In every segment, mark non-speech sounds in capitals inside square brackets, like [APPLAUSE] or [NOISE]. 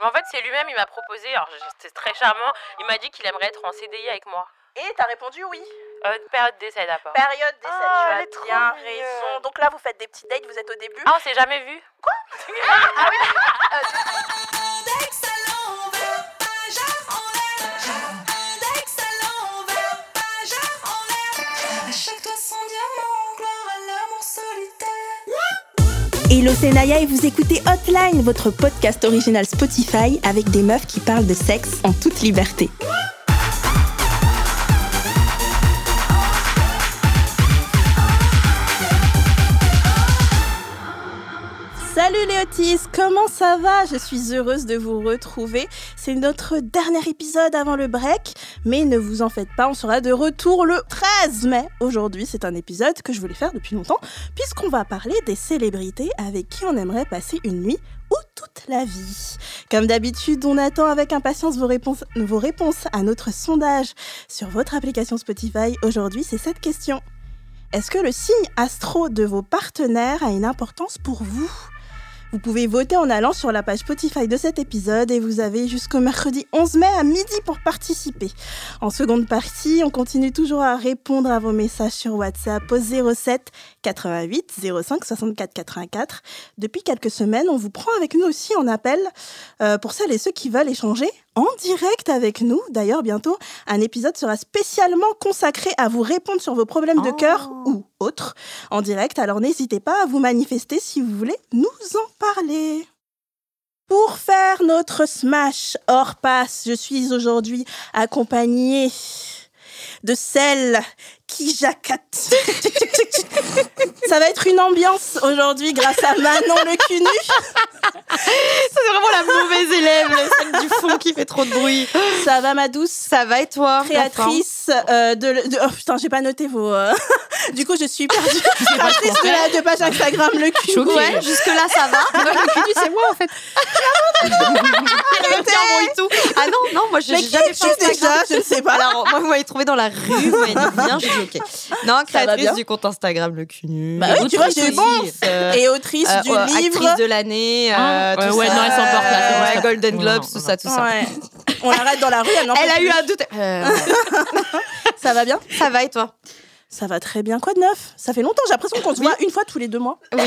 Mais en fait, c'est lui-même, il m'a proposé, alors c'était très charmant, il m'a dit qu'il aimerait être en CDI avec moi. Et t'as répondu oui. Euh, période d'essai d'abord. Période d'essai, Ah, tu elle as est trop bien mignonne. raison. Donc là, vous faites des petites dates, vous êtes au début. Ah, on s'est jamais vu Hello, c'est Naya et vous écoutez Hotline, votre podcast original Spotify avec des meufs qui parlent de sexe en toute liberté. Salut les autistes, comment ça va Je suis heureuse de vous retrouver. C'est notre dernier épisode avant le break, mais ne vous en faites pas, on sera de retour le 13 mai. Aujourd'hui, c'est un épisode que je voulais faire depuis longtemps puisqu'on va parler des célébrités avec qui on aimerait passer une nuit ou toute la vie. Comme d'habitude, on attend avec impatience vos réponses, vos réponses à notre sondage sur votre application Spotify. Aujourd'hui, c'est cette question. Est-ce que le signe astro de vos partenaires a une importance pour vous vous pouvez voter en allant sur la page Spotify de cet épisode et vous avez jusqu'au mercredi 11 mai à midi pour participer. En seconde partie, on continue toujours à répondre à vos messages sur WhatsApp au 07 88 05 64 84. Depuis quelques semaines, on vous prend avec nous aussi en appel euh, pour celles et ceux qui veulent échanger en direct avec nous. D'ailleurs, bientôt, un épisode sera spécialement consacré à vous répondre sur vos problèmes de cœur Oh. ou autres en direct. Alors n'hésitez pas à vous manifester si vous voulez nous en parler. Pour faire notre smash hors passe, je suis aujourd'hui accompagnée de celle qui jacate. Ça va être une ambiance aujourd'hui grâce à Manon le cul nu. C'est vraiment la mauvaise élève, celle du fond qui fait trop de bruit. Ça va ma douce Ça va et toi créatrice euh, de, le- de- oh putain j'ai pas noté vos euh, [LAUGHS] du coup je suis perdue créatrice de la de page Instagram le cul Choquée. Ouais, jusque-là, ça va. [LAUGHS] c'est moi, en fait. Arrêtez et tout. Ah non, non, moi, j'ai mais j'ai qui jamais es-tu fait Instagram. déjà je ne sais pas Alors, moi, vous m'avez trouvé dans la rue, vous m'avez dit bien, j'ai dit ok. Non, créatrice bien du compte Instagram Le Cul Nu. Bah oui, tu vois, j'ai- Autrice, euh, et autrice euh, du euh, livre Actrice de l'année, euh, Ah, tout ouais, ça. non, elle s'emporte, là, c'est bon, Ouais, je t'en- Golden Non, Globes, non, tout non. ça, tout ça. Ouais. on l'arrête dans la rue elle, n'en Elle peut a eu plus. un doute. Euh, ça va bien ça va et toi ça va très bien quoi de neuf ça fait longtemps j'ai l'impression qu'on se voit une fois tous les deux mois Oui,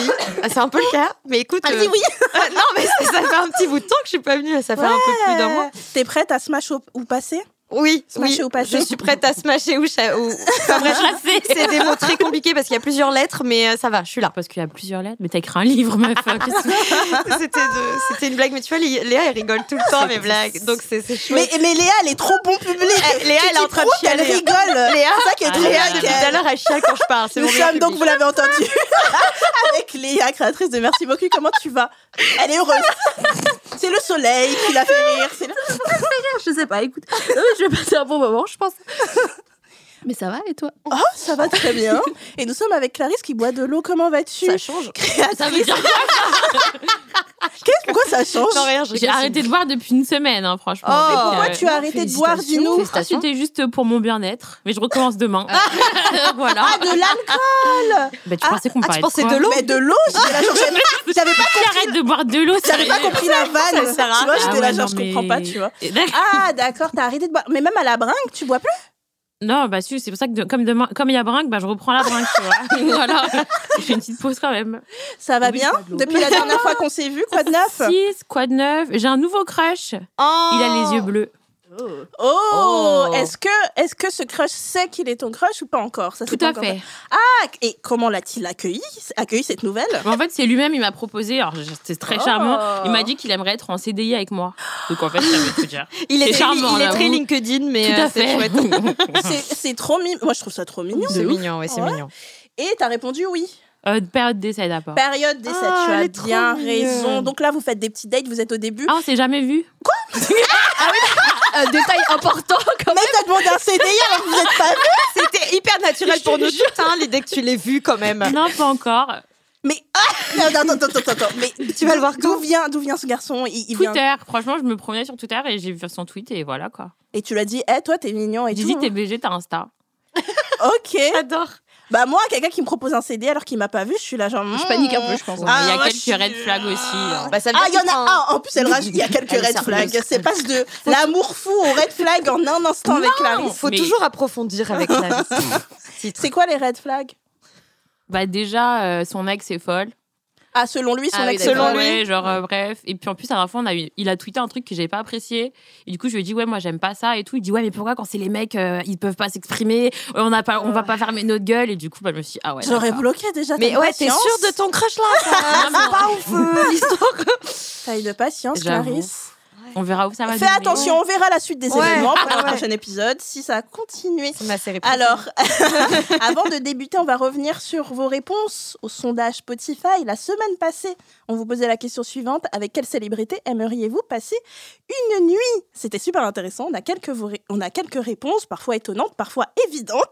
ah, c'est un peu le cas. Mais écoute, elle euh, dit oui euh, non, mais ça, ça fait un petit bout de temps que je suis pas venue. là, Ça fait un peu plus d'un mois. t'es prête à smash au- ou passer Oui, Smasher oui, ou passer je suis prête à smasher ou... cha- ou... Enfin, bref, c'est des mots très compliqués parce qu'il y a plusieurs lettres, mais euh, ça va, je suis là. Parce qu'il y a plusieurs lettres, mais t'as écrit un livre, meuf. hein, Qu'est-ce [LAUGHS] que- C'était de- c'était une blague, mais tu vois, Lé- Léa, elle rigole tout le temps à mes blagues, donc c'est c'est chouette. mais, mais Léa elle est trop bon public Eh, Léa, elle est en train de elle chialer. rigole [LAUGHS] Léa, c'est ça qui est trop Léa, bien depuis qu'elle- tout à l'heure, elle chiale quand je parle. c'est Nous mon meilleur sommes donc, public. vous l'avez entendu, [LAUGHS] avec Léa, créatrice de Merci beaucoup. Comment tu vas Elle est heureuse. C'est le soleil qui l'a fait rire. c'est le- je sais pas, écoute. Non, mais [LAUGHS] je vais passer un bon moment, je pense. Mais ça va, et toi Oh, ça va très bien. Et nous sommes avec Clarisse qui boit de l'eau. Comment vas-tu Ça change. Ça veut Créatrice. dire Qu'est-ce Pourquoi ça change Non, rien, je J'ai rigole, c'est- [LAUGHS] arrêté de boire depuis une semaine, hein, franchement. Oh. Donc, Mais Pourquoi Euh, tu as arrêté de boire, dis-nous Ah, C'était juste pour mon bien-être, mais je recommence demain. [LAUGHS] voilà. Ah, de l'alcool Bah, tu pensais qu'on Ah, parlait tu de pensais quoi de l'eau Mais de l'eau J'étais là, genre, j'avais- J'avais pas Qui arrête de boire de l'eau, j'avais pas sérieux compris la vanne. sert à Tu vois, Ah j'étais ouais, là, genre, non, je mais- comprends pas, tu vois. Et d'accord. Ah, d'accord, t'as arrêté de boire. Mais même à la bringue, tu bois plus Non, bah si, c'est pour ça que de- comme demain, comme il y a brinque, bah je reprends la brinque, [LAUGHS] tu vois. voilà. Je fais une petite pause quand même. Ça va Oui, bien je bois de l'eau. Depuis la dernière fois qu'on s'est vu, quoi de neuf 6, quoi de neuf J'ai un nouveau crush. Il a les yeux bleus. Oh, Oh. Est-ce que, est que ce crush sait qu'il est ton crush ou pas encore Ça, c'est Tout pas à encore fait. vrai. Et comment l'a-t-il accueilli, accueilli cette [LAUGHS] nouvelle Mais en fait, c'est lui-même, il m'a proposé. Alors, c'était très Oh. charmant. Il m'a dit qu'il aimerait être en CDI avec moi. Donc, en fait, ça veut tout dire. Il est, C'est très- charmant, il est là, très vous. LinkedIn, mais tout euh, à c'est fait. chouette. C'est c'est trop mignon. Moi, je trouve ça trop mignon. C'est ouf. mignon, ouais, c'est Ouais. mignon. Et t'as répondu oui. [LAUGHS] Euh, période d'essai d'abord. Période d'essai, Ah, tu elle as est trop bien mignonne. raison. Donc là, vous faites des petites dates, vous êtes au début. Ah, on s'est jamais vu. détail important. Mais t'as demandé un CDI alors que vous êtes pas vus. C'était hyper naturel pour nous toutes, hein, l'idée que tu l'aies vu quand même. Non, pas encore. Mais ah attends, attends, attends, attends, attends. Mais Tu vas le voir d'où quand vient, d'où vient ce garçon il, il vient. Twitter. Franchement, je me promenais sur Twitter et j'ai vu son tweet et voilà quoi. Et tu l'as dit, Eh, toi, t'es mignon et J'ai tout. dit, t'es BG, t'as Insta. Ok. J'adore. Bah moi, quelqu'un qui me propose un CD alors qu'il m'a pas vu, je suis là genre. Je panique un peu, je pense. Ouais, Ah, Il y a moi, je suis- quelques red flags aussi. hein. Bah, ça veut Ah, il y dire en a qu'il prend- un. En plus, elle rajoute. Il y a quelques Elle est red flags. sérieuse. C'est passe de l'amour fou au red flag en un instant avec Clarisse. Faut Mais- toujours approfondir avec la vie. C'est quoi les red flags Bah, déjà, euh, son ex est folle. Ah, selon lui, son Ah oui, ex. d'accord. Selon lui. Ouais, genre, euh, bref. Et puis en plus, à la fin, on a eu- il a tweeté un truc que j'ai pas apprécié. Et du coup, je lui ai dit, ouais, moi, j'aime pas ça et tout. Il dit, ouais, mais pourquoi quand c'est les mecs, euh, ils peuvent pas s'exprimer, euh, on, a pas, on va pas fermer notre gueule. Et du coup, bah, je me suis dit, ah ouais. J'aurais d'accord. bloqué déjà. Mais t'as une ouais, t'es patience. sûre de ton crush là [LAUGHS] ça- C'est pas ouf euh, l'histoire. Taille de patience, J'avoue. Ah Clarisse. On verra où ça va Fais donner. attention, on verra la suite des Ouais. événements pour le Ouais. prochain épisode si ça a continué. C'est ma série. préférée. Alors, [LAUGHS] avant de débuter, on va revenir sur vos réponses au sondage Spotify. La semaine passée, on vous posait la question suivante avec quelle célébrité aimeriez-vous passer une nuit C'était super intéressant. On a quelques vos ré- on a quelques réponses, parfois étonnantes, parfois évidentes.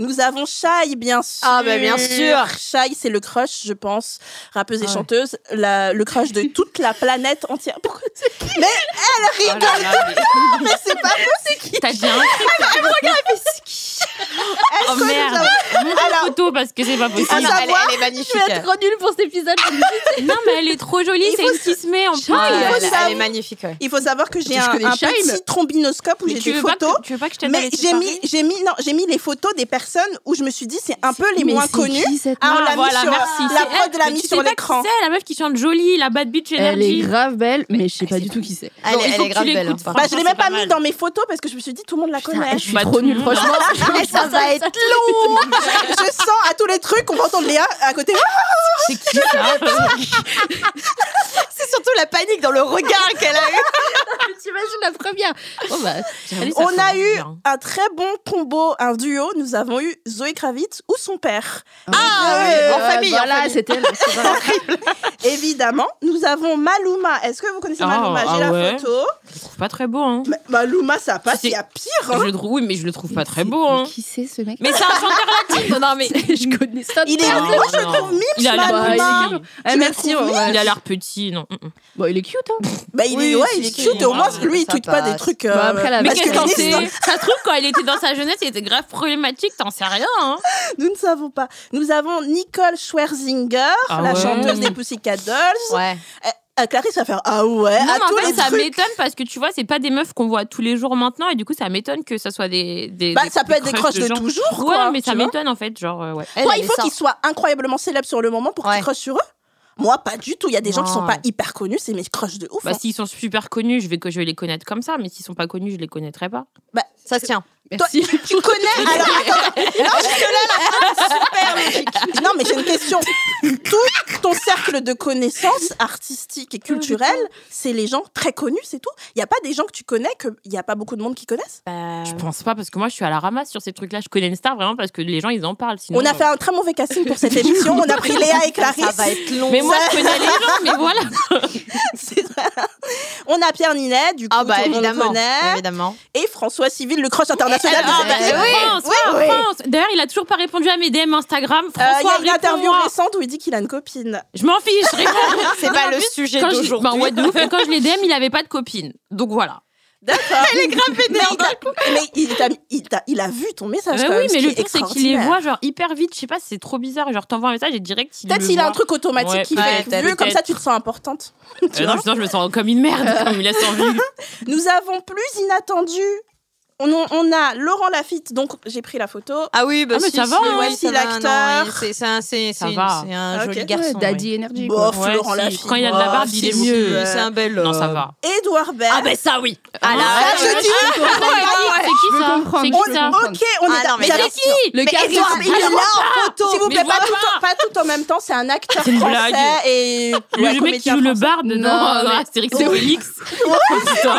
Nous avons Shai, bien sûr. Ah, ben, bah, bien sûr. Shai, c'est le crush, je pense, rappeuse et Ah ouais. chanteuse, la- le [LAUGHS] crush de toute la planète entière. Pourquoi Mais elle Oh rigole, là là, mais- mais c'est pas T'as dit un truc. elle. Oh [LAUGHS] quoi, merde. Montre la photo parce que c'est pas À possible. non, elle, savoir, elle est Je magnifique. vais être trop nulle pour cet épisode. Non, mais elle est trop jolie. Il C'est faut une qui se met en plus. Ah, il faut elle, elle savoir- est magnifique. ouais. Il faut savoir que j'ai Je un, connais un Chaim. petit trombinoscope où Mais j'ai tu des veux pas que- photos. Tu veux pas que je t'aide à Mais les j'ai mis, séparer j'ai mis, non, j'ai mis les photos des personnes où je me suis dit c'est un peu les Mais moins c'est connues. qui, cette Ah, on Ah, l'a voilà, mis sur merci. la C'est prod elle, l'a mais mis tu sur sais pas l'écran. qui c'est, la meuf qui chante jolie, la bad bitch Elle est energy. grave belle, mais je sais pas Ah, c'est du tout qui c'est. Non, Elle, est- il faut elle est que tu grave belle. l'écoutes, hein, par Bah, je contre. Franchement, l'ai même c'est pas pas mis mal. dans mes photos parce que je me suis dit tout le monde la connaît. Je Je suis Bah, Ah, trop tout le nulle, [LAUGHS] monde. [LAUGHS] franchement. [LAUGHS] Mais ça va être long. je sens à tous les trucs qu'on va entendre Léa à côté. C'est qui ça C'est surtout la panique dans le regard qu'elle a eu. T'imagines la première Bon, bah, J'avoue, ça On a commence eu bien. un très bon combo, un duo. Nous avons eu Zoé Kravitz ou son père. Ah ouais, ouais, en famille, en Voilà, famille. [LAUGHS] c'était elle, c'est dans la- Évidemment, nous avons Maluma. Est-ce que vous connaissez Ah, Maluma J'ai ah la ouais. photo. Je le trouve pas très beau, hein. Mais Maluma, ça passe. C'est- Il y a pire. hein. Je le trouve, oui, mais je le trouve pas très Mais beau, hein. Qui c'est ce mec Mais c'est un [LAUGHS] chanteur latin. Non, [LAUGHS] non, mais. [LAUGHS] Je Ah, connais ça. Il est- Non, moi, je le non. trouve mime, Il a Maluma. l'air petit. Eh, Tu merci. l'as on trouvé va- Il a l'air petit, non. Ah, mm, mm. [LAUGHS] Bon, il est cute, hein. Bah, il Oui, est, ouais, si, il est si, cute. si, au moins, ouais, lui, il ça tweet pas des passe. trucs. Bah, après, la- euh, Mais Parce qu'est-ce que que masculinistes. c'est Ça se trouve, quand il était dans sa jeunesse, il était grave problématique, t'en sais rien, hein. Nous ne savons pas. Nous avons Nicole Scherzinger, Ah la ouais. chanteuse des Pussycat Dolls. Ouais. Euh, Clarisse va faire Ah ouais, Non, à mais en tous fait, les ça trucs. m'étonne parce que tu vois, c'est pas des meufs qu'on voit tous les jours maintenant et du coup, ça m'étonne que ça soit des. des Bah, ça peut être des crushs crushs de, gens. toujours. Ouais, quoi, mais tu ça vois. m'étonne en fait, genre, euh, ouais. Elle, Toi, elle il est faut sor- qu'ils soient incroyablement célèbres sur le moment pour que Ouais. tu crushes sur eux. Moi, pas du tout. Il y a des gens qui sont Non. pas hyper connus, c'est mes crushs de ouf. Bah, hein. s'ils sont super connus, je vais, que je vais les connaître comme ça, mais s'ils sont pas connus, je les connaîtrai pas. Ça se tient. Merci. Tu connais alors [LAUGHS] attends, attends. Non, parce que là, là, super logique. Non, mais j'ai une question. Tout ton cercle de connaissances artistiques et Ah, culturelles, c'est les gens très connus, c'est tout. Il n'y a pas des gens que tu connais que il n'y a pas beaucoup de monde qui connaissent. Je pense pas parce que moi, je suis à la ramasse sur ces trucs-là. Je connais une star vraiment parce que les gens, ils en parlent. Sinon, On a euh, fait un très mauvais casting pour cette émission. On a pris Léa et Clarisse. [LAUGHS] Ça va être long. Mais moi, je connais les gens, mais voilà. [LAUGHS] C'est vrai. On a Pierre Ninet, du coup, Ah bah tout le monde évidemment. connaît. Évidemment. Et François Civil, le crush international Ah, de bah, cette émission. Euh, oui, France, France, France. D'ailleurs, il a toujours pas répondu à mes DM Instagram. Euh, François, Il y a une interview réponds-moi. récente où il dit qu'il a une copine. Je m'en fiche, réponds. [LAUGHS] C'est Non, pas en le plus, sujet Quand je... d'aujourd'hui. bah, ouais, de ouf. Et quand je l'ai DM, il avait pas de copine. Donc voilà. D'accord. Elle est grave Mais vénère. il t'a- mais il, t'a- il t'a- il a vu ton message. Euh, quand oui, même, ce mais qui le est pire, c'est qu'il les extraordinaire. voit genre hyper vite. Je sais pas, c'est trop bizarre. Genre, t'envoies un message et direct, il. Peut-être le s'il a un voit. truc automatique Ouais, qui fait peut-être, vu, comme ça peut-être. tu te sens importante. Euh, non, sinon, je me sens comme une merde, comme il a sans vue. Nous avons plus inattendu. On, on a Laurent Lafitte, donc j'ai pris la photo. Ah oui, bah Ah, mais si, ça si, va, hein. ouais, Si ça va, l'acteur- non, C'est c'est un, c'est- Ça c'est- va. c'est un Ok. joli Ouais, garçon. Daddy Energy. quoi. Bof, Ouais, Laurent si, Lafitte. quand il a de la bof. barbe, il est mieux. C'est un bel. Non, ça euh, va. Édouard Baird. Ah, ben ça, oui. Ah là, ouais, je ouais, dis- ah, ouais, ouais, C'est qui veux ça comprendre. C'est On- qui ça ok, on est Ah, d'accord. non, mais J'avais- C'est qui Le Mais charisme. Édouard, il est là en photo. S'il vous Mais plaît, pas voilà. tout, en- pas tout en même temps. C'est un acteur C'est une français blague. et ouais, Le mec qui comédien joue le français. barbe Non, dans mais- Astérix et Obélix. Putain.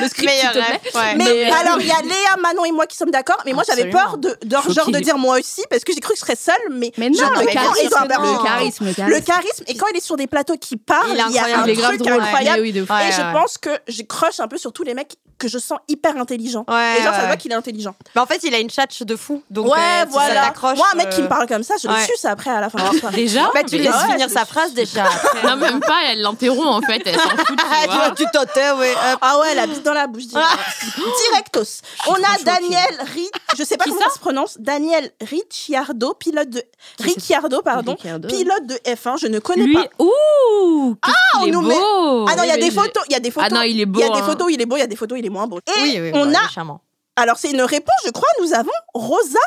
Le script, s'il Meilleur te plaît. rêve. ouais. Mais Mais- alors, il y a Léa, Manon et moi qui sommes d'accord. Mais moi, j'avais Absolument. peur de, de, genre, de Choquée. dire moi aussi parce que j'ai cru que je serais seule. Mais, Mais non, genre, le mais quand charisme, Édouard le Baird- charisme, le le charisme. charisme et quand il est sur des plateaux qui parlent, Il il, est y a un incroyable, Il est grave truc drôle. incroyable. Mais oui, de fou. Et Ouais, je ouais. pense que je crush un peu sur tous les mecs que je sens hyper intelligent. Ouais, et genre, ça ouais. se voit qu'il est intelligent. Bah, en fait, il a une chatche de fou. Donc, ouais, euh, si ça voilà. t'accroche. Moi, un mec qui euh, me parle comme ça, je le ouais. suce après à la fin de la soirée. Déjà Bah, tu mais- laisses ouais, finir je- sa phrase déjà. après. Non, même pas, elle l'interrompt en fait, elle s'en fout. tu Ah, tu vois. vois, tu t'entends, ouais. hop. Ah ouais, la bite dans la bouche. direct. Ah. Directos. On a Daniel Ri, je sais pas Qui comment ça ça se prononce, Daniel Ricciardo, pilote de Ricciardo pardon, pilote de F1, je ne connais Lui, pas. ouh qu'est-ce on qu'il est nous met- Oh. beau Ah non, il y a mais des je- photos, il y a des Ah photos. non, il est beau. il y a des hein. photos, il est beau, il y a des photos, il est moins beau. Et Oui, oui, on bah, a, il est charmant. alors c'est une réponse, je crois, nous avons Rosa.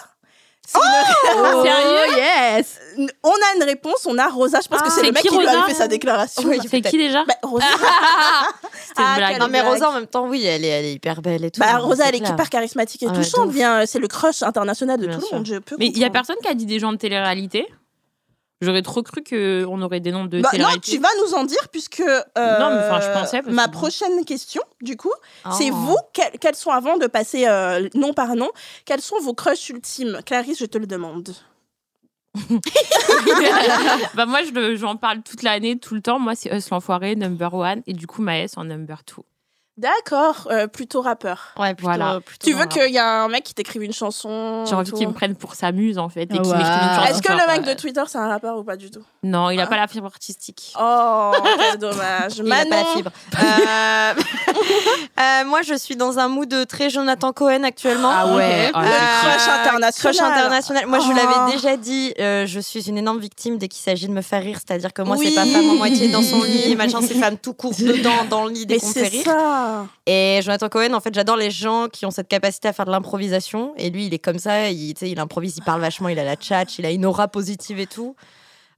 C'est Oh, sérieux yes une- [LAUGHS] On a une réponse, on a Rosa. Je pense que Ah. c'est C'est le mec qui, qui, lui Rosa avait fait sa déclaration. [LAUGHS] C'est qui déjà Bah, Rosa, C'était une Ah, blague. quel- Non, mais blague. Rosa, en même temps, oui, elle est, elle est hyper belle et tout. bah, donc, Rosa c'est elle est clair. hyper charismatique et Ah ouais, de touchante. ouf. Bien, c'est le crush international de Bien tout sûr. le monde. Je peux Mais il y a comprendre. personne qui a dit des gens de télé-réalité J'aurais trop cru qu'on aurait des noms de Bah, non, télé-réalité. tu vas nous en dire puisque. euh, mais enfin, je pensais, parce Ma que- prochaine question, du coup, Oh. c'est vous, quel- quels sont, avant de passer euh, nom par nom, quels sont vos crushs ultimes Clarisse, je te le demande. bah, moi, je le- j'en parle toute l'année, tout le temps. Moi, c'est Us l'enfoiré, number one. Et du coup, Maës en number two. D'accord, euh, plutôt rappeur. Ouais, plutôt, Voilà. plutôt Tu veux dans la- qu'il y a un mec qui t'écrive une chanson J'ai envie tout. qu'il me prenne pour sa muse, en fait. Ah Et qu'il Wow. m'écrive une chanson, Est-ce que genre, le mec euh, de Twitter, c'est un rappeur ou pas du tout [LAUGHS] Non, il n'a Ah. pas la fibre artistique. Oh, quel dommage. Il a Manon, pas la fibre. [LAUGHS] Euh, [LAUGHS] euh, moi, je suis dans un mood très Jonathan Cohen actuellement. Ah ouais, Euh, ah, le crush international. crush international. Moi, je Oh. l'avais déjà dit, euh, je suis une énorme victime dès qu'il s'agit de me faire rire. C'est-à-dire que moi, Oui. c'est pas femme en moitié dans son [LAUGHS] lit, machin, c'est femme tout court dedans, dans le lit, dès mais qu'on me fait c'est rire. ça. Et Jonathan Cohen, en fait, j'adore les gens qui ont cette capacité à faire de l'improvisation. Et lui, il est comme ça, il, tu sais, il improvise, il parle vachement, il a la tchatche, il a une aura positive et tout.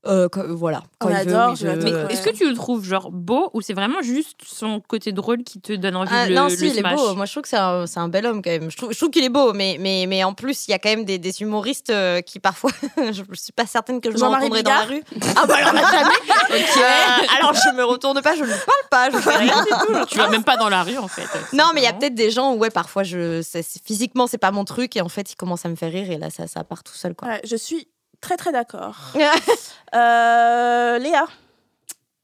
Euh, quand- voilà. Quand On il adore veut, il Jonathan veut. Mais Ouais. est-ce que tu le trouves genre beau ou c'est vraiment juste son côté drôle qui te donne envie Ah, de le, non, si, le il est smash [LAUGHS] beau. Moi, je trouve que c'est un, c'est un bel homme quand même. Je trouve, je trouve qu'il est beau, mais, mais, mais en plus, il y a quand même des, des humoristes euh, qui parfois, [LAUGHS] je ne suis pas certaine que je me Jean-Marie rencontrerai dans la rue. Ah bah alors là, jamais. Euh, alors je me retourne pas, je ne parle pas, [LAUGHS] je fais rien du tout. Tu vas même pas dans la rue en fait. Non, mais il y a peut-être des gens où ouais, parfois je c'est- c'est- physiquement c'est pas mon truc et en fait ils commencent à me faire rire et là ça ça part tout seul quoi. Ouais, je suis très, très d'accord. Ah. Euh, Léa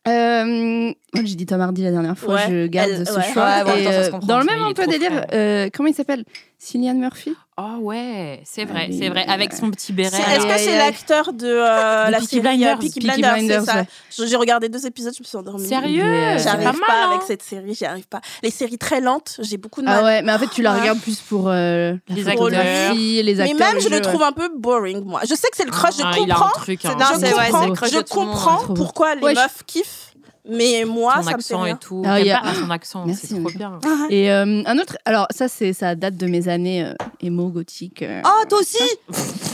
Euh, J'ai dit Tom Hardy la dernière fois, Ouais, je garde elle- ce ouais. choix. Ouais, bon, Et, attends, ça se euh, comprend, dans le mais même il est un peu trop délire, frais. euh, comment il s'appelle Cillian Murphy Oh ouais, c'est vrai, Allez. c'est vrai. Avec son petit C'est- béret. Ouais, Est-ce là. que ouais, c'est ouais. l'acteur de euh, De la Peaky série Blinders. euh, Peaky Peaky Blinders, c'est Blinders, ça. ouais. Je- J'ai regardé deux épisodes, je me suis endormie. Sérieux J'arrive C'est pas, pas mal, hein. avec cette série, j'y arrive pas. Les séries très lentes, j'ai beaucoup de mal. Ah ouais, mais en fait, tu la Ouais. regardes plus pour euh, la Les photographie, les Mais acteurs. même, je jeu, le trouve un peu boring, moi. Je sais que c'est le crush, je Ah, il a un comprends. truc. C'est- hein. non, Je c'est- ouais, comprends, c'est le crush je de tout le monde, comprends je trouve. pourquoi les Ouais, je- meufs kiffent, mais moi, Son ça me fait accent et rien. tout. Ah, J'aime il y a- pas son accent, Merci, c'est trop oui. bien. Et euh, un autre, alors ça, c'est ça date de mes années euh, émo gothique. euh. Oh toi aussi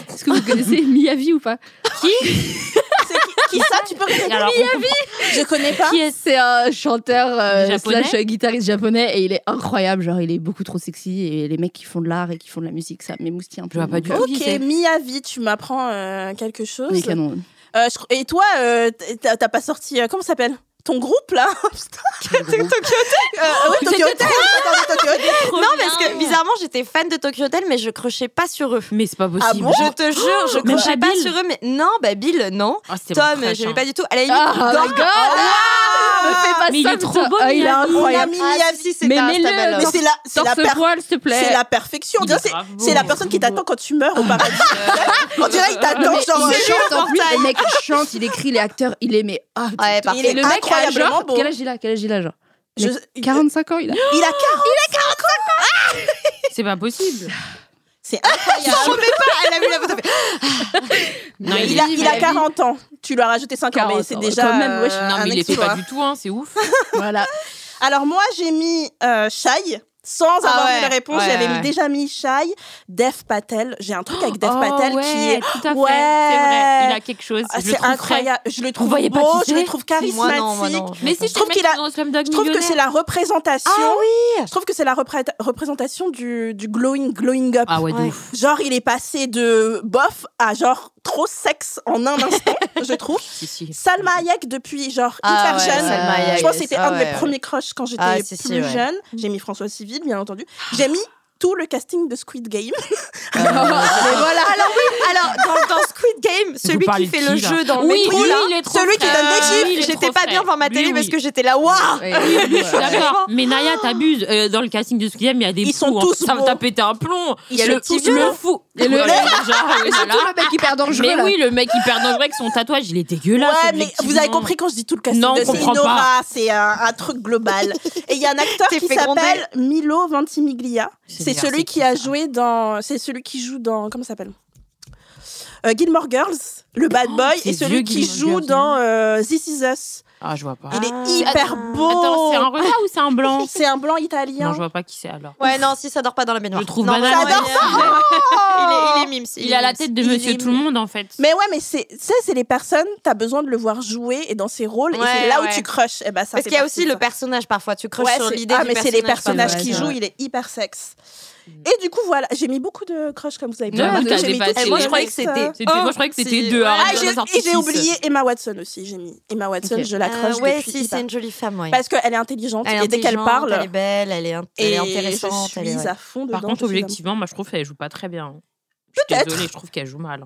Est-ce que vous [LAUGHS] connaissez Miyavi ou pas C'est qui, qui ça Tu [LAUGHS] peux répéter Alors, Je connais pas. est C'est un chanteur euh, Japonais slash guitariste japonais et il est incroyable. Genre, il est beaucoup trop sexy et les mecs qui font de l'art et qui font de la musique, ça m'émoustille un peu. euh, Je vois pas du tout. qui c'est. Ok, Miyavi, tu m'apprends euh, quelque chose. Mais canon. Euh, je- Et toi, euh, t'as t'as pas sorti. euh, Comment ça s'appelle ton groupe là [LAUGHS] Putain, Tokyo Hotel euh, ouais, Tokyo Hotel Attendez, Tokyo Hotel Non parce que bizarrement j'étais fan de Tokyo Hotel mais je crochais pas sur eux. Mais c'est pas possible. Ah bon je te jure, je [GASPS] Même crochais pas pas Bill sur eux mais non bah Bill non. Ah, c'était mon Tom crush, j'aimais hein. pas du tout. À la limite, Ah, dans- my God ah, Ah, Me fais pas Mais il ça, est trop putain. beau, Ah, Il est Miyavi. incroyable. Ah, Miyavi, si, si, c'est Mais un- mets-le. c'est un bel homme. Mais c'est la, c'est la, per- Torse poil, s'il te c'est plaît. la perfection. On Il dirait est C'est grave beau. c'est la personne qui t'attend quand tu meurs au paradis. On dirait qu'il Non, t'attend Ah, mais genre. il euh, chante en plus, le mec chante, il écrit, les acteurs, il est mais ah, Ouais, parfait. Il est le mec a incroyablement genre beau. quel âge il a Quel âge il a genre je- il- 45 ans, il a. Il a 40 C'est pas possible. C'est incroyable. Elle a vu la photo. Non, il, est- a, il a 40 ans. Tu lui as rajouté 5 ans, 40 mais c'est ans, déjà quand même, wesh. euh, Non, un mais il était exploit. pas du tout, hein, c'est ouf. [LAUGHS] Voilà. Alors moi, j'ai mis euh, Shai. Sans Ah avoir ouais, eu la réponse, ouais, j'avais ouais. déjà mis Shai, Dev Patel. J'ai un truc avec Dev Oh, Patel ouais, qui est... Tout à fait, Ouais. c'est vrai. Il a quelque chose. Ah, je le C'est trouve incroyable. Je le trouve voyait pas beau, qui je le c'est trouve Moi charismatique. non, moi non. frais. Mais si je Je trouve trouve qu'il qu'il a- dans Slumdog Je trouve que c'est Millionaire. la représentation. Ah oui Je trouve que c'est la repré- représentation du, du glowing, glowing up. Ah ouais, de Ouais. ouf. Genre, il est passé de bof à genre trop sexe en un [LAUGHS] instant, je trouve. Si, si. Salma Hayek depuis genre hyper Ah ouais, jeune. Salma Je Hayek, Je pense que c'était ah un de mes ouais. premiers crushs quand j'étais Ah, si, si, plus ouais. Ah. jeune. J'ai mis François Civil, bien entendu. J'ai mis tout le casting de Squid Game. Mais voilà. Alors oui, alors dans, dans Squid Game, celui parlez qui de fait qui, le là jeu dans le Oui, métro, lui, là, il est trop celui qui frais. donne Lui, il des est chiffres, j'étais trop pas frais. bien devant ma Lui, télé oui. parce que j'étais là, waouh. Ouais, Ah. oui, oui, Je suis voilà. d'accord. Mais Naya, t'abuses. Euh, dans le casting de Squid Game, il y a des Ils sont fous, hein. tous Ça beaux. t'a pété un plomb. Ils Il y a sont le tous petit, beaux. le fou. Et le- Voilà, genre, oui, voilà. Surtout le mec hyper dangereux. Mais là. oui, le mec hyper dangereux avec son tatouage, il est dégueulasse. ouais, mais vous avez objectivement. compris quand je dis tout le casting Non, on de c'est comprend une pas. aura, c'est un, un truc global. Et il y a un acteur T'es qui fait gronder. s'appelle Milo Ventimiglia. C'est C'est bizarre, celui c'est qui qui, a ça joué dans, c'est celui qui joue dans, comment ça s'appelle Euh, Gilmore Girls, le bad boy, Oh, c'est et celui vieux qui Gilmore Girls, joue dans euh, This Is Us. Ah, je vois pas. Il Ah. est hyper beau. Attends, c'est un regard ou c'est un blanc [LAUGHS] C'est un blanc Non, italien. je vois pas qui c'est alors. Ouais, non, si ça dort pas dans la baignoire. Je trouve non, banal, ça ouais. dort pas. Il est, il est mimes. Il, est a la mimes. tête de Il monsieur est tout le monde en fait. Mais ouais, mais c'est ça, c'est les personnes, t'as besoin de le voir jouer et dans ses rôles, et Ouais, c'est là ouais. où tu crushes. Et ben, ça Parce fait qu'il y a partie aussi de le ça. personnage parfois. Tu crushes Ouais, sur c'est- l'idée Ah, du mais c'est les personnage. personnages Mm. ouais, qui c'est jouent, vrai. il est hyper sexe. Et du coup, voilà, j'ai mis beaucoup de crush comme vous avez pu Ouais, remarquer. t'as J'ai mis dépassé. toutes les Et moi, je sexes. croyais que c'était- C'était- Moi, Oh, je croyais que c'était si. deux. Ah, hein, Ah, deux j'ai- et artifices. j'ai oublié Emma Watson aussi, j'ai mis. Emma Watson, Ok. je la crush Euh, ouais, depuis si, c'est hyper. une jolie femme, ouais. Parce qu'elle est intelligente Elle est et dès qu'elle intelligente, Elle est parle, belle, elle est, int- elle et est je intéressante. suis elle est- ouais. à fond dedans. Par contre, je suis objectivement, moi je trouve qu'elle joue pas très bien. Je suis Peut-être. désolée, je trouve qu'elle joue [LAUGHS] mal.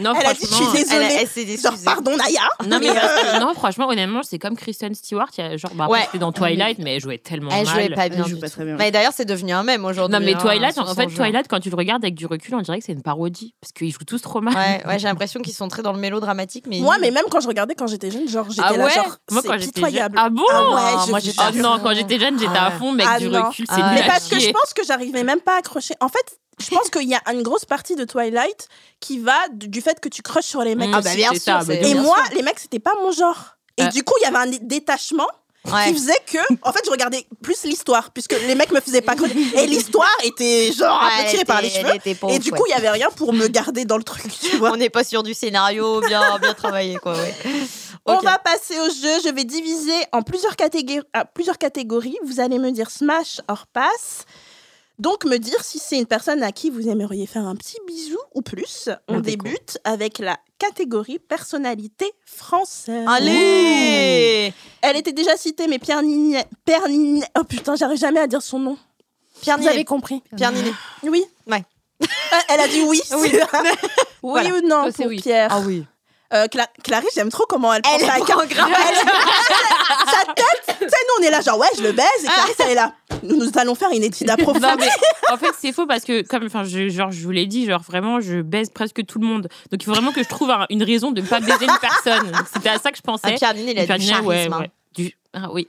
Non, Elle a dit, franchement, je suis Elle, désolée. elle s'est vraiment- Genre, déçue. pardon, Naya. non, mais parce que- non, franchement, honnêtement, c'est comme Kristen Stewart. il y a- Genre, bah, Ouais. c'était dans Twilight, mais elle jouait tellement Elle mal. jouait pas Elle bien. joue du pas tout. très bien. Mais d'ailleurs, c'est devenu un mème aujourd'hui. Non, mais hein, Twilight, sur en son fait, jeu. Twilight, quand tu le regardes avec du recul, on dirait que c'est une parodie. Parce qu'ils jouent tous trop mal. Ouais, ouais, j'ai l'impression qu'ils sont très dans le mélodramatique. Mais Moi, mais même quand je regardais quand j'étais jeune, genre, j'étais Ah là, ouais genre, Moi, c'est quand j'étais jeune. pitoyable. Ah bon Ah ouais, Ah, je moi, vous j'étais- ah jure. non, quand j'étais jeune, j'étais Ah à ouais. fond, mec, Ah du non. recul. Ah C'est ouais. nul Mais à parce que je chier. pense que j'arrivais même pas à accrocher. En fait, je pense qu'il y a une grosse partie de Twilight qui va du du fait que tu crushes sur les mecs. Mm, Ah bah, c'est bien ça, sûr, bah, c'est- bien [LAUGHS] Et sûr. moi, les mecs, c'était pas mon genre. Et Euh. du coup, il y avait un détachement Ouais. qui faisait que, en fait, je regardais plus l'histoire, puisque les mecs me faisaient [LAUGHS] pas creuser. Et l'histoire était genre Ouais, un peu elle tirée par les était- cheveux. elle était pauvre, Et du ouais. coup, il y avait rien pour me garder dans le truc, [LAUGHS] tu vois. on n'est pas sûr du scénario bien, bien travaillé, quoi. ouais. On Ok. va passer au jeu. Je vais diviser en plusieurs, catégor- ah, plusieurs catégories. Vous allez me dire smash hors passe. Donc, me dire si c'est une personne à qui vous aimeriez faire un petit bisou ou plus. Ah, On Un déco. débute avec la catégorie personnalité française. Allez Elle était déjà citée, mais Pierre Ninet. Pierre Ninet- Oh putain, j'arrive jamais à dire son nom. Pierre Vous avez Ninet. compris. Pierre Ninet. Oui. Ouais. [LAUGHS] Ah, Elle a dit oui. c'est- Oui. [LAUGHS] oui Voilà. ou non Toi, c'est pour oui. Pierre. oui. Euh, Cla- Clarisse, j'aime trop comment elle prend Elle sa est programme. sa tête. Tu sais, nous, on est là, genre, ouais, je le baise. Et Clarisse, elle est là. Nous, nous allons faire une étude approfondie. Non, mais en fait, c'est faux parce que, comme enfin, je, genre, je vous l'ai dit, genre, vraiment, je baise presque tout le monde. Donc, il faut vraiment que je trouve un- une raison de ne pas baiser une personne. Donc, C'était à ça que je Ah, pensais. Pierre Ninet, il a Pierre du Ninet, charisme. ouais, hein. ouais. Du- Ah [LAUGHS] oui.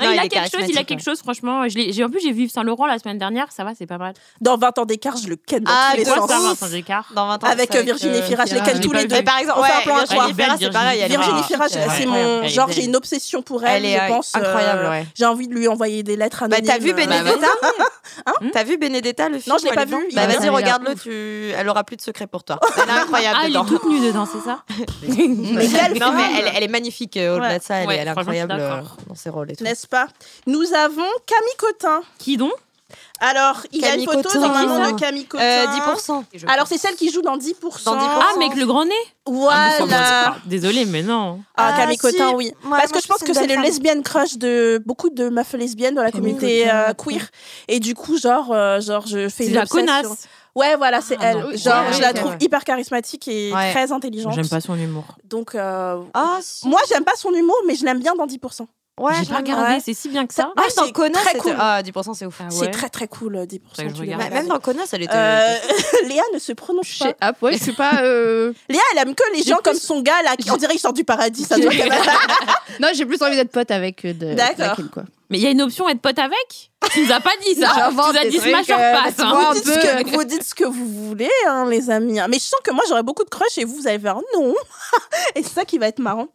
Non, il il, a quelque est chose, il a charismatique, quelque chose, franchement. Je l'ai- j'ai- en plus, j'ai vu Yves Saint Laurent la semaine dernière, ça va, c'est pas mal. Dans 20 ans d'écart, je le ken dans Ah, tous les mais Quoi, sens. ça va, ouf. sans écart Dans 20 ans, Avec c'est euh, Virginie euh, Fira, je les Fira, ken tous j'ai pas les deux. Mais par exemple, On fait un ouais, plan à Virginie trois. Fira, c'est pareil. Elle est Virginie marrante. Fira, je- Elle est c'est belle. mon. Elle est genre, belle. j'ai une obsession pour elle, Elle est je pense. incroyable, euh, ouais. J'ai envie de lui envoyer des lettres Bah, anonymes. t'as vu Hein Hmm euh, Benedetta T'as vu Benedetta le film Non, je l'ai où pas elle est vu, dedans il Bah, est vas-y, bien. regarde-le, tu... elle aura plus de secret pour toi. Elle est incroyable Ah, elle dedans. est toute nue dedans, c'est ça Mais quelle non, mais femme [LAUGHS] elle, elle est magnifique euh, au-delà Ouais. de ça, elle, est- Ouais, elle est franchement, je suis incroyable euh, d'accord. dans ses rôles et tout. N'est-ce pas Nous avons Camille Cotin. [LAUGHS] Qui donc Alors, il y a une Camille photo Cotin. normalement de Camille Cotin. Euh, 10%. Alors, c'est celle qui joue dans 10%. Dans 10%. Ah, mec, le grand nez Ah, mais ça, Voilà. moi, c'est pas- Désolée, mais non. Ah, Ah, Camille si. Cotin, oui. Moi, Parce moi, que je pense c'est que une c'est belle le femme. lesbian crush de beaucoup de meufs lesbiennes dans la Camille communauté Cotin, euh, attends. queer. Et du coup, genre, euh, genre je fais C'est une la obsession. connasse. Ouais, voilà, c'est Ah, elle. non. Genre, Ouais, je la ok, trouve ouais. hyper charismatique et Ouais. très intelligente. J'aime pas son humour. Donc, euh, Ah, si. moi, j'aime pas son humour, mais je l'aime bien dans 10%. ouais, j'ai je pas la regardé, regarde. c'est si bien que ça. Ah, Même dans c'est Conan, très c'était- cool. Ah, 10%, c'est ouf. Ah C'est ouais. très très cool, euh, 10%. Faudrait que je tu regarde. devrais Bah, Ouais, Même regarder. dans Conan, elle était. Euh, [LAUGHS] Léa ne se prononce Je pas. sais- Ah ouais, je sais pas. euh, Léa, elle aime que les gens comme son gars là, qui on dirait qu'il sort du paradis. Ça [LAUGHS] [LAUGHS] doit être- Non, j'ai plus envie d'être pote avec euh, de. D'accord. avec elle, quoi. Mais il y a une option être pote [LAUGHS] avec Tu nous as pas dit ça Tu J'invente nous as des dit trucs, smash or euh, pass tu hein. vois, un dites peu, ce que, vous dites ce que vous voulez, hein, les amis. Mais je sens que moi, j'aurais beaucoup de crush et vous, vous allez faire non. [LAUGHS] et c'est ça qui va être marrant.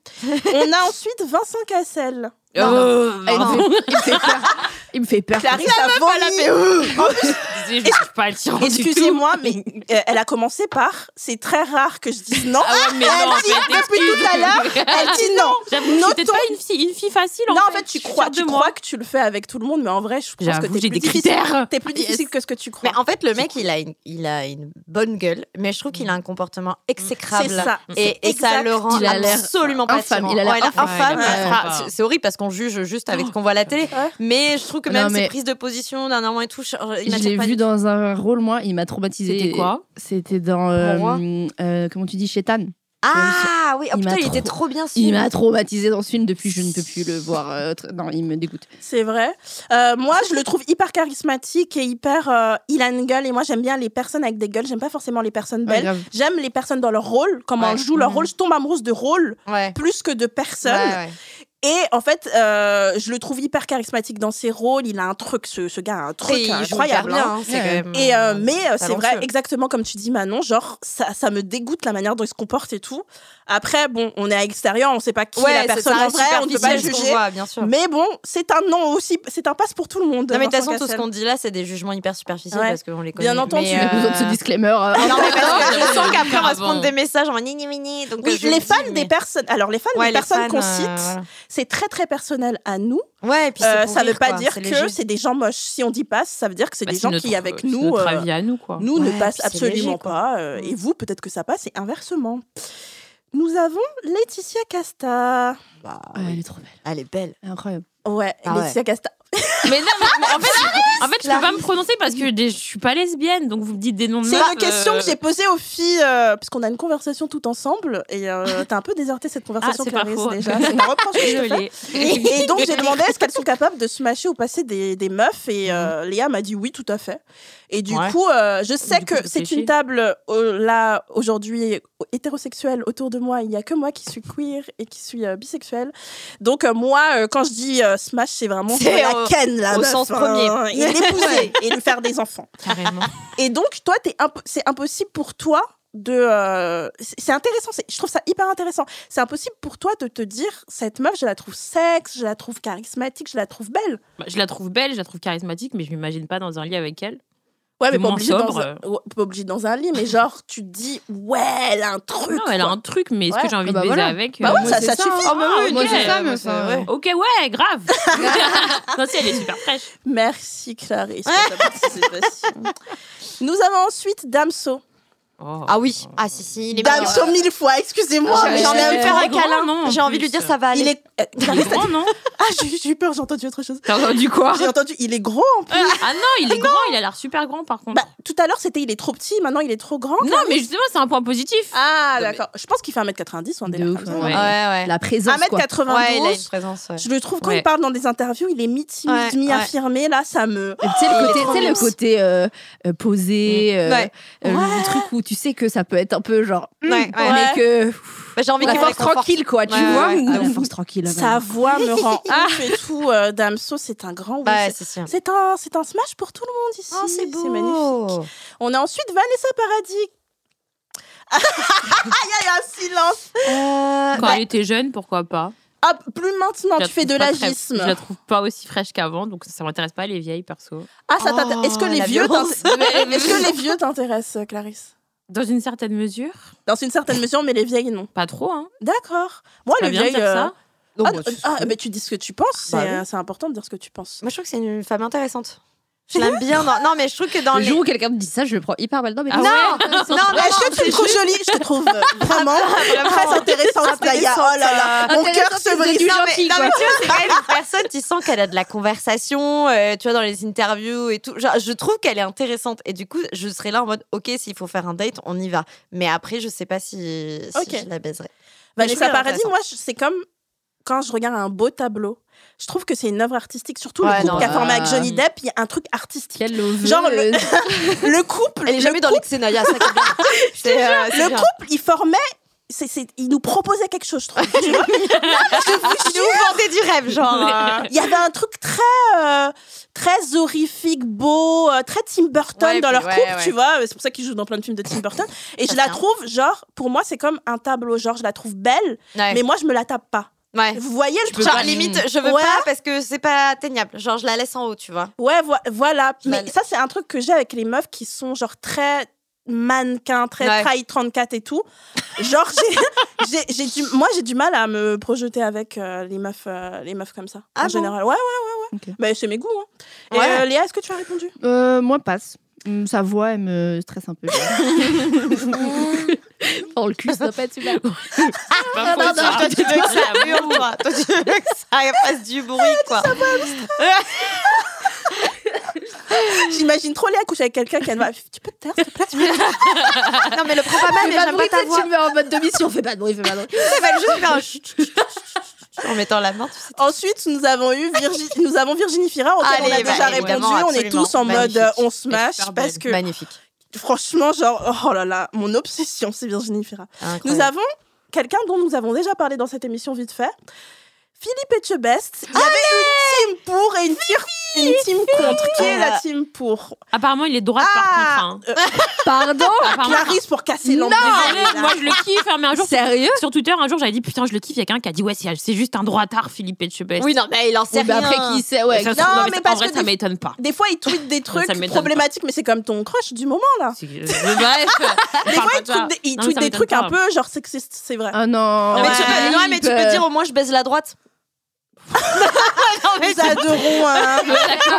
On a ensuite Vincent Cassel. Euh, Oh, Ah, il, me pardon. fait, il me fait peur. Il me fait peur. Clarisse a vomi. En plus, excusez, je suis pas attirante du tout. Excusez-moi, mais euh, elle a commencé par c'est très rare que je dise non. Ah ouais, mais Elle non, dit je depuis tout à l'heure, t'excuse. Elle dit non. J'avoue que je suis peut-être Notons- pas une fille, une fille facile en non, fait. en fait, tu Je suis crois, fière tu de crois moi. que tu le fais avec tout le monde, mais en vrai, je pense que J'avoue, t'es j'ai plus des difficile. critères. T'es plus difficile que ce que tu crois. Mais en fait, le mec, il a, une, il a une bonne gueule, mais je trouve qu'il a un comportement exécrable. C'est ça. Et, et ça le rend Il a l'air absolument pas infâme. attirant. Il a l'air Ouais, infâme. infâme. Ouais, Enfin, il a l'air c'est- pas. C'est horrible parce qu'on juge juste avec ce qu'on voit à la télé. Ouais. Mais je trouve que Non, même mais- ses prises de position dernièrement et tout, je il Je l'ai m'attire pas vu du tout. dans un rôle, moi, il m'a traumatisé. C'était quoi C'était dans. Mon roi euh, euh, comment tu dis Chétan Ah oui, oh, Il putain, m'a il était trop- trop bien ce Il film. m'a traumatisé dans ce film, depuis je ne peux plus le voir. euh, autre- Non, il me dégoûte. C'est vrai. Euh, moi, je le trouve hyper charismatique et hyper. euh, il a une gueule et moi, j'aime bien les personnes avec des gueules. J'aime pas forcément les personnes Ouais, belles. grave. J'aime les personnes dans leur rôle, comment Ouais. elles jouent leur Mhm. rôle. Je tombe amoureuse de rôle Ouais. plus que de personnes. Ouais, ouais. Et en fait, euh, je le trouve hyper charismatique dans ses rôles. Il a un truc, ce, ce gars a un truc Et il joue hyper incroyable. bien, hein. hein, c'est Ouais. quand même, Et euh, mais euh, c'est vrai, talentueux. exactement comme tu dis Manon, genre ça, ça me dégoûte la manière dont il se comporte et tout. Après, bon, on est à l'extérieur, on sait pas qui Ouais, est la personne en vrai, on ne peut pas juger. bien sûr. Mais bon, c'est un non aussi, c'est un passe pour tout le monde. Non, mais de toute Vincent façon, tout ce Cassel. qu'on dit là, c'est des jugements hyper superficiels Ouais. parce qu'on les connaît. Bien entendu. Mais, Il a besoin de ce disclaimer. euh, Non, mais [LAUGHS] parce que je sens qu'après, on va se Ah bon. prendre des messages en ni ni ni, ni. donc, euh, Oui, je le les dis, fans mais- des personnes. Alors les fans Ouais, des les personnes fans, qu'on euh, cite, voilà. c'est très très personnel à nous. Ouais, et puis c'est Euh, pour ça ne veut rire, pas quoi, dire c'est que léger. c'est des gens moches. Si on dit passe, ça veut dire que c'est Bah, des gens notre- qui avec c'est nous, Notre euh, avis à nous, quoi. nous Ouais, ne passent puis c'est léger, absolument quoi. pas. euh, Mm. Et vous, peut-être que ça passe, et inversement. Nous avons Laetitia Casta. Bah, Ah ouais, elle est trop belle. Elle est [LAUGHS] belle. Incroyable. Ouais, Ah ouais. Laetitia Casta. Mais non, mais, mais en fait, en fait, je peux pas Clarisse. me prononcer parce que des- je suis pas lesbienne, donc vous me dites des noms de C'est meufs, une question euh, que j'ai posée aux filles, euh, parce qu'on a une conversation tout ensemble, et euh, t'as un peu déserté cette conversation, Ah, c'est pas Clarisse, faux. [LAUGHS] déjà. C'est une reproche que je te fais. Désolée. Et, et donc, j'ai demandé est-ce qu'elles sont capables de smasher ou passer des, des meufs, et euh, Léa m'a dit oui, tout à fait. Et du Ouais. coup, euh, je sais Du coup, que vous c'est pêchez. une table, euh, là, aujourd'hui, hétérosexuelle autour de moi. Il n'y a que moi qui suis queer et qui suis euh, bisexuelle. Donc, euh, moi, euh, quand je dis euh, smash, c'est vraiment C'est la au- ken, la au meuf, sens hein, [LAUGHS] premier. Et l'épouser, et lui faire des enfants. Carrément. Et donc, toi, t'es imp- c'est impossible pour toi de. euh, c'est c'est intéressant, c'est- je trouve ça hyper intéressant. C'est impossible pour toi de te dire cette meuf, je la trouve sexe, je la trouve charismatique, je la trouve belle. Bah, je la trouve belle, je la trouve charismatique, mais je m'imagine pas dans un lit avec elle. Ouais, mais Du pas moins obligé, dans sobre. un, ouais, pas obligé dans un [LAUGHS] lit, mais genre, tu te dis, ouais, elle a un truc. Non, elle a quoi. un truc, mais est-ce Ouais. que j'ai envie Ah bah de baiser voilà. avec Bah ouais, euh, ça- c'est ça suffit. Ah, ok. moi, c'est ça, mais Ouais, ça, ouais. ouais. [LAUGHS] Ok, ouais, grave. non, si, elle est super fraîche. Merci, Clarisse, [LAUGHS] pour ta participation. Nous avons ensuite Damso. Oh. Ah oui, ah si, si, il est mignon. Damso mille fois, excusez-moi, J'ai mais envie j'en de ai lui euh, faire il un est grand, non, câlin. en J'ai envie de plus. lui dire ça va aller. Il est. euh, Il est grand, non Ah, [LAUGHS] j'ai j'ai eu peur, j'ai entendu autre chose. [LAUGHS] T'as entendu Ah. quoi J'ai entendu, il est gros en plus. Ah non, il est grand, il a l'air super grand par Ah. contre. Bah, tout à l'heure, c'était il est trop petit, maintenant il est trop grand. non, mais justement, c'est un point positif. Ah, Non, mais- d'accord. Je pense qu'il fait 1m90 ou un De délire ouf, comme ça. ouais. Ouais, ouais. La présence. quoi. 1m92. Ouais, il a une présence. ouais. Je le trouve quand Ouais. il parle dans des interviews, il est mi-timide, Ouais, mi-affirmé. Là, ça me. Et Tu sais, le côté, trop tu sais, le mignon. côté euh, euh, posé, euh, Ouais. euh, Ouais. le truc où tu sais que ça peut être un peu genre. Ouais, hum, ouais. Mais que. Bah, J'ai envie La qu'on force les conforte. tranquille, quoi, tu Ouais, vois. ouais, ou- ouais. Ah, la force tranquille. Sa ouais. voix me rend ouf et tout. euh, Damso, c'est un grand. oui, Bah, c'est- c'est sûr. c'est un, c'est un smash pour tout le monde ici. Oh, c'est beau. magnifique. On a ensuite Vanessa Paradis. [LAUGHS] Aïe, aïe, un silence. Euh, Quand bah, elle était jeune, pourquoi pas Ah, plus maintenant, Je la tu fais de trouve pas très- l'agisme. Je la trouve pas aussi fraîche qu'avant, donc ça, ça m'intéresse pas les vieilles perso. Ah, ça t'intéresse. Est-ce que Oh, les la vieux violence. [LAUGHS] t'intéressent [LAUGHS] Est-ce que les vieux t'intéressent, euh, Clarisse Dans une certaine mesure, Dans une certaine mesure, mais les vieilles non. pas trop. Hein. D'accord. Moi, Pas les bien de vieilles. faire euh, ça. non, Ah, bah, c'est- ah, mais tu dis ce que tu penses. Bah c'est oui. euh, c'est important de dire ce que tu penses. Moi, je trouve que c'est une femme intéressante. Je l'aime bien. dans- Non, mais je trouve que dans Le les. jour où quelqu'un me dit ça, je le prends hyper mal. Non, mais Ah Non, ouais [LAUGHS] non, mais Est-ce que tu me trouves jolie Ah, Je te trouve euh, [LAUGHS] vraiment très intéressante, Gaïa. Oh là là, Ah, mon cœur Intéressante, se c'est brise. du non, mais, gentil, non, quoi. mais tu [LAUGHS] vois, c'est quand même une personne, tu sens qu'elle a de la conversation, euh, tu vois, dans les interviews et tout. Genre, je trouve qu'elle est intéressante. Et du coup, je serais là en mode, OK, s'il faut faire un date, on y va. Mais après, je sais pas si, si Ok. je la baiserai. Vanessa trouve Paradis, intéressant. moi, je- c'est comme quand je regarde un beau tableau. Je trouve que c'est une œuvre artistique. Surtout Ouais, le couple non, qu'a formé avec euh, Johnny Depp, il y a un truc artistique. Quelle loveuse. Genre le- Le couple, Elle est le jamais dans couple, l'excès, Naya, ça qui [LAUGHS] est bien. C'est, euh, c'est le bien. couple, il formait. c'est- c'est- il nous proposait quelque chose, je trouve. Tu [LAUGHS] vois Ils ah, nous vendaient du rêve, genre. [LAUGHS] euh, Il y avait un truc très, euh, très horrifique, beau, euh, très Tim Burton Ouais, dans puis- leur ouais, couple, ouais. tu vois. C'est pour ça qu'ils jouent dans plein de films de Tim Burton. Et Ça, je la c'est un- trouve, genre, pour moi, c'est comme un tableau. Genre, je la trouve belle, ouais. mais moi, je me la tape pas. Ouais. Vous voyez le Genre, truc limite, je veux Ouais. pas parce que c'est pas atteignable. Genre, je la laisse en haut, tu vois. Ouais, voi- voilà. Je Mais l'allais- ça, c'est un truc que j'ai avec les meufs qui sont genre très mannequins, très Ouais. trahi 34 et tout. Genre, j'ai- [LAUGHS] j'ai- j'ai du, moi, j'ai du mal à me projeter avec euh, les, meufs, euh, les meufs comme ça. Ah en bon général. Ouais, ouais, ouais. ouais. Ok. Bah, c'est mes goûts. hein. Et, Ouais. euh, Léa, est-ce que tu as répondu Euh, moi, passe. Hum, Sa voix, elle me stresse un peu. [LAUGHS] Dans le cul, ça doit pas être super. Pas faux, ça. toi, tu veux que [LAUGHS] ça hurle, toi. Toi, tu veux que ça fasse du [LAUGHS] bruit, quoi. J'imagine trop Léa coucher avec quelqu'un qui a une voix- Tu peux te taire s'il te plaît Non, mais le prends pas mal, mais Fais pas de j'aime bruit, pas tu ta sais, voix. tu me mets en mode demi-sion, fais pas de bruit, fais pas de bruit. Elle va juste faire un chut, chut, chut, chut, chut, en mettant la main, tu sais. [LAUGHS] Ensuite, nous avons eu Virgi- nous avons Virginie Fira, auquel Allez, Oh, on a bah, déjà répondu. évidemment, On est absolument. tous en mode euh, Magnifique. on se Elle est mâche super parce belle. que Magnifique. franchement, genre, oh là là, mon obsession, c'est Virginie Fira. Nous Incroyable. avons quelqu'un dont nous avons déjà parlé dans cette émission vite fait. Philippe Etchebest, il y avait une team pour et une, tire- une team contre. Qui est la team pour Apparemment, il est droite par Ah. contre. hein. Pardon Apparemment, Clarisse pour casser Non, Ah, l'ambiance. Désolée, moi je le kiffe, hein, mais un jour Sérieux sur Twitter, un jour j'avais dit putain, je le kiffe. Il y a quelqu'un qui a dit ouais, c'est c'est juste un droitard, Philippe Etchebest. Oui, non, mais il en sait Oui, bah rien. Après, qui sait Ouais, Ça se Non, trouve, mais ça- en parce vrai, que ça des- m'étonne pas. Des fois, il tweet des trucs m'étonne pas. problématiques, mais c'est comme ton crush du moment là. [LAUGHS] C'est- euh, Bref, Ah, Des fois, il tweet des, il Non, mais tweet ça des m'étonne trucs pas. un peu genre sexistes, c'est vrai. Ah non Mais tu peux, ouais, mais tu peux dire au moins je baise la droite. [LAUGHS] non, mais Nous adorons. hein.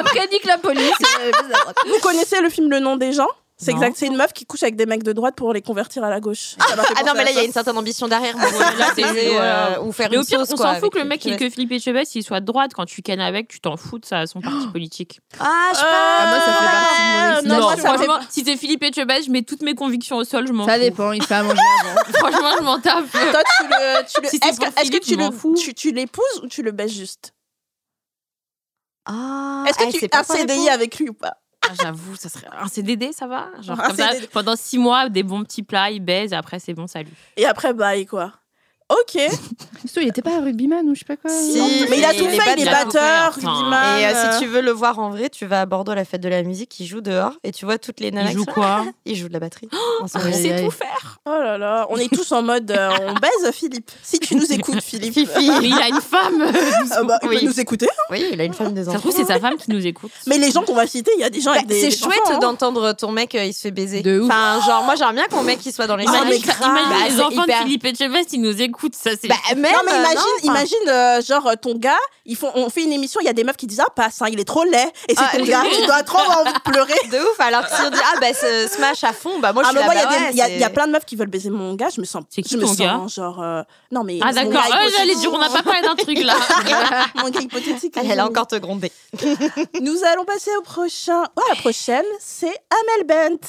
Après, nique la police euh, vous avez- Vous connaissez le film Le nom des gens C'est Non. exact, c'est une meuf qui couche avec des mecs de droite pour les convertir à la gauche. Ça m'a fait Ah non, penser mais là, à il y a ça. une [LAUGHS] certaine ambition derrière. Moi, Voilà, là, c'est- baiser, euh, voilà. ou faire Mais au une pire, sauce, on quoi, s'en fout avec que le une mec qui- cuisse. que Philippe Etchebest il soit de droite quand tu cannes avec, tu t'en fous de ça, [GASPS] son parti politique. Ah, je sais pas. Ah, moi, ça fait partie de Non, mon Non, moi, ça fait- franchement, si c'est Philippe Etchebest, je mets toutes mes convictions au sol, je m'en Ça fous. dépend, il fait à manger avant. [LAUGHS] Franchement, je [LAUGHS] m'en tape. Toi, tu le, tu le- Si c'est est-ce que, pour est-ce que Philippe, tu je m'en le, fous. tu, tu l'épouses ou tu le baisses juste Ah, Est-ce que eh, tu c'est as un pas pour les CDI avec lui ou pas Ah, J'avoue, ça serait un CDD, ça va Genre Un comme ça, CDD. pendant six mois, des bons petits plats, ils baisent, et après c'est bon, salut. Et après, bye quoi. Ok. Surtout, il était pas rugbyman ou je sais pas quoi. Si. Non. mais il a et tout les fait, il est batteurs. batteur, Enfin, rugbyman, Et euh, euh, si tu veux le voir en vrai, tu vas à Bordeaux à la fête de la musique, il joue dehors et tu vois toutes les nanas. Ils qui jouent sont- quoi Ils jouent de la batterie. [LAUGHS] Ah, Il aïe, sait aïe. [LAUGHS] tout faire. Oh là là, on est tous en mode euh, [LAUGHS] on baise Philippe. Si tu nous écoutes, Philippe. Fifi. Mais il a une femme. euh, Ah bah, il peut Oui. nous écouter. Oui, il a une femme des Ça se enfants. trouve, c'est sa femme qui nous écoute. Mais les gens qu'on va citer, il y a des gens avec Bah, des. c'est des chouette enfants, hein. d'entendre ton mec, euh, il se fait baiser. De ouf. Enfin, genre, moi j'aimerais bien qu'on mec il soit dans les Ah, salles. mais Imagine, grave. imagine Bah, les c'est enfants hyper- de Philippe Etchebest, ils nous écoutent. Ça, c'est. Bah, même, Non mais euh, imagine, enfin. imagine euh, genre euh, ton gars, ils font, on fait une émission, il y a des meufs qui disent ah passe, hein, il est trop laid, et c'est Ah, [LAUGHS] ton gars, tu dois trop avoir envie de pleurer. De ouf, alors que si on dit ah bah ce- smash à fond, bah moi je Ah, suis mais là, moi, il y a bah des- ouais, il y, a- il y a c'est- plein de meufs qui veulent baiser mon gars. Je me sens. C'est qui je me ton sens, gars genre. euh, non, mais. Ah mon d'accord, gars Euh, j'allais hypothétique. dire, on n'a pas parlé d'un truc [LAUGHS] là. mon gars hypothétique. hein. Elle, elle a encore te gronder. Nous allons passer au prochain. Oh, la prochaine, c'est Amel Bent.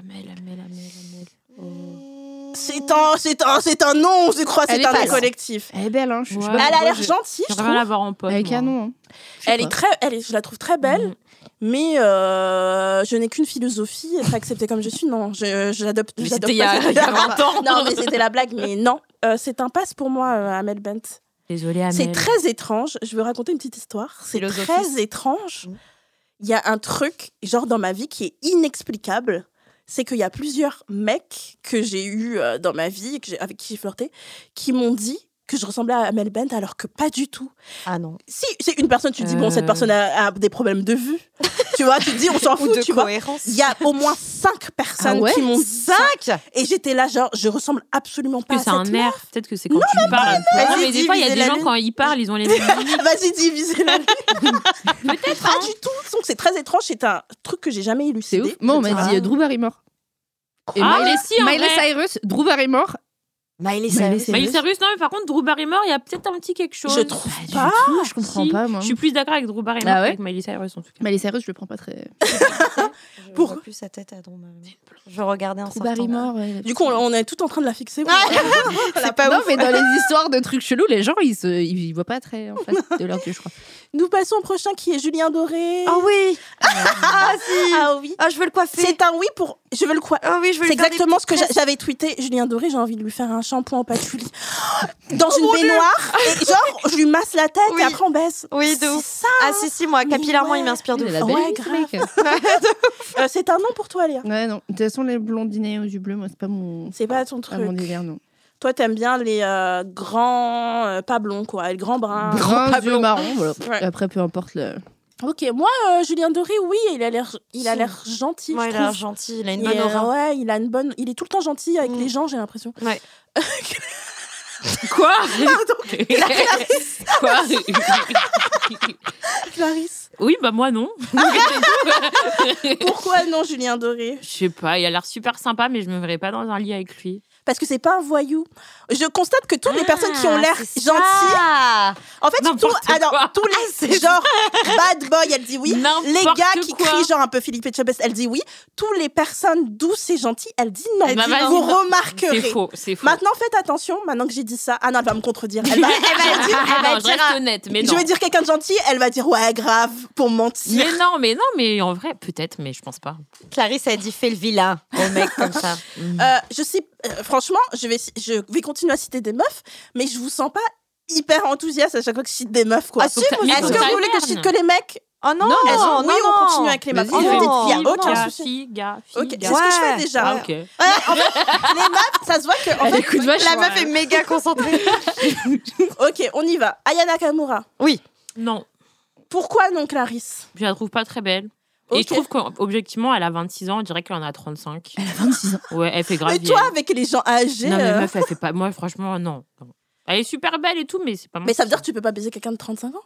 Amel, Amel, Amel, Amel. Oh. C'est un, c'est un, c'est un nom, je crois, Elle c'est est un nom pâle. collectif. Elle est belle, hein. Je, je sais Ouais. pas Elle a pourquoi, l'air je- gentille, je J'aimerais bien trouve. l'avoir en pote. Elle est moi. canon. hein. Je sais Elle pas. est très, elle est- je la trouve très Mm. belle, mais euh, je n'ai qu'une philosophie, être acceptée comme je suis. Non, je, je l'adopte. Mais je l'adopte c'était il y a pas. il y a 20 ans. [LAUGHS] Non, mais c'était la blague, mais non. Euh, c'est un passe pour moi, euh, Amel Bent. Désolée, Amel. C'est très étrange. Je vais raconter une petite histoire. C'est Philosophie. très étrange. Mm. Il y a un truc, genre dans ma vie, qui est inexplicable. C'est qu'il y a plusieurs mecs que j'ai eu euh, dans ma vie, que j'ai- avec qui j'ai flirté, qui m'ont dit que je ressemblais à Amel Bent alors que pas du tout. Ah non. Si c'est une personne, tu te dis, bon, cette Euh. personne a, a des problèmes de vue. tu vois, tu te dis, on s'en [LAUGHS] Ou fout, de tu vois. cohérence. Il y a au moins cinq personnes Ah ouais qui m'ont dit ça. 5 Et j'étais là, genre, je ressemble absolument pas que à c'est un cette meuf. nerf, peut-être que c'est quand tu parles. non, Non, vas-y, mais des fois, il y divisez a des la gens, lune. quand ils parlent, ils ont les mêmes [LAUGHS] mimiques. Vas-y, divisez la Peut-être, Pas hein. du tout. Donc c'est très étrange. C'est un truc que j'ai jamais C'est élucidé. ouf. Moi, on m'a etc. dit euh, Drew Barrymore. Et Ah, Miley, mais si, en Miley vrai. Cyrus, Drew Barrymore. Miley Miley Cyrus. Cyrus. Mais Cyrus, non, mais par contre, Drew Barrymore, il y a peut-être un petit quelque chose. Je trouve Bah, du pas. tout, je comprends si. pas, moi. Je suis plus d'accord avec Drew Bah Barrymore Ah ouais qu'avec Miley [LAUGHS] Cyrus, en tout cas. Miley Cyrus, je le prends pas très. Je Pour- vois plus sa tête à Drôme. Je regardais un Drew certain Barrymore. ouais. Du coup, on, on est tout en train de la fixer. Ah, La C'est pas non, ouf. mais dans les histoires de trucs chelous, les gens, ils, se, ils, ils voient pas très en face de leur Dieu, je crois. Nous passons au prochain qui est Julien Doré. Ah oui. Ah si. Ah oui. Ah, je veux le coiffer. C'est un oui pour. Je veux le quoi Ah oui, je veux C'est lui faire des exactement ce que petites j'a- j'avais tweeté. Julien Doré, j'ai envie de lui faire un shampoing en [GASPS] patchouli dans une baignoire. Et genre, je lui masse la tête Oh Oui. et après on baisse. Oui, de c'est ouf. ça. Ah si si moi Mais capillairement ouais. il m'inspire de Il a la ouf. belle Ouais, vie, ce grave. mec. Euh, c'est un nom pour toi, Léa. Ouais, non. De toute façon, les blondinés aux yeux bleus, moi, c'est pas mon. Ah, C'est pas ton Pas mon truc. délire, non. Toi, t'aimes bien les euh, grands, euh, pas blonds, quoi, les grands bruns. Brun, pas vieux, blonds. marron. voilà. Ah. Ouais. Et après, peu importe le. Ok, moi, euh, Julien Doré, oui, il a l'air, il a l'air gentil. Ouais, je il a l'air trouve. gentil, il a une Il bonne est- euh, aura. ouais, il a une bonne. Il est tout le temps gentil avec Mm. les gens, j'ai [LAUGHS] l'impression. Quoi Quoi [LAUGHS] Clarisse. Oui, bah moi non. Pourquoi non, Julien Doré Je sais pas, il a l'air super sympa, mais je me verrais pas dans un lit avec lui. Parce que c'est pas un voyou. Je constate que toutes les personnes qui ont Ah, l'air c'est gentilles, ça. en fait, tout, N'importe ah non, quoi. tous les genre bad boy, elle dit oui. Les N'importe gars qui quoi. crient genre un peu Philippe Etchebest, elle dit oui. Tous les personnes douces et gentilles, elle dit non. Eh Elle ben, dit non. Vous C'est remarquerez. C'est faux, c'est faux. [LAUGHS] Maintenant, faites attention. Maintenant que j'ai dit ça, ah non, elle va me contredire. Elle va, elle [LAUGHS] va dire, Ah elle va non, je dire reste à- honnête, mais je non. vais dire quelqu'un de gentil. Elle va dire ouais, grave, pour mentir. Mais non, mais non, mais en vrai, peut-être, mais je pense pas. Clarisse a dit fais le vilain au mec comme ça. Euh, je sais, euh, franchement, je vais, je vais continuer à citer des meufs, mais je vous sens pas hyper enthousiaste à chaque fois que je cite des meufs, quoi. Ah, faut si, que vous- mais Est-ce faut que ça vous voulez que je cite alterne. que les mecs [LAUGHS] Oh non, Non, Elles ont- non, Oui, on continue avec les meufs. Vas-y, En fait, vas-y. il y a Fille, aucun gars, souci. Fille, gars, fille, Ok, c'est gars. ce que je fais Ouais. déjà. Ah, ok. Les meufs, ça se voit que. En Elle fait, écoute vachement. La meuf est méga concentrée. ok, on y va. Aya Nakamura. Non, Pourquoi non, Clarisse je la trouve pas très belle. Ok. Et je trouve qu'objectivement, elle a 26 ans, on dirait qu'elle en a 35. Elle a 26 ans. Ouais, elle fait grave Mais toi, avec les gens âgés. vieille. Non, mais euh, meuf, elle fait pas. Moi, franchement, non. non. Elle est super belle et tout, mais c'est pas mon Mais ça veut style. dire que tu peux pas baiser quelqu'un de 35 ans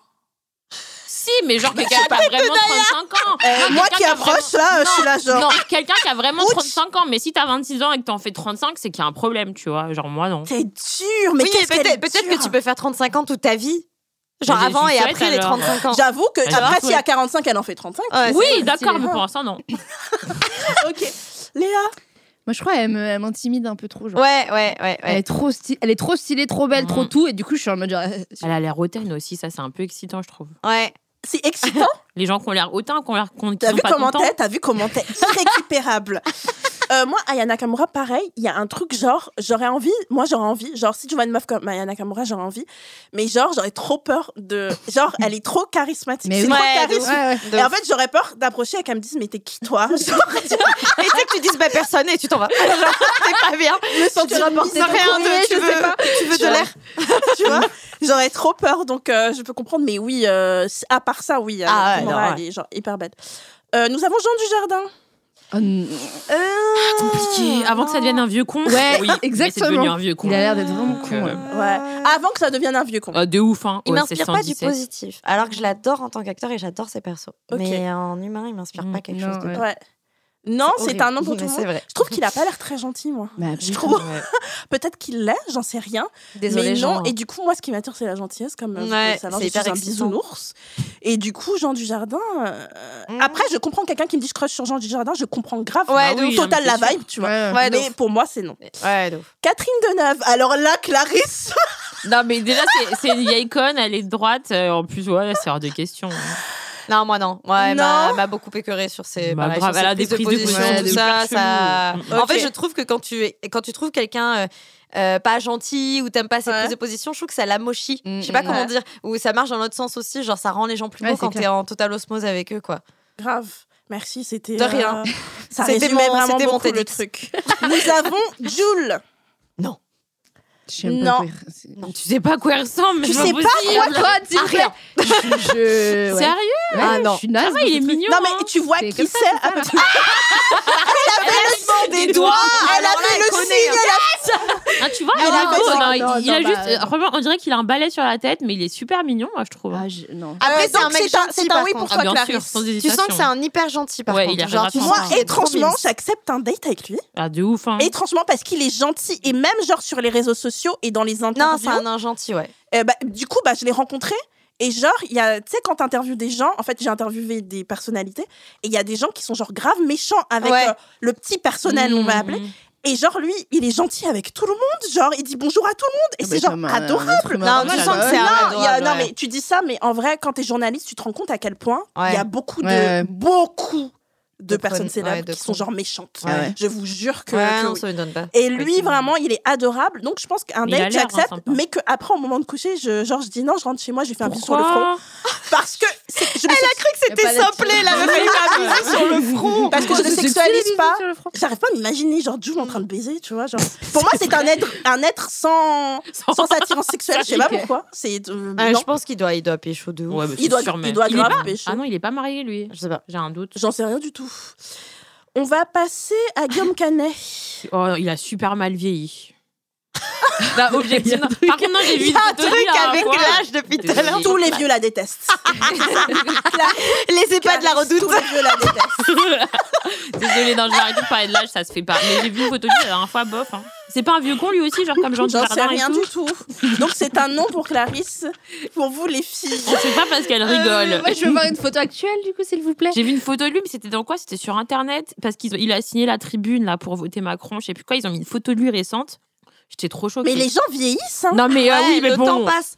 Si, [LAUGHS] mais genre quelqu'un qui a vraiment 35 ans. Ah, Euh, Non, Moi quelqu'un qui a approche, vraiment- là, euh, je suis là, genre. Non, quelqu'un qui a vraiment Ouch. 35 ans. Mais si t'as 26 ans et que t'en fais 35, c'est qu'il y a un problème, tu vois. Genre, moi, non. T'es dur, mais Oui, qu'est-ce qu'elle est peut-être peut-être que dure. tu peux faire 35 ans toute ta vie. Genre Mais je avant suis et chouette, après les alors. 35 ans. J'avoue que, Alors, après, si ouais. à 45, elle en fait 35. Ouais, c'est- Oui, d'accord, mais stylé. pour l'instant, non. Ok. Léa Moi, je crois qu'elle me- elle m'intimide un peu trop. Genre. Ouais, ouais, ouais, Elle, est ouais. trop sty- elle est trop stylée, trop belle, trop Mm. tout. Et du coup, je suis en mode genre. euh, Elle a l'air hautaine aussi, ça, c'est un peu excitant, je trouve. Ouais. C'est [LAUGHS] excitant. Les gens qui ont l'air hautains, qui ont l'air. qui ont- qui T'as sont vu pas comment contents. t'es T'as vu comment t'es irrécupérable. [LAUGHS] Euh, moi, Ayana Kamura, pareil, il y a un truc genre, j'aurais envie, moi j'aurais envie, genre si tu vois une meuf comme Ayana Kamura, j'aurais envie, mais genre j'aurais trop peur de. Genre, elle est trop charismatique. Mais C'est oui. trop Ouais, charisme. de ouf. ouais, ouais. de Et en ouf. fait, j'aurais peur d'approcher et qu'elle me dise, mais t'es qui toi [LAUGHS] Genre, Et tu sais que tu dises bah personne et tu t'en vas. Genre, T'es pas bien. le sentiment de T'as mise au rien courrier, de, tu je sais pas. veux, tu veux de Tu vois. l'air. tu vois J'aurais trop peur, donc euh, je peux comprendre, mais oui, euh, si- à part ça, oui, Ah Ayana ouais, Kamura, non, elle est genre hyper bête. Euh, nous avons Jean Dujardin. Oh, non. Compliqué. Avant que ça devienne un vieux con. Ouais, Oui, mais exactement. C'est devenu un vieux con. Il a l'air d'être vraiment Ah, con. hein. Euh, ouais. Ouais. Ah Avant que ça devienne un vieux con. Ah, de ouf, hein. Il Ouais, c'est m'inspire pas du 117. positif. Alors que je l'adore en tant qu'acteur et j'adore ses persos. Ok. Mais en humain, il m'inspire Mm, pas quelque non, chose de. ouais. Ouais. Non, c'est horrible. un nom pour [LAUGHS] Mais tout le C'est monde. vrai. Je trouve qu'il a pas l'air très gentil, moi. Bah, Je putain. trouve. Ouais. [LAUGHS] Peut-être qu'il l'est, j'en sais rien. mais Désolée, non. Jean. Et du coup, moi, ce qui m'attire, c'est la gentillesse, comme euh, vous Ouais, pouvez le savoir, c'est je hyper suis un excitant. bisounours. Et du coup, Jean Dujardin. euh, Mhm. Après, je comprends quelqu'un qui me dit je crush sur Jean Dujardin, je comprends grave. Ouais, Bah de oui, ouf. non, Total mais la c'est sûr. vibe, tu vois. Ouais, ouais. Ouais, de mais ouf. pour moi, c'est non. Ouais, de ouf. Catherine Deneuve. Alors là, Clarisse. Non, mais déjà, [LAUGHS] c'est- c'est une vieille conne, elle est de droite. euh, En plus, ouais, c'est hors de question. hein. Non, moi non. Moi, elle Non. m'a elle m'a beaucoup écœurée sur ses. Bah, pareil, grave, sur ses elle a des prises de position tout super ça. ça... cheloues. En Ok. fait, je trouve que quand tu, es... quand tu trouves quelqu'un. euh, euh, pas gentil ou t'aimes pas ses Ouais. prises de position, je trouve que ça l'amochit. Mm, je sais pas mm, comment ouais. dire. Ou ça marche dans l'autre sens aussi, genre ça rend les gens plus Ouais, beaux c'est quand clair. t'es en totale osmose avec eux, quoi. Grave. Merci, c'était. De rien. [LAUGHS] euh, ça C'était résumait mon- vraiment c'était mon beaucoup le TEDx. truc. Nous avons Jules. Je sais même Non. pas quoi y- c'est- Tu sais pas à quoi elle ressemble, mais Tu c'est pas sais pas possible. Quoi, quoi, s'il vous plaît rien. [LAUGHS] Je. ouais. Sérieux Ouais, Ah, non. Je suis naze. Ah ouais, il est mignon. Non, hein. mais tu vois C'est qui comme c'est Ah, bah, tu- [LAUGHS] Elle avait le des doigts. Elle Alors là, avait elle le connaît, signe. elle a- Hein, tu vois, Non, il a, non, oh, non, bah, il- non, il a non, juste. bah, euh, vraiment, on dirait qu'il a un balai sur la tête, mais il est super mignon, moi, je trouve. hein. Ah, je- non. Après, Euh, c'est un donc, mec c'est un- gentil, c'est un par oui contre. pour Ah, toi, bien sûr, Clarisse. sans Tu hésitation. sens que c'est un hyper gentil par Ouais, contre. il est Genre, tu grave sens Moi, sympa. qu'il est trop étrangement, mignon. j'accepte un date avec lui. Ah, de ouf, hein. Étrangement, parce qu'il est gentil. Et même, genre, sur les réseaux sociaux et dans les Non, interviews. c'est un nain gentil, ouais. euh, bah, du coup, bah, je l'ai rencontré. Et genre, il y a, tu sais, quand t'interviews des gens, en fait, j'ai interviewé des personnalités, et il y a des gens qui sont genre grave méchants avec Ouais. euh, le petit personnel, on Mm. va appeler. Et genre, lui, il est gentil avec tout le monde. Genre, il dit bonjour à tout le monde. Et Ah, c'est bah, genre comme un- un être adorable. humain Non, normal, tu sens que ouais. c'est un- Non, il y a- adorable, non, ouais. mais tu dis ça, mais en vrai, quand t'es journaliste, tu te rends compte à quel point il Ouais. y a beaucoup de, Ouais. beaucoup de De personnes con- célèbres ouais, de qui sont con. genre méchantes. Ah ouais. Je vous jure que. Ouais, que non, oui. ça me donne pas. Et lui, Effectivement. vraiment, il est adorable. Donc, je pense qu'un Mais il a date, l'air, hein, j'accepte, sympa. mais qu'après, au moment de coucher, je, genre, je dis non, je rentre chez moi, je lui fais un bisou sur le front. Pourquoi Parce que. c'est- Je Elle a cru que T'es simplé, la meuf, elle m'a abusé sur le front. Parce que je ne Je sais sexualise plus, pas. sur le front. J'arrive pas à m'imaginer genre Jules en train Mm. de baiser, tu vois. Genre. [LAUGHS] Pour moi, c'est un être, un être sans, sans attirance sexuelle. Je sais pas Ok. pourquoi. C'est euh, Ah, non. je pense qu'il doit, il doit pécho de ouf. Ouais, bah, c'est Il doit, sûr, mais- il doit Il est grave pas- pécho. Ah non, il est pas marié, lui. Je sais pas. J'ai un doute. J'en sais rien du tout. On va passer à Guillaume [LAUGHS] Canet. Oh, il a super mal vieilli. Bah, [LAUGHS] objectivement. Par contre, non, j'ai vu Il y une a un photo de truc lui hein, la avec dernière fois. l'âge depuis tout à l'heure. Désolée. Tous les vieux la détestent. Laissez [LAUGHS] pas de la redoute. Tous les vieux la [LAUGHS] détestent. [LAUGHS] Désolée, non, je vais arrêter de parler de l'âge, ça se fait pas. Mais j'ai vu une photo de lui la dernière fois, bof. hein. C'est pas un vieux con, lui aussi, genre comme Jean J'en sais Dujardin et rien tout. du tout. Donc c'est un nom pour Clarisse, pour vous les filles. On sait pas parce qu'elle rigole. Euh, Moi, je veux voir une photo actuelle, du coup, s'il vous plaît. J'ai vu une photo de lui, mais c'était dans quoi C'était sur Internet parce qu'il il a signé la tribune là pour voter Macron. Je sais plus quoi. Ils ont mis une photo de lui récente. J'étais trop choquée. Mais les gens vieillissent. Hein. Non mais euh, oui, Ouais, mais le temps bon. passe.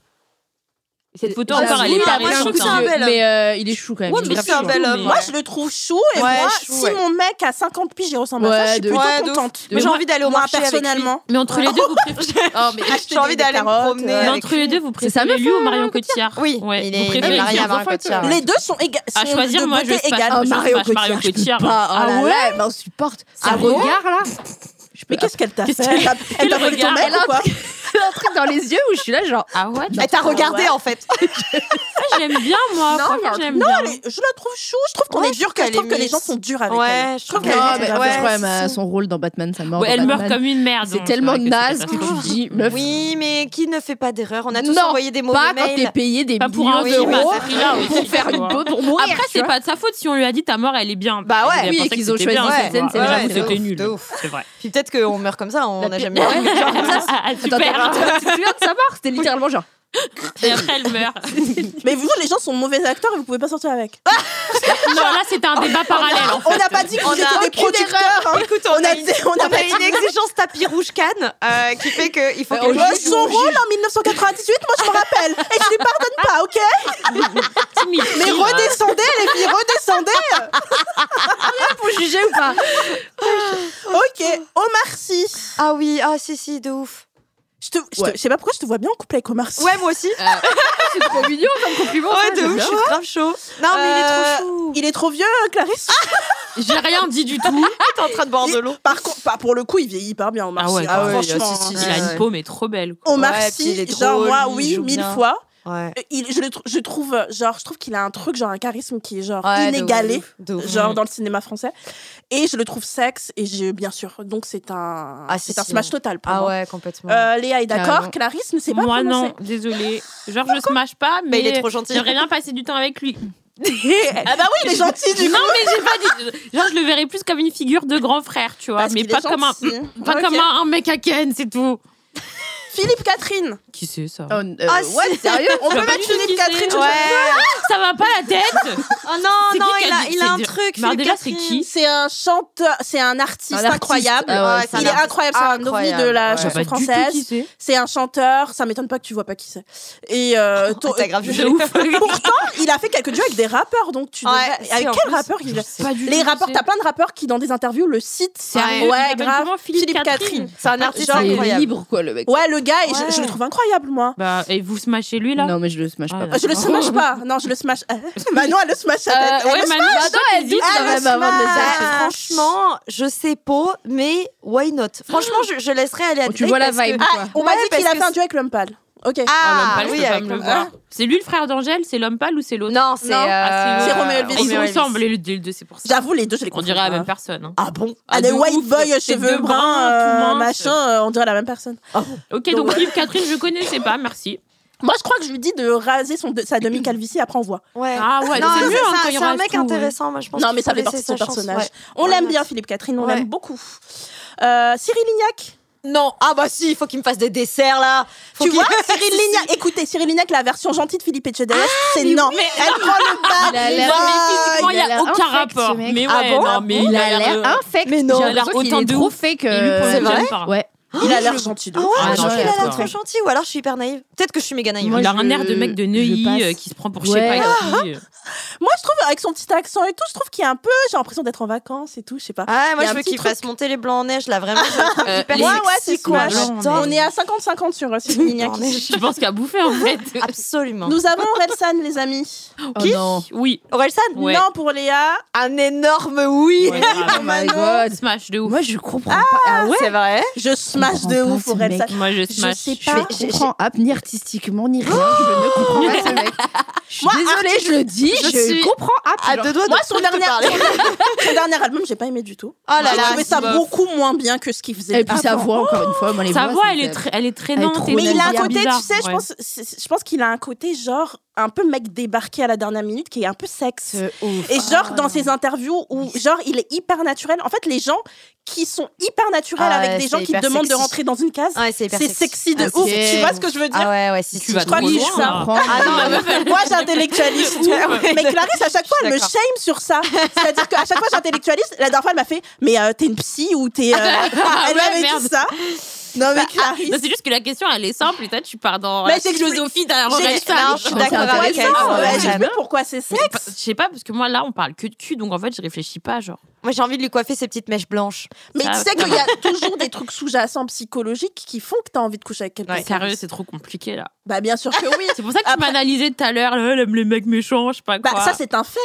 Cette photo J'avoue, encore, elle est il a moi, pas je vraiment trouve récente. que c'est un hein. vieux, bel homme. Mais euh, il est chou quand même. Ouais, il est mais grave c'est un chou, bel hein. homme. Mais- Moi, je le trouve chou et Ouais, moi, chou, si ouais. mon mec à 50 piges, il ressemble à ça, Ouais, je suis de plutôt ouf. contente. Mais j'ai envie d'aller au Moi, marché avec lui. personnellement. Mais entre les deux, vous préférez. Oh, mais J'ai envie d'aller me promener. mais avec entre les deux, vous C'est sa préférez meuf, lui ou euh, Marion Cotillard Oui, Ouais, il vous est- il est préférez marié à qui Marion enfants et tout, Cotillard. ouais. Les deux sont, éga- À sont choisir, de moi, beauté je passe. égale. Ah, Oh, je Mario passe Marion Cotillard. je peux Cotillard. pas. Ah Oh là ouais là, elle m'insupporte. Ah Sa bon regard, là. Je peux Mais pas. qu'est-ce qu'elle t'a fait Qu'est-ce Elle t'a- Elle t'a Quel volé ton regard mec elle a ou quoi Elle a un truc dans les yeux où je suis là, genre. Ah ouais, Elle t'a regardé en fait. j'aime bien moi. Non, franchement, mais- j'aime Non, bien. elle est- je la trouve chou. Je trouve qu'on Ouais, est je dur. trouve que- Je qu'elle trouve est que les mixe. gens sont durs avec elle. Ouais, je trouve trouve qu'elle qu'elle Non, est mais grave moi, je ouais, crois qu'elle m'a- c'est- son rôle dans Batman, ça mort. Ouais, elle dans meurt Batman. comme une merde. C'est donc tellement vrai que naze c'est que je catastrophique. dis, meuf, Oui, mais qui ne fait pas d'erreur On a tous Non, envoyé des mauvais pas quand t'es mails. payé des Pas pour millions un film à d'euros ce prix-là aussi, pour faire tu une vois. peau pour mourir. Après, tu c'est vois. pas de sa faute si on lui a dit ta mort, elle est bien. Bah ouais, Il a oui, pensé et que qu'ils ont c'était choisi bien, cette ouais. scène, c'est Ouais, vraiment j'avoue, de c'était ouf, nul. de ouf. C'est vrai. Puis peut-être qu'on meurt comme ça, on n'a jamais eu une histoire comme ça. Ah, Attends, t'as- super. attends, tu te souviens de sa mort C'était littéralement genre. Et après, elle meurt. Mais vous, les gens sont mauvais acteurs et vous pouvez pas sortir avec. Non, là, c'était un débat parallèle. en fait. On n'a pas dit que On vous a étiez des aucune producteurs. hein. Écoute, On a dit- on a on a pas une exigence [LAUGHS] tapis rouge canne euh, qui fait qu'il faut Euh, que le au Moi, juge- Son rôle en 1998, moi, je me rappelle. Et je lui pardonne pas, ok Timide. Mais redescendez, les filles, redescendez Pour juger ou pas Ok, Omar Sy. Ah oui, ah si, si, de ouf. Je te- je te- Ouais. je sais pas pourquoi je te vois bien en couple avec Omar Sy. Ouais, moi aussi. C'est trop mignon comme compliment. Euh, Ouais, ça, de j'aime ouf, je bien. suis grave chaud. Non, mais il est Euh, trop chou. Il est trop vieux, hein, Clarisse. Ah, J'ai rien dit du tout. est ah, en train de boire Il- Par contre, pas pour le coup, il vieillit hyper bien, Omar Ah ouais, Sy. grave. franchement. si, si, hein. Il a Ouais. une peau, mais trop belle. quoi. Omar Ouais, puis il Sy, est genre drôle, moi, il oui, joue mille bien. fois. Ouais. Euh, Il, je, le tr- je trouve, euh, genre, je trouve qu'il a un truc, genre un charisme qui est genre Ouais, de inégalé, ouf, de ouf. genre dans le cinéma français. Et je le trouve sexe, et j'ai bien sûr. Donc c'est un, Ah, c'est si, un si, smash ouais. total pour Ah moi. ouais, complètement. Euh, Léa est d'accord, Carrément. Clarisse ne sait pas Moi, prononcer. [LAUGHS] non, désolée. Genre, je smash pas, mais, mais il est trop gentil. J'aimerais bien passer du temps avec lui. Ah bah oui, il est gentil [LAUGHS] du non, coup. mais j'ai pas dit. Genre, je le verrais plus comme une figure de grand frère, tu vois. Parce mais qu'il pas est comme, un, gentil. pas Ok. comme un, un mec à Ken, c'est tout. Philippe Catherine. Qui c'est ça Oh, euh, Ah, ouais, si. sérieux On peut pas mettre du tout qui Philippe Catherine. c'est. je- Ouais. Ça va pas [LAUGHS] la tête Oh non, C'est non, qui qui il a a, dit- il a un c'est- truc. Mais alors Philippe déjà, c'est Catherine. qui C'est un chanteur, c'est un artiste, Un artiste. incroyable. Ah ouais, c'est un il est artiste incroyable, c'est un ovni de la incroyable, Je ouais. sais chanson pas du tout qui française. c'est. C'est un chanteur, ça m'étonne pas que tu vois pas qui c'est. Et [LAUGHS] euh, ton- [LAUGHS] T'as grave De jugé. ouf. Pourtant, il a fait quelques duos avec des rappeurs, donc tu Ouais, devrais- si, Avec en quel plus, rappeur il a Pas du Les tout qui rappeurs, c'est. t'as plein de rappeurs qui, dans des interviews, le citent. Sérieux Il Ouais, s'appelle grave. comment Philippe Catherine. C'est un artiste Il est incroyable. libre, quoi, le mec. Ouais, le gars, et je- Ouais. je, le trouve incroyable, moi. Bah, et vous smashez lui là Non, mais je le smash Ah, pas. là. Euh, Je le smash pas. Non, je le smash. [LAUGHS] Euh, Manon, elle le smash. Euh, Elle- elle ouais, le Manon, je sais Attends, qu'elle elle dit hésite. quand même avant de le Bah, Ah. smash. franchement, je sais pas, mais why not Franchement, je, je laisserai aller à Tu Dave vois la parce que- vibe, quoi. On m'a Ouais, dit qu'il parce a que fait un duo avec Lumpal. Ok. Ah, Ah, l'homme pâle, je oui, peux pas avec me le le voir. C'est lui le frère d'Angèle, c'est l'homme pâle ou c'est l'autre Non, c'est Non. Ah, euh, c'est Roméo Elvis. Ils sont Roméo ensemble, les les deux, c'est pour ça. J'avoue, les deux, je les On comprends. dirait la pas. même personne. hein. Ah bon Ah, Ah, des de white ouf, boys, tête cheveux de bruns, brun, tout euh, mince. machin, euh, on dirait la même personne. Ok, donc Philippe Catherine, je connaissais pas, merci. Moi, je crois que je lui dis de raser son, de- sa demi-calvitie, après on voit. Ouais. Ah ouais, Non, c'est c'est mieux hein, un- quand il c'est un rase mec tout, ouais. intéressant, Ah, moi je pense. non, qu'il mais ça faut fait laisser partie de son sa chance, personnage. ouais. On Ouais, l'aime ouais. bien, Philippe Catherine, on Ouais. l'aime beaucoup. Euh, Cyril Lignac. Non, ah bah si, il faut qu'il me fasse des desserts là. Faut tu qu'il- [LAUGHS] vois, Cyril Lignac, écoutez, Cyril Lignac, la version gentille de Philippe Etchedest, Ah, c'est mais non. oui, mais- Elle prend le Il a bas. l'air- Non, mais physiquement, Ah, il il a n'y a l'air aucun infect, ce rapport. mec. Mais ouais, Ah bon non, mais Il a l'air infect. Mais non. J'ai Il a l'air l'impression qu'il autant est de trop ouf. fake. Et lui, pour euh, le coup, vrai j'aime pas. Ouais. Il a l'air gentil de Ah ouais, ouf. Ah, je non, trouve qu'il il a est l'air fort. trop gentil ou alors je suis hyper naïve. Peut-être que je suis méga naïve. Moi, il a je- un air de mec de je Neuilly passe. euh, [LAUGHS] qui se prend pour je Ouais. sais pas qui. Moi, je trouve, avec son petit accent et tout, je trouve qu'il est un peu. J'ai l'impression d'être en vacances et tout, je sais pas. Ah, moi, Il y a je un veux petit qu'il truc. fasse monter les blancs en neige, là, vraiment. je le trouve Euh, hyper les- sexy, ouais, c'est quoi. cool. J'adore. On On est à 50-50 sur euh, les Cyril blancs Lignac en ici. neige. Je pense qu'à bouffer en fait. Absolument. [LAUGHS] Nous avons Orelsan, les amis. Oh non. Oui. Orelsan, Ouais. Non pour Léa. un énorme oui. Ouais, Oh grave. my god. Smash de ouf. Moi, je comprends pas. Ah ouais. C'est vrai. Je smash de comprends ouf pas ce Orelsan. Moi, je Je smash. sais Je pas. ne comprends ah, ni artistiquement, ni rien. je ne comprends pas [LAUGHS] ce mec. Je suis Oh Moi, désolée, je le dis, je je, suis- comprends À ah, deux doigts Moi, de son te dernier, Oh parler. [LAUGHS] son dernier album, j'ai pas aimé du tout. Oh là j'ai là. trouvé ça bof. beaucoup moins bien que ce qu'il faisait. Et puis sa avant. voix, encore une fois. moi, les Sa voix, voix, ça elle me est, fait- très, elle est traînante. trop et Mais il a un bizarre, côté, bizarre. tu sais, je Ouais. pense, c'est- je pense qu'il a un côté genre un peu mec débarqué à la dernière minute qui est un peu sexe. euh, Et genre dans ses interviews où genre il est hyper naturel. En fait, les gens qui sont hyper naturels Ah ouais, avec des c'est gens qui te hyper demandent de sexy. rentrer dans une case, Ouais, c'est hyper c'est sexy de Ah, ouf. c'est- Tu vois ce que je veux dire Ah ouais, ouais, si, Tu si, vas je trop crois que- qu'il loin, hein. ça. là. comprends. Ah non, la meuf, [LAUGHS] Moi, j'intellectualise tout. Mais Clarisse, à chaque fois, elle me Je suis shame sur ça. C'est-à-dire qu'à chaque fois, j'intellectualise. La dernière fois, elle m'a fait Mais euh, t'es une psy ou t'es. [LAUGHS] euh, Elle ouais, m'avait dit merde. ça. Non, Bah, ah, mais Non, Clarisse. C'est juste que la question, elle est simple. Et toi, tu pars dans Mais la c'est que je- philosophie derrière j'ai- non, Orelsan. je suis Genre, d'accord c'est un avec peu elle. ça, Ah, ouais. ouais, j'aime. J'ai vu pourquoi c'est Je sais pas- sexe. Je sais pas, parce que moi, là, on parle que de cul. Donc, en fait, je réfléchis pas, genre. Moi, j'ai envie de lui coiffer ses petites mèches blanches. Mais tu Ah, sais qu'il y a toujours des trucs sous-jacents psychologiques qui font que t'as envie de coucher avec quelqu'un. Sérieux, c'est trop compliqué, là. Bah, bien sûr que [LAUGHS] oui. C'est pour ça que tu Après- m'analysais tout à l'heure. là, Elle aime les mecs méchants, je sais pas Bah, quoi. ça, c'est un fait.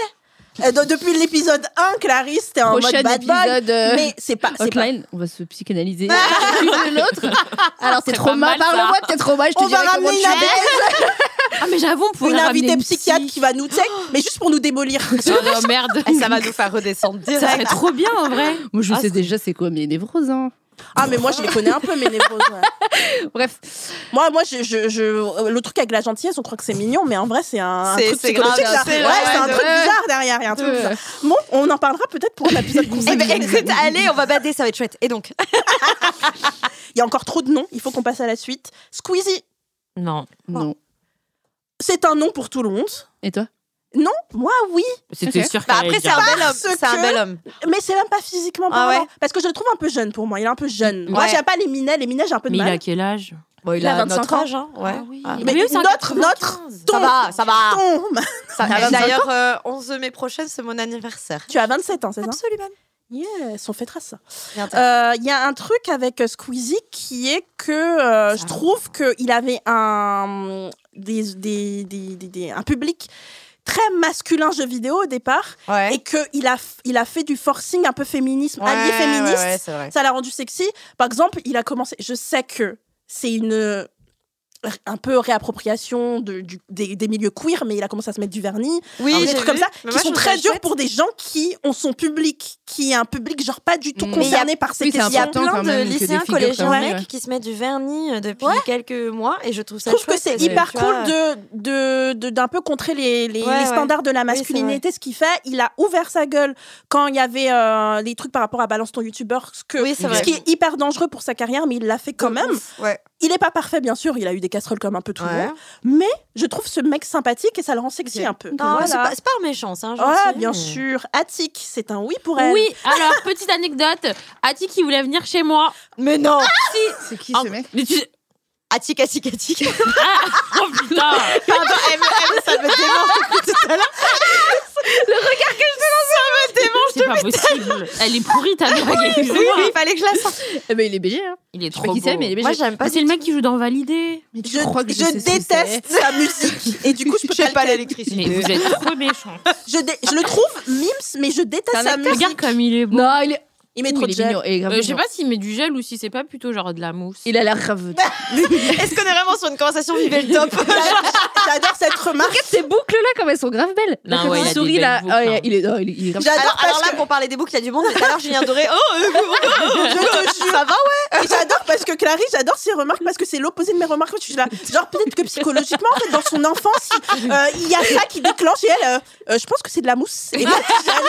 Euh, de- Depuis l'épisode 1, Clarisse, t'es Ah, en Prochain mode bad boy. épisode euh, Mais c'est pas. Ah. c'est pas- Hotline, on va se psychanalyser l'une de l'autre. Alors, c'est C'est trop pas mal. mal, ça. Parle-moi de tes traumas, je te On va dirai comment ramener tu une fais. invitée- [LAUGHS] Ah, mais j'avoue, on pourrait une ramener invitée une psychiatre psy. qui va nous check, mais juste pour nous démolir. Oh, merde. Et ça va nous faire redescendre Ça direct. serait trop bien, en vrai. Moi, je Ah, sais déjà c'est quoi mes névroses. hein. Ah, mais moi, je les connais un peu, mes névroses. ouais. Bref, Moi, moi je, je- je- le truc avec la gentillesse, on croit que c'est mignon, mais en vrai, c'est un, un C'est- truc c'est psychologique. grave, là. c'est ouais, vrai, c'est un de- truc bizarre derrière. Il y a un truc bizarre. Bon, on en parlera peut-être pour l'épisode Eh consacré. ben, écoute, allez, on va bader, ça va être chouette. Et donc, bah, Il y a encore trop de noms, il faut qu'on passe à la suite. Squeezie, Non. non. c'est un nom pour tout le monde. Et toi Moi, oui, C'était Ok. sûr Bah, qu'elle allait après, c'est dire. un bel homme. Parce C'est un que- bel homme. mais c'est même pas physiquement Ah parlant. ouais Parce que je le trouve un peu jeune pour moi. Il est un peu jeune. Moi, Ouais. j'aime pas les minets. Les minets, j'ai un peu de Mais il mal. a quel âge Bon, il, Il a a, 25 notre ans. âge, hein. Ouais. Ah. Mais Lui, c'est un notre- 95. Ça va, ça va. Tombe. Ça- Il a 25 D'ailleurs, euh, 11 mai prochain, c'est mon anniversaire. [LAUGHS] Tu as 27 ans, c'est ça Absolument. Yeah, son fêtera ça. Bien, t'as- Euh, Il y a un truc avec euh, Squeezie qui est que euh, je trouve qu'il avait un, des, des- des- des- des- un public très masculin jeu vidéo au départ Ouais. et qu'il a, f- il a fait du forcing un peu féminisme, allié féministe. Ouais, ouais, c'est vrai. Ça l'a rendu sexy. Par exemple, il a commencé. Je sais que c'est une euh, un peu réappropriation de- du- des, des milieux queer, mais il a commencé à se mettre du vernis, Oui, des j'ai trucs vu. comme ça, Mais qui moi, je sont trouve très ça durs chouette. pour des gens qui ont son public, qui est un public genre pas du tout Mais il y a- concerné par ces oui, c'est questions. Mm. Il y a important plein quand de même que des lycéens, figures collégiens, comme lui, mecs ouais. qui se mettent du vernis euh, depuis Ouais. quelques mois et je trouve Je ça trouve que chouette, c'est hyper parce tu cool vois, de de- de- d'un peu contrer les, les, Ouais, les ouais. standards de la c'est masculinité, ce qui fait, il a ouvert sa gueule quand il y avait euh, les trucs par rapport à Balance ton youtubeur, ce, que- Oui, c'est ce vrai. qui est hyper dangereux pour sa carrière, mais il l'a fait quand De même. ouf, Ouais. Il n'est pas parfait, bien sûr, il a eu des casseroles comme un peu tout le monde, Ouais. mais je trouve ce mec sympathique et ça le rend sexy Ok. un peu. Non, Voilà. c'est pas, c'est pas un méchant, c'est un gentil. Ouais, bien mais- sûr. Attic, c'est un oui pour elle. Oui, alors, petite anecdote. Ati qui voulait venir chez moi. Mais non C'est qui Ah, ce mec Mais tu... Attic, attic, attic. [LAUGHS] Oh putain Pardon, elle me- elle- ça me démange depuis tout à l'heure. C'est pas possible. Elle est pourrie, ta blague. Oui, excuse-moi. oui, il fallait que je la sorte. Eh ben, il est BG, hein. Il est Je sais trop pas beau. qui c'est, mais [LAUGHS] il est BG. Moi, j'aime pas. Mais Ah, c'est du le tout. mec qui joue dans Validé. Mais tu Je, crois que je sais ce que [LAUGHS] déteste sa musique. Et du coup, je peux Je sais pas pas le l'électricité. Mais vous êtes trop méchant. Je, dé- je le trouve mimes, mais je déteste sa musique. Regarde comme il est c'est beau. Non, il est. Il met Ouh, trop il de est gel. mignon, il est grave Euh, je sais mignon. pas s'il met du gel ou si c'est pas plutôt genre de la mousse. Il a l'air grave. Est-ce qu'on est vraiment sur une conversation vivez le [LAUGHS] top J'adore cette remarque. Regarde ces boucles là, comme elles sont grave belles. Non, Là, comme ouais, il il a des sourit belles là. boucles, Ah, il est- hein. il est. oh, il est- il est grave- J'adore Alors, alors parce là, que pour parler des boucles, il y a du monde, mais tout à l'heure, Julien Doré, oh, euh, [LAUGHS] je te jure. ça va, ouais. Et J'adore parce que Clarisse, j'adore ses remarques parce que c'est l'opposé de mes remarques. Je suis là, genre peut-être que psychologiquement, en fait, dans son enfance, il, euh, il y a ça qui déclenche et elle, euh, euh, je pense que c'est de la mousse. [LAUGHS] Et moi, j'adore.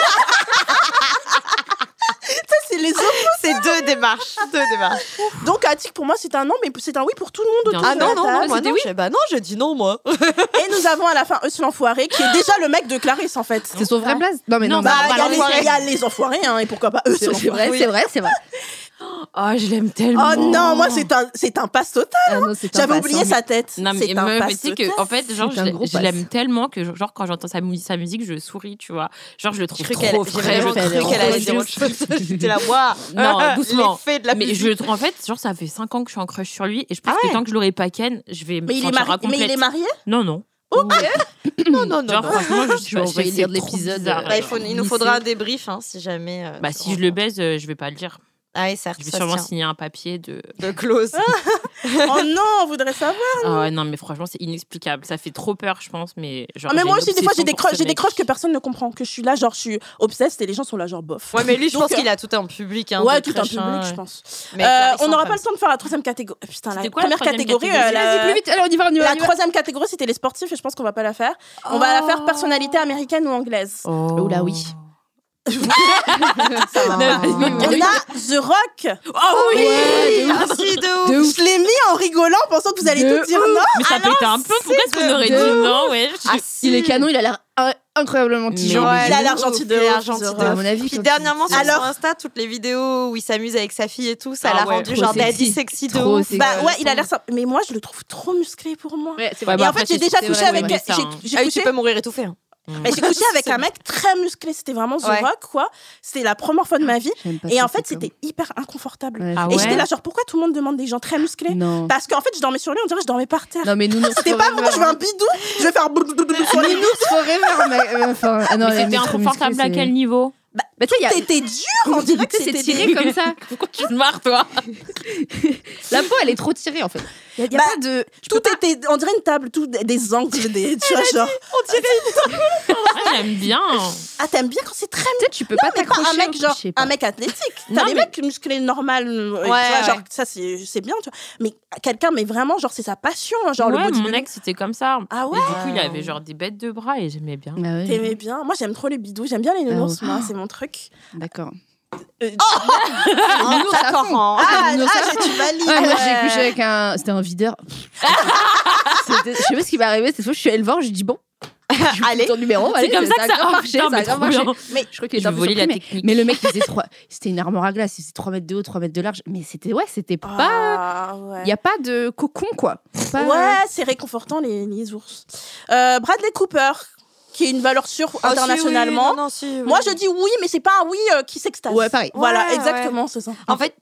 Ça, c'est les autres. C'est deux démarches. Deux démarches. Donc, Attic, pour moi, c'est un non, mais c'est un oui pour tout le monde. autour Ah Ah de non, la non, table. non, moi, non. j'ai- Bah non, j'ai dit non, moi. Et nous avons à la fin Eus l'enfoiré, qui est déjà le mec de Clarisse, en fait. C'est son vrai place Non, mais Non, non, Bah, il bah, y a les- l'enfoiré. il y, a les enfoirés, hein, et pourquoi pas eux, c'est c'est vrai, c'est vrai, c'est vrai. Oh, je l'aime tellement. Oh non, moi c'est un, c'est un passe total. Ah non, c'est un J'avais passe, oublié hein. sa tête. Non, mais, c'est un mais- mais passe tu sais que, total. en fait, genre, C'est je un l'ai- gros je passe. l'aime tellement que, genre, quand j'entends sa, mu- sa musique, je souris, tu vois. Genre, je le trouve cru qu'elle- trop j'ai frais, vraiment je cru le trouve qu'elle trop allait mignon. dire autre chose. J'étais là, waouh Non, doucement. L'effet de la mais je musique. le trouve en fait, genre ça fait 5 ans que je suis en crush sur lui et je pense Ah ouais que tant que je l'aurai pas ken, je vais me Mais il, est sentir mari- mais il est incomplète. marié Oh, Non non. Non, non, non. genre non. franchement, je suis Bah, vais envoyer lire de l'épisode, euh, Bah, il, faut- il nous faudra un débrief hein, si jamais. euh, Bah si je le baise, euh, je vais pas le dire. Ah oui, certes. Je vais ça sûrement tient. signer un papier de [LAUGHS] de close. Oh non, on voudrait savoir. Ah ouais, non mais franchement, c'est inexplicable, ça fait trop peur, je pense, mais genre Ah, mais moi une aussi, des fois, j'ai obsession des, pour crushs, ce j'ai des mec. crushs que personne ne comprend. Que je suis là, genre, je suis obsesse et les gens sont là, genre, bof. Ouais, mais lui, je Donc, pense euh, qu'il a tout un public. Hein, ouais, de tout un crèche, public, hein, je ouais. pense. Mais Euh, Clarisse, on n'aura en pas le temps de faire la troisième catégorie. Putain, la C'était quoi la première troisième catégorie. catégorie euh, la- Vas-y, plus vite. Allez, on y va, on y va. La on y va. troisième catégorie, c'était les sportifs et je pense qu'on va pas la faire. On va la faire personnalité américaine ou anglaise. Oh Oula, oui. On a The Rock. Ah, Oh oui. Ouais, de ouf. Merci de ouf. De ouf. Je l'ai mis en rigolant, pensant que vous allez De tout dire Ah non. Mais ça pétait un peu, pourquoi est-ce qu'on aurait dit de non, ouais Ah, Il si. est canon, il a l'air in- incroyablement petit. Mais genre. ouais, il a l'air gentil de Il a l'air ouf, gentil The de Rock. ouf. À mon avis, Puis quand dernièrement sur Alors- son Insta, toutes les vidéos où il s'amuse avec sa fille et tout, ça Ah l'a ouais, rendu trop genre sexy. daddy sexy de Trop ouf. sexy. Bah euh, ouais, il a l'air simple. Mais moi, je le trouve trop musclé pour moi. Ouais, c'est vrai. Ouais, Et bah, en fait, après, j'ai c'est- déjà c'est couché vraiment avec. aimé ça, j'ai- hein. j'ai Ah oui, couché- tu peux mourir étouffé. hein. Mais [LAUGHS] j'ai couché avec un mec très musclé, c'était vraiment The Ouais. Rock, quoi. C'était la première fois de ma vie. J'aime pas Et Ah, ça, en fait, c'est c'était hyper inconfortable. comme- Ah Et ouais. j'étais là, genre, pourquoi tout le monde demande des gens très musclés Non. Parce qu'en fait, je dormais sur lui, on dirait que je dormais par terre. Non, bah, mais nous, C'était pas mon je veux un bidou, je vais faire boudoudoudou sur les Nounours Forever, mais euh, enfin, ah non, Mais la c'était Nounours inconfortable musclée, à c'est- quel niveau Bah, tu sais, il y a- T'étais dur, on dirait que Tu sais, c'est c'était tiré comme ça. [LAUGHS] Pourquoi tu te marres, toi La peau, elle est trop tirée en fait. Il y a, y a Bah, pas de. je peux Tout était, on dirait une table, tout des- des angles, des, [LAUGHS] tu vois, genre. Ah, J'aime bien. Ah, t'aimes bien quand c'est très Tu sais, tu peux pas mais pas t'accrocher. un mec hein, je genre sais pas. un mec athlétique t'as Non, des mais- mecs musclés normal euh, tu vois, ouais. genre ça c'est c'est bien tu vois mais quelqu'un mais vraiment genre c'est sa passion hein, genre le ouais, mon bodybuilding ex, c'était comme ça. ah Et ouais du coup, il avait genre des bêtes de bras et j'aimais bien. Ah ouais, t'aimais bien moi j'aime trop les bidous j'aime bien les nounours Ah ouais. moi c'est mon truc D'accord. Euh, Ah, D'accord. hein. ah, nounours, ah, ça- j'ai- tu valides Ouais, moi ouais. j'ai couché avec un. C'était un [LAUGHS] videur. C'était- je sais pas ce qui m'est arrivé. Cette fois, je suis allée le voir, j'ai dit bon. je vous Allez. donne ton numéro, C'est allez. comme ça que a ça grave a marché. Ça a grave marché. Je crois qu'il Je était un peu volais la surpris, mais- technique. Mais le mec, il faisait trois- C'était une armoire à glace. Il faisait 3 mètres de haut, 3 mètres de large. Mais c'était. Ouais, c'était pas. Ah, Il ouais. n'y a pas de cocon, quoi. Pas- ouais c'est réconfortant les, les ours Euh, Bradley Cooper qui est une valeur sûre Ah, si, oui, internationalement non, non, si, oui. [LAUGHS] moi je dis oui mais c'est pas un oui euh, qui s'extase Ouais, pareil. voilà Ouais, exactement c'est ça En fait,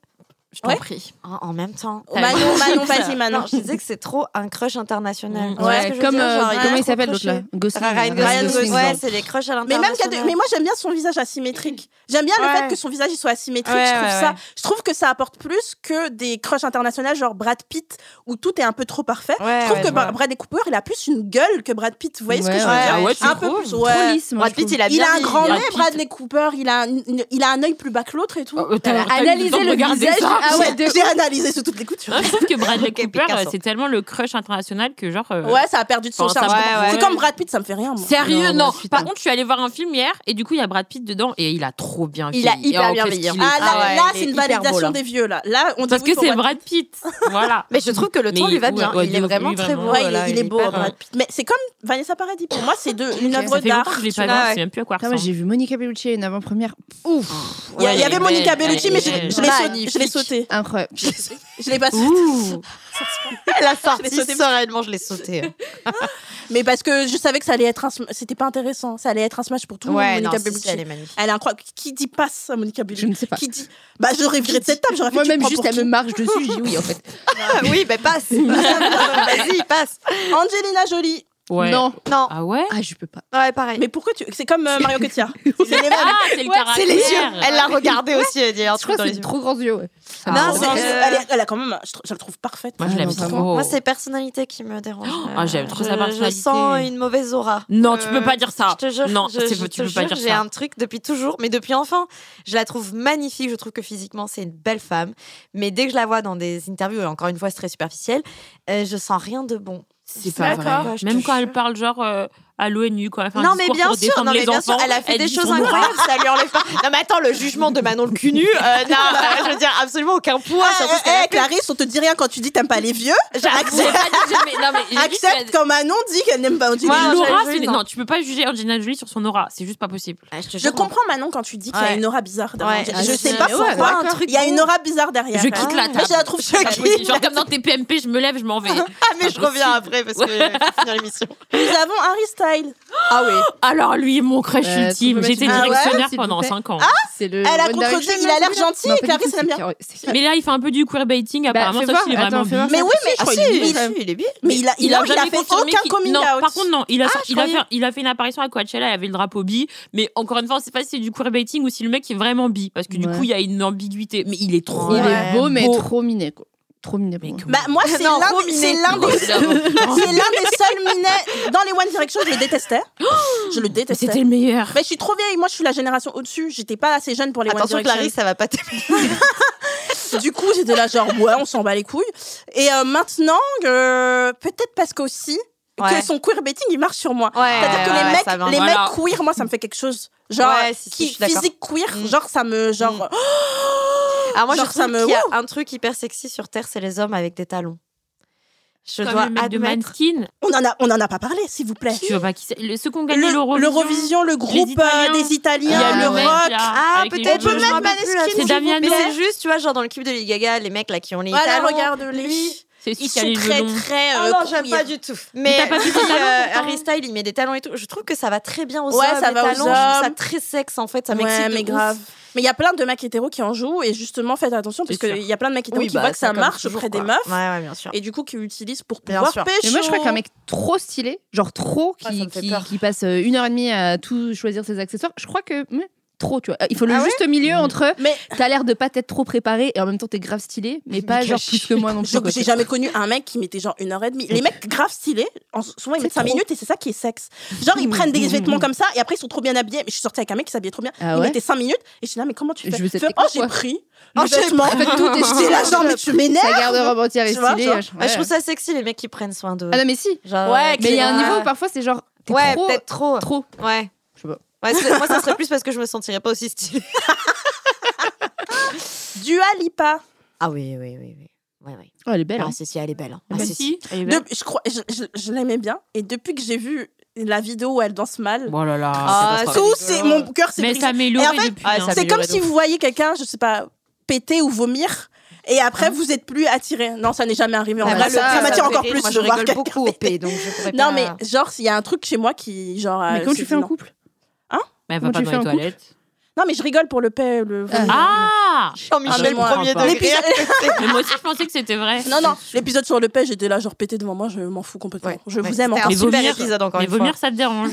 Je t'en Ouais. prie. en en même temps. T'as Manon [LAUGHS] Manon vas-y Bah, Non, Manon je disais que c'est trop un crush international. Mm. Tu vois Ouais, ce que je veux Comme. dire euh, Genre, comment est il s'appelle trop l'autre là crushé. Gosling. Ryan Ryan Gosling, Gosling. genre. Ouais, c'est les crushs à Mais même qu'il y a l'international. de- mais moi j'aime bien son visage asymétrique. J'aime bien le Ouais. fait que son visage il soit asymétrique. Ouais, je trouve ouais, ça. ouais. Je trouve que ça apporte plus que des crushs internationaux genre Brad Pitt où tout est un peu trop parfait. Ouais, je trouve ouais, que bah, je Bra- vois. Brad Cooper il a plus une gueule que Brad Pitt. Vous voyez ce que Ouais, je veux ouais, dire Ah, ouais, ouais, tu Un peu trouves plus. Trop ouais. Trop lisse, moi, Brad je Pitt, trouve. il a Il bien a un mis- grand Brad nez, Pitt. Bradley Cooper. Il a, un- une- il a un œil plus bas que l'autre et Oh. tout. Euh, Euh, T'as analysé le visage. [LAUGHS] Ah ouais, de J'ai analysé sous toutes les coutures. Non, je trouve que Bradley Ok, Cooper, Picasso. euh, c'est tellement le crush international que genre. euh, Ouais, ça a perdu de son Enfin, ça charme. va, ouais, C'est ouais. comme Brad Pitt, ça me fait rien. moi. Sérieux, Non, non. moi, putain. Par contre, je suis allée voir un film hier et du coup, il y a Brad Pitt dedans et il a trop bien Il a vieilli. hyper Oh, bien qu'est-ce vieilli. qu'il est- Ah là, Ah ouais, là, il c'est est une hyper beau, validation là. des vieux là. Là, on dit Parce oui que pour c'est Brad Pitt. Brad Pitt. [LAUGHS] Voilà. Mais je trouve que le ton Mais lui va ouais, bien. ouais, il est de- vraiment oui, très vraiment. beau. Ouais, il là, est, il est beau, hein, hyper, Brad Pitt. Mais c'est comme Vanessa Paradis. Pour moi, c'est de- une œuvre Ça fait d'art. longtemps que je l'ai tu pas vu, vois, je ouais. sais même plus à quoi Putain, moi, ressemble. j'ai vu Monica Bellucci à une avant-première. Ouf, Il y, a- il y Ouais, avait elle est Monica belle, Bellucci, elle mais est je, belle. je l'ai sauté- Magnifique. je l'ai sauté. incroyable. Je l'ai sauté. Je l'ai pas sauté. Ouh. Elle a Je sorti l'ai sauté. sereinement, je l'ai sauté. Mais parce que je savais que ça allait être un. sm- C'était pas intéressant. Ça allait être un smash pour tout le monde. Ouais, non, Monica si, Bellucci. si, elle est magnifique. Elle est incroyable. Qui dit passe à Monica Je Bellucci ne sais pas. Qui dit. Bah, j'aurais viré de cette table. J'aurais fait. tu Moi-même, prends juste, pour elle qui me marche dessus, je dis oui, en fait. Ah oui, ben passe. Vas-y, passe. Angelina Jolie. Ouais. Non. Non, Ah ouais Ah, je peux pas. ouais, pareil. Mais pourquoi tu. C'est comme euh, Mario Cotillard. C'est les mêmes. Ah, c'est le Ouais, caractère. c'est les yeux. Elle l'a regardé aussi. Elle dit un Je truc crois dans que les c'est yeux. trop grands yeux, ouais. Ah, Non, ouais. C'est- c'est- Elle, est- elle a quand même. un- Je, tr- je la trouve parfaite. Moi, je l'aime Ah, non, trop. Moi, c'est personnalité qui me dérange. Oh. Ah, j'aime trop sa Je- personnalité. Je sens une mauvaise aura. Non, Euh, tu peux pas dire ça. Je te jure, Non, je, c'est- je tu te peux pas jure, dire j'ai ça. un truc depuis toujours, mais depuis enfant, je la trouve magnifique. Je trouve que physiquement, c'est une belle femme. Mais dès que je la vois dans des interviews, et encore une fois, c'est très superficiel, euh, je sens rien de bon. C'est pas pas vrai. vrai. Ouais, je te Même quand jure. elle parle, genre, euh, à l'ONU quand elle fait un non mais discours bien pour sûr, défendre non, mais les bien enfants. sûr, elle a fait des dit choses son droit. incroyables, ça lui enlève pas. Non mais attends, le jugement de Manon le cul nu, euh, non, euh, je veux dire absolument aucun poids. Eh, surtout ce eh, qu'elle a fait. Clarisse, on te dit rien quand tu dis t'aimes pas les vieux. J'ai pas dit que j'aimais- non, mais j'ai dit que Accepte quand Manon dit qu'elle n'aime pas Angelina Moi, Jolie. Angelina Laura, Jolie, c'est- non. non, tu peux pas juger Angelina Jolie sur son aura, c'est juste pas possible. Ah, te Je jure, comprends Manon quand tu dis qu'il y a Ouais. une aura bizarre Ouais, derrière. ah, je je sais sais, pas mais ouais, pourquoi. ouais, un truc Il y a une bon. aura bizarre derrière. hein. Je quitte Ah, la Moi, table. je la trouve C'est pas possible. Genre choquée. comme dans TPMP, je me lève, je [LAUGHS] m'en vais. Ah mais je reviens après parce que Ouais. je vais finir l'émission. Nous avons Harry Style. Ah oui. Alors lui, mon crush Euh, est-ce qu'on ultime, peut j'étais mettre une- directionnaire Ah ouais, pendant s'il vous 5 ans. C'est le. Elle a One contredit, Direction, il a l'air celui-là gentil, Non, pas du Clarisse, tout, elle aime c'est qui- c'est- Mais là, il fait un peu du queerbaiting, Bah, apparemment, fais ça voir, aussi, il est vraiment attends, fais bi. voir Mais Ah ça. oui, mais je crois qu'il est bi. il est bien. Mais il a, il a, il a fait aucun qu'il- coming non, out. Par contre, non, il a, Ah, je il, a croyais. fait, il a fait une apparition à Coachella, il avait le drapeau bi, mais encore une fois, on sait pas si c'est du queerbaiting ou si le mec est vraiment bi, parce que du Ouais. coup, il y a une ambiguïté. Mais il est trop. Il Ouais, est beau, mais beau. trop miné, quoi. Trop miné. pour Mais moi. comment- Bah, moi, c'est Non, l'un trop des- c'est minet. l'un des, Mais c'est l'un des seuls minets. Dans les One Direction, je le détestais. Je le [LAUGHS] C'était détestais. le meilleur. Mais je suis trop vieille. Moi, je suis la génération au-dessus. J'étais pas assez jeune pour les Attention One Direction. Clarisse, ça va pas te Du coup, j'étais là genre ouais, on s'en bat les couilles. Et euh, maintenant, euh, peut-être parce qu'aussi Ouais. que son queer betting il marche sur moi. Ouais, C'est-à-dire que ouais, les ouais, mecs, ça va. les Voilà. mecs queer, moi, ça me fait quelque chose. Genre Ouais, si, si, je qui suis d'accord. physique queer, Mm. genre ça me genre Ah moi Genre, je ça trouve me- qu'il y a un truc hyper sexy sur terre, c'est les hommes avec des talons. Je Comme dois le mec de admettre. Manskin. oh, on en a on en a pas parlé, s'il vous plaît. Tu vois pas qui c'est Le- Ceux qui ont gagné Le- l'Eurovision. L'Eurovision, le groupe Italiens. euh, des Il y a Italiens, le le mec, rock. là, Ah, avec les peut-être cheveux je me jaunes. rappelle plus, là, C'est Damiano. Mais c'est juste, tu vois, genre dans le clip de Lady Gaga, les mecs là qui ont les Voilà, talons. regarde lui. C'est Ils celui qui a sont les très cheveux longs. très. Oh euh, non, j'aime queer. pas du tout. Mais Mais t'as pas vu tes talons, euh, pourtant Harry Styles, il met des talons et tout. Je trouve que ça va très bien aux Ouais, hommes. ça les va aux talons, Je trouve ça hommes. très sexe en fait. Ça Ouais, m'excite. de mais ouf. grave. Mais il y a plein de mecs hétéros qui en jouent et justement faites attention parce C'est sûr. qu'il y a plein de mecs hétéros Oui, qui bah, voient que ça comme marche toujours, auprès des quoi. meufs Ouais, ouais, bien sûr. et du coup qui l'utilisent pour Bien pouvoir sûr. pêcher. Mais moi, je crois qu'un mec trop stylé, genre trop, Ouais, ça qui, me fait qui, peur. qui passe euh, une heure et demie à tout choisir ses accessoires, je crois que hmm, trop, tu vois. Euh, Il faut le Ah ouais juste milieu entre Mais- t'as l'air de pas t'être trop préparé et en même temps t'es grave stylé, mais pas genre plus que [LAUGHS] moi non plus. Je- quoi. J'ai jamais connu un mec qui mettait genre une heure et demie. Les mecs grave stylés, en- souvent ils C'est mettent 5 trop. minutes et c'est ça qui est sexe. Genre ils prennent [LAUGHS] des vêtements comme ça et après ils sont trop bien habillés. Mais je suis sortie avec un mec qui s'habillait trop bien. Ah il ouais mettait 5 minutes et je suis là, mais comment tu Je fais veux Il cette fait, Oh, technique, j'ai moi. pris En le fait, vêtement. en fait, tout est J'étais là, genre, mais tu m'énerves. Sa garde-robe entière est Tu vois, stylée. genre- je- Ouais, je ouais. trouve ça sexy les mecs qui prennent soin d'eux. Ah non, mais si. Genre, Ouais, euh, Mais il y a un Ouais. niveau où parfois c'est genre t'es Ouais, trop, peut-être trop. trop. Ouais. Je sais pas. Ouais, c'est- moi, [LAUGHS] ça serait plus parce que je me sentirais pas aussi stylée. Dua Lipa. Ah oui, oui, oui, oui. Ouais, ouais. Oh, elle est belle. Ah, hein. ceci, elle est belle. hein. Ah, Bah ceci. si, Eh elle est De- belle. ben. je crois, je, je- je l'aimais bien et depuis que j'ai vu la vidéo où elle danse mal, Oh là là. Ah, c'est pas ça- ça. tout c'est mon cœur s'est Mais brisé. ça Et en m'éloigne fait, depuis. ah, hein. ça- C'est comme améliorer, si donc. vous voyez quelqu'un, je sais pas, péter ou vomir. Et après, vous êtes plus attiré. Non, ça n'est jamais arrivé. En Hein Ah, vrai, bah, le- ça, ça, ça m'attire me encore fait plus. rire. Moi, de je voir rigole quelqu'un beaucoup au péter. P, donc je pourrais Non, pas- mais genre, il y a un truc chez moi qui, genre. euh, Mais comment c'est tu fais en non. couple Mais elle Moi, va pas tu dans fais les un couple. toilettes. Non, mais je rigole pour le paix. Le... Ah. Ah Ah, mais Jean-Michel, moi, premier je comprends degré. pas. Mais moi aussi, je pensais que c'était vrai. [LAUGHS] Non, [LAUGHS] non, l'épisode sur le paix, j'étais là, genre péter devant moi, je m'en fous complètement. Ouais, Je ouais, vous aime c'était encore. un Mais super vomir, épisode encore Mais une fois. vomir, ça te dérange.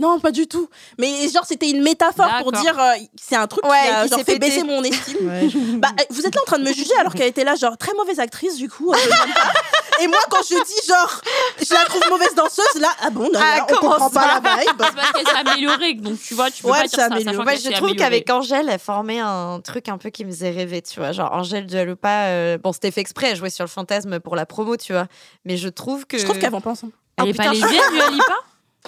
Non, pas du tout. Mais genre, c'était une métaphore pour D'accord. dire, euh, c'est un truc Ouais, qui a qui genre, s'est fait pété. baisser mon estime. Ouais, je- Bah, euh, vous êtes là en train de me juger alors qu'elle était là, genre très mauvaise actrice, du coup. euh, je l'aime pas. Et moi, quand je dis, genre, je la trouve mauvaise danseuse, là, ah bon, non, Ah, là, on comment comprend ça pas la vibe. C'est parce qu'elle s'est améliorée, donc tu vois, tu peux Ouais, pas dire ça. elle s'est sachant améliorée. qu'elle Ouais, je s'est trouve améliorée. qu'avec Angèle, elle formait un truc un peu qui me faisait rêver, tu vois. Genre, Angèle Dialupa, euh, bon, c'était fait exprès, elle jouait sur le fantasme pour la promo, tu vois. Mais je trouve que. Je trouve qu'elles vont pas ensemble. Elle Oh, est putain. pas lésienne, lui, elle y pas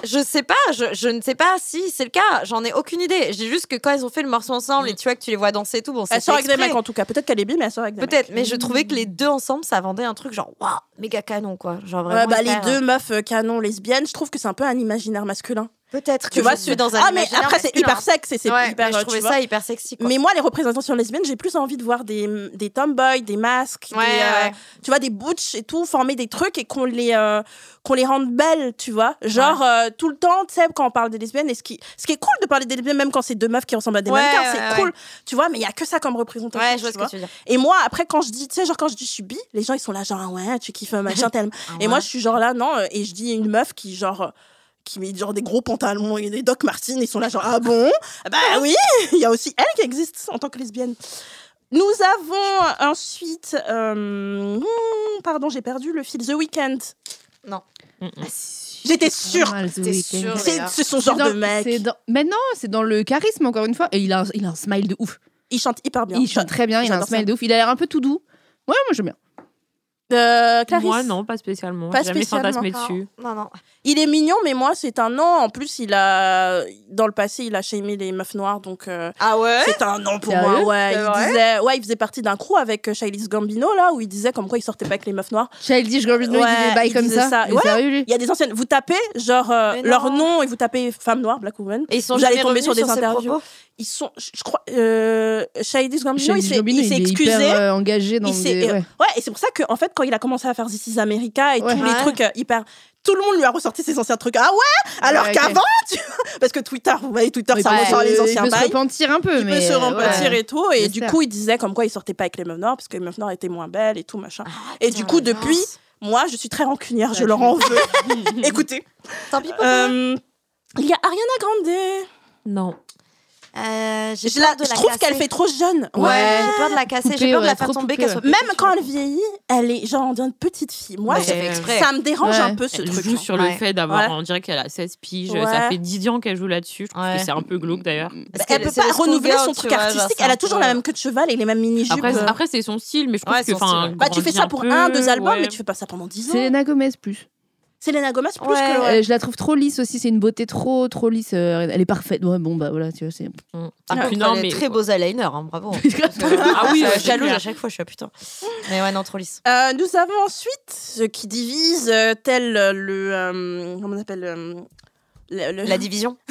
Je sais pas, je, je ne sais pas si c'est le cas, j'en ai aucune idée. J'ai juste que quand ils ont fait le morceau ensemble Mm. et tu vois que tu les vois danser et tout, bon, c'est Elle sort fait avec des exprès. mecs en tout cas. Peut-être qu'elle est bi, mais elle sort avec des mecs. Peut-être, mais je trouvais Mm. que les deux ensemble, ça vendait un truc genre, waouh, méga canon, quoi. Genre vraiment. hein. Ouais, bah, les hyper- deux meufs euh, canon lesbiennes, je trouve que c'est un peu un imaginaire masculin. Peut-être Tu que vois, je suis dans un ah, mais imaginaire après, c'est masculin. hyper sexe et c'est Ouais, hyper. mais euh, je tu trouvais vois. ça hyper sexy, quoi. Mais moi, les représentations lesbiennes, j'ai plus envie de voir des, mm, des tomboys, des masques, Ouais, des, euh, ouais. tu vois, des butch et tout, former des trucs et qu'on les, euh, qu'on les rende belles, tu vois. Genre, euh, tout le temps, tu sais, quand on parle des lesbiennes, et ce qui, ce qui est cool de parler des lesbiennes, même quand c'est deux meufs qui ressemblent à des Ouais, mannequins, ouais, c'est ouais. cool, tu vois, mais il y a que ça comme représentation. Ouais, je vois ce tu vois. que tu veux dire. Et moi, après, quand je dis, tu sais, genre, quand je dis je suis bi, les gens, ils sont là, genre, ah ouais, tu kiffes, [LAUGHS] machin, t'aimes. Et moi, je suis genre là, non, euh, et je dis une meuf qui, genre, euh, qui met genre des gros pantalons et des Doc Martens, ils sont là, genre, ah bon Bah oui, [LAUGHS] il y a aussi elle qui existe en tant que lesbienne. Nous avons ensuite, euh, hmm, pardon, j'ai perdu le fil, The Weeknd. Ah, si, J'étais c'est sûre. pas mal, The T'es Weeknd. sûre. C'est là. c'est son genre C'est dans- de mec. c'est dans- Mais non, c'est dans le charisme, encore une fois. Et il a un, il a un smile de ouf. Il chante hyper bien. il chante très bien, il a un j'adore smile de ouf. Il a l'air un peu tout doux. Ouais, moi j'aime bien. Euh, Clarisse. Moi, non, pas spécialement. Pas J'ai jamais spécialement. fantasmé dessus. Non, non. Il est mignon, mais moi, c'est un non. En plus, il a, dans le passé, il a shamé les meufs noires, donc euh, Ah ouais c'est un non pour Hein? Sérieux moi. Ouais, C'est vrai il disait, ouais, il faisait partie d'un crew avec euh, Childish Gambino là, où il disait comme quoi il sortait pas avec les meufs noires. Childish Gambino, il dit Ouais, des bails il comme disait ça. ça. Mais Ouais. sérieux, lui Il y a des anciennes. Vous tapez genre euh, Mais non. leur nom et vous tapez femme noire, black woman. Et ils sont Vous jamais allez tomber revenus sur des ces interviews. propos Ils sont, je je crois, euh, Childish Gambino, il Childish s'est Gambino, il s'est est excusé. hyper euh, engagé dans il s'est- des... euh, ouais. Ouais, et c'est pour ça que en fait, quand il a commencé à faire This is America et Ouais. tous Ouais. les trucs euh, hyper. Tout le monde lui a ressorti ses anciens trucs. Ah ouais Alors Ouais, ok. qu'avant, tu vois Parce que Twitter, vous voyez, Twitter, Il ça peut ressort se- les anciens Il peut se bails. repentir un Il peu, peut mais... euh, se euh, repentir et tout. Et Bien du sûr. coup, il disait comme quoi il sortait pas avec les meufs noires parce que les meufs noires étaient moins belles et tout, machin. Ah, et du coup, depuis, moi, je suis très rancunière, je Ouais, leur tu- en [LAUGHS] veux. Écoutez. Tant pis pour euh, Il y a Ariana Grande. Non. Euh, j'ai Je, la- peur de je la trouve qu'elle casser. fait trop jeune. Ouais, j'ai peur de la casser, j'ai Poupée, peur de la ouais, faire trop tomber poupée, qu'elle soit ouais. Même quand elle vieillit, elle est genre on dirait une petite fille. Moi, Mais je- c'est fait exprès. ça me dérange Ouais. un peu ce Elle truc. joue hein. sur Ouais. le fait d'avoir, Ouais. on dirait qu'elle a 16 piges. Ouais. Ça fait 10 ans qu'elle joue là-dessus. Je trouve Ouais. que c'est un peu glauque d'ailleurs. Parce Elle qu'elle- peut c'est pas la schoolgirl, renouveler son tu truc vois, genre, artistique. c'est Elle un a toujours peu- la même queue de cheval et les mêmes mini-jupes. Après, Euh, après, c'est son style, mais je trouve Ouais, que. son enfin, style, ouais. Bah, tu fais ça grandit pour peu, un, deux albums, ouais. mais tu fais pas ça pendant dix ans. Selena Gomez, plus. Selena Gomez, plus Ouais. que. Euh, je la trouve trop lisse aussi, c'est une beauté trop trop lisse. euh, elle est parfaite. Ouais, bon bah voilà, tu vois, c'est. Mm. Par Ah, contre, puis non, euh, elle a mais- très beaux eyeliner, hein, bravo. Ah oui, Je ouais, suis c'est jalouse clair. à chaque fois, je suis à putain. Mais ouais, non, trop lisse. Euh, nous avons ensuite ce qui divise, euh, tel euh, le. euh, comment on appelle euh, le- le- La division [LAUGHS]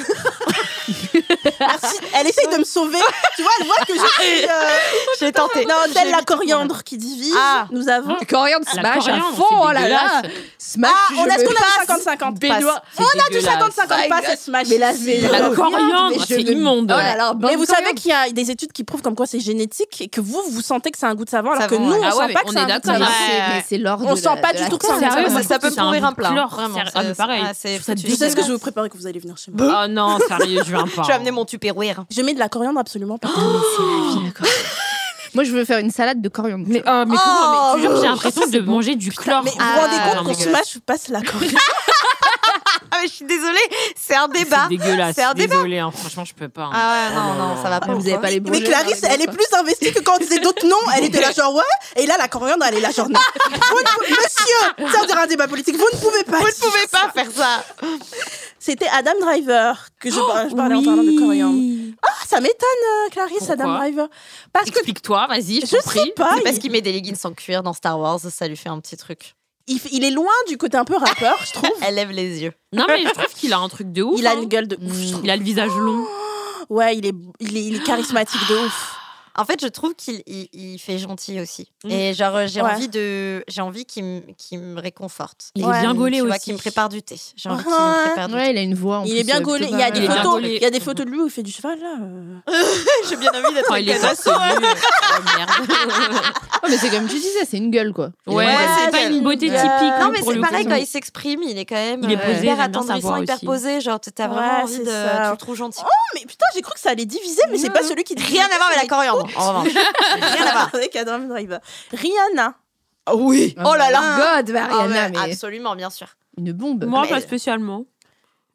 Merci. Elle essaye de me sauver. tu vois, elle voit que je suis. euh, J'ai tenté. Non, J'ai telle la mis tout pour moi. coriandre qui divise. Ah. Nous avons. Coriandre La smash à coriandre, fond, c'est oh là là dégueulasse. Smash Ah, on je a ce me qu'on passe. a 50-50. Bédois. On a du 50-50 My pas, God. c'est smash. Mais là, c'est. La Coriandre, coriandre, mais je c'est me- immonde. Oh là là, Mais vous savez que. qu'il y a des études qui prouvent comme quoi c'est génétique et que vous, vous sentez que c'est un goût de savon alors Savon, que nous, ouais. on Ah ouais, sent mais pas que on c'est est un goût de d'accord. savon. Ouais. Mais c'est l'ordre. On de sent la- pas de du la tout que c'est un coriandre. Sérieux, ça- moi, ça je peut trouve que c'est pourrir un goût de plat. chlore, Vraiment, frère. c'est- Ah, mais pareil. ah, c'est- Je trouve ça Je sais ce que je dégueulasse. vous prépare et que vous allez venir chez moi. Oh non, sérieux, je viens pas. Tu as amené mon tupperware. Je mets de la coriandre absolument partout. Moi, je veux faire une salade de coriandre. Mais, oh, mais comment mais, tu jures, J'ai l'impression de manger du chlore. Mais vous Ah, vous rendez non, compte qu'on se dégueulasse. mâche ou passe la coriandre Ah, mais je suis désolée, c'est un débat. C'est dégueulasse. C'est un débat. Désolée, hein, franchement, je peux pas. hein. Ah ouais, non, non, ça va pas. Ah, vous avez pas les bons Mais gestes, Clarisse, hein, les elle est gars. plus investie que quand on disait d'autres noms. Elle était là genre ouais, et là la coriandre elle est là genre non. Vous ne pouvez- Monsieur, ça on dirait un débat politique. Vous ne pouvez pas. Vous ne pouvez pas faire ça. C'était Adam Driver que je, par- je parlais en parlant de coriandre. Ah, ça m'étonne euh, Clarisse, Pourquoi Adam Driver. Parce que Explique-toi, vas-y, je je t'en prie. sais pas, C'est parce il, qu'il met des leggings en cuir dans Star Wars, ça lui fait un petit truc. il fait- il est loin du côté un peu rappeur, je trouve. Elle lève les yeux. Non, mais je trouve qu'il a un truc de ouf. Il a hein. une gueule de ouf. je trouve. Il a le visage long. Ouais, il est, il est, il est charismatique de ouf. En fait, je trouve qu'il il, il fait gentil aussi. Mm. Et genre, euh, j'ai Ouais. envie de, j'ai envie qu'il me- qu'il me réconforte. Il Ouais, est bien gaulé tu vois, aussi. qu'il me prépare du thé. J'ai envie qu'il Ouais. me prépare du Ouais, Ah, il a une voix. en Il plus, est bien euh, gaulé. plutôt Il y a pas des Il est bien photos. gaulé. Il y a des photos de lui où il fait du cheval là. euh. thé. [LAUGHS] J'ai bien envie d'être Quand il est torse nu. Oh, merde. Oh, mais c'est comme tu disais, c'est une gueule quoi. Ouais, Il a une c'est c'est pas elle. une beauté Ouais. typique. Non, hein, mais pour c'est le pareil, coup. quand il s'exprime, il est quand même Il est euh, posé, j'aime hyper bien attendrissant, savoir hyper aussi. posé. Genre, t'as t'as Ouais, vraiment envie c'est de. ça. Tu le trouves gentil. Oh, Ah, Mais putain, j'ai cru que ça allait diviser, mais c'est pas celui qui divise. Rien à voir avec la coriandre, en revanche. [LAUGHS] Rien à voir. avec Adam Driver. Rihanna. Oui. Ah, Oh là là. God, Mariana, Ah ouais, mais Absolument, bien sûr. une bombe. Moi, Mais- pas spécialement.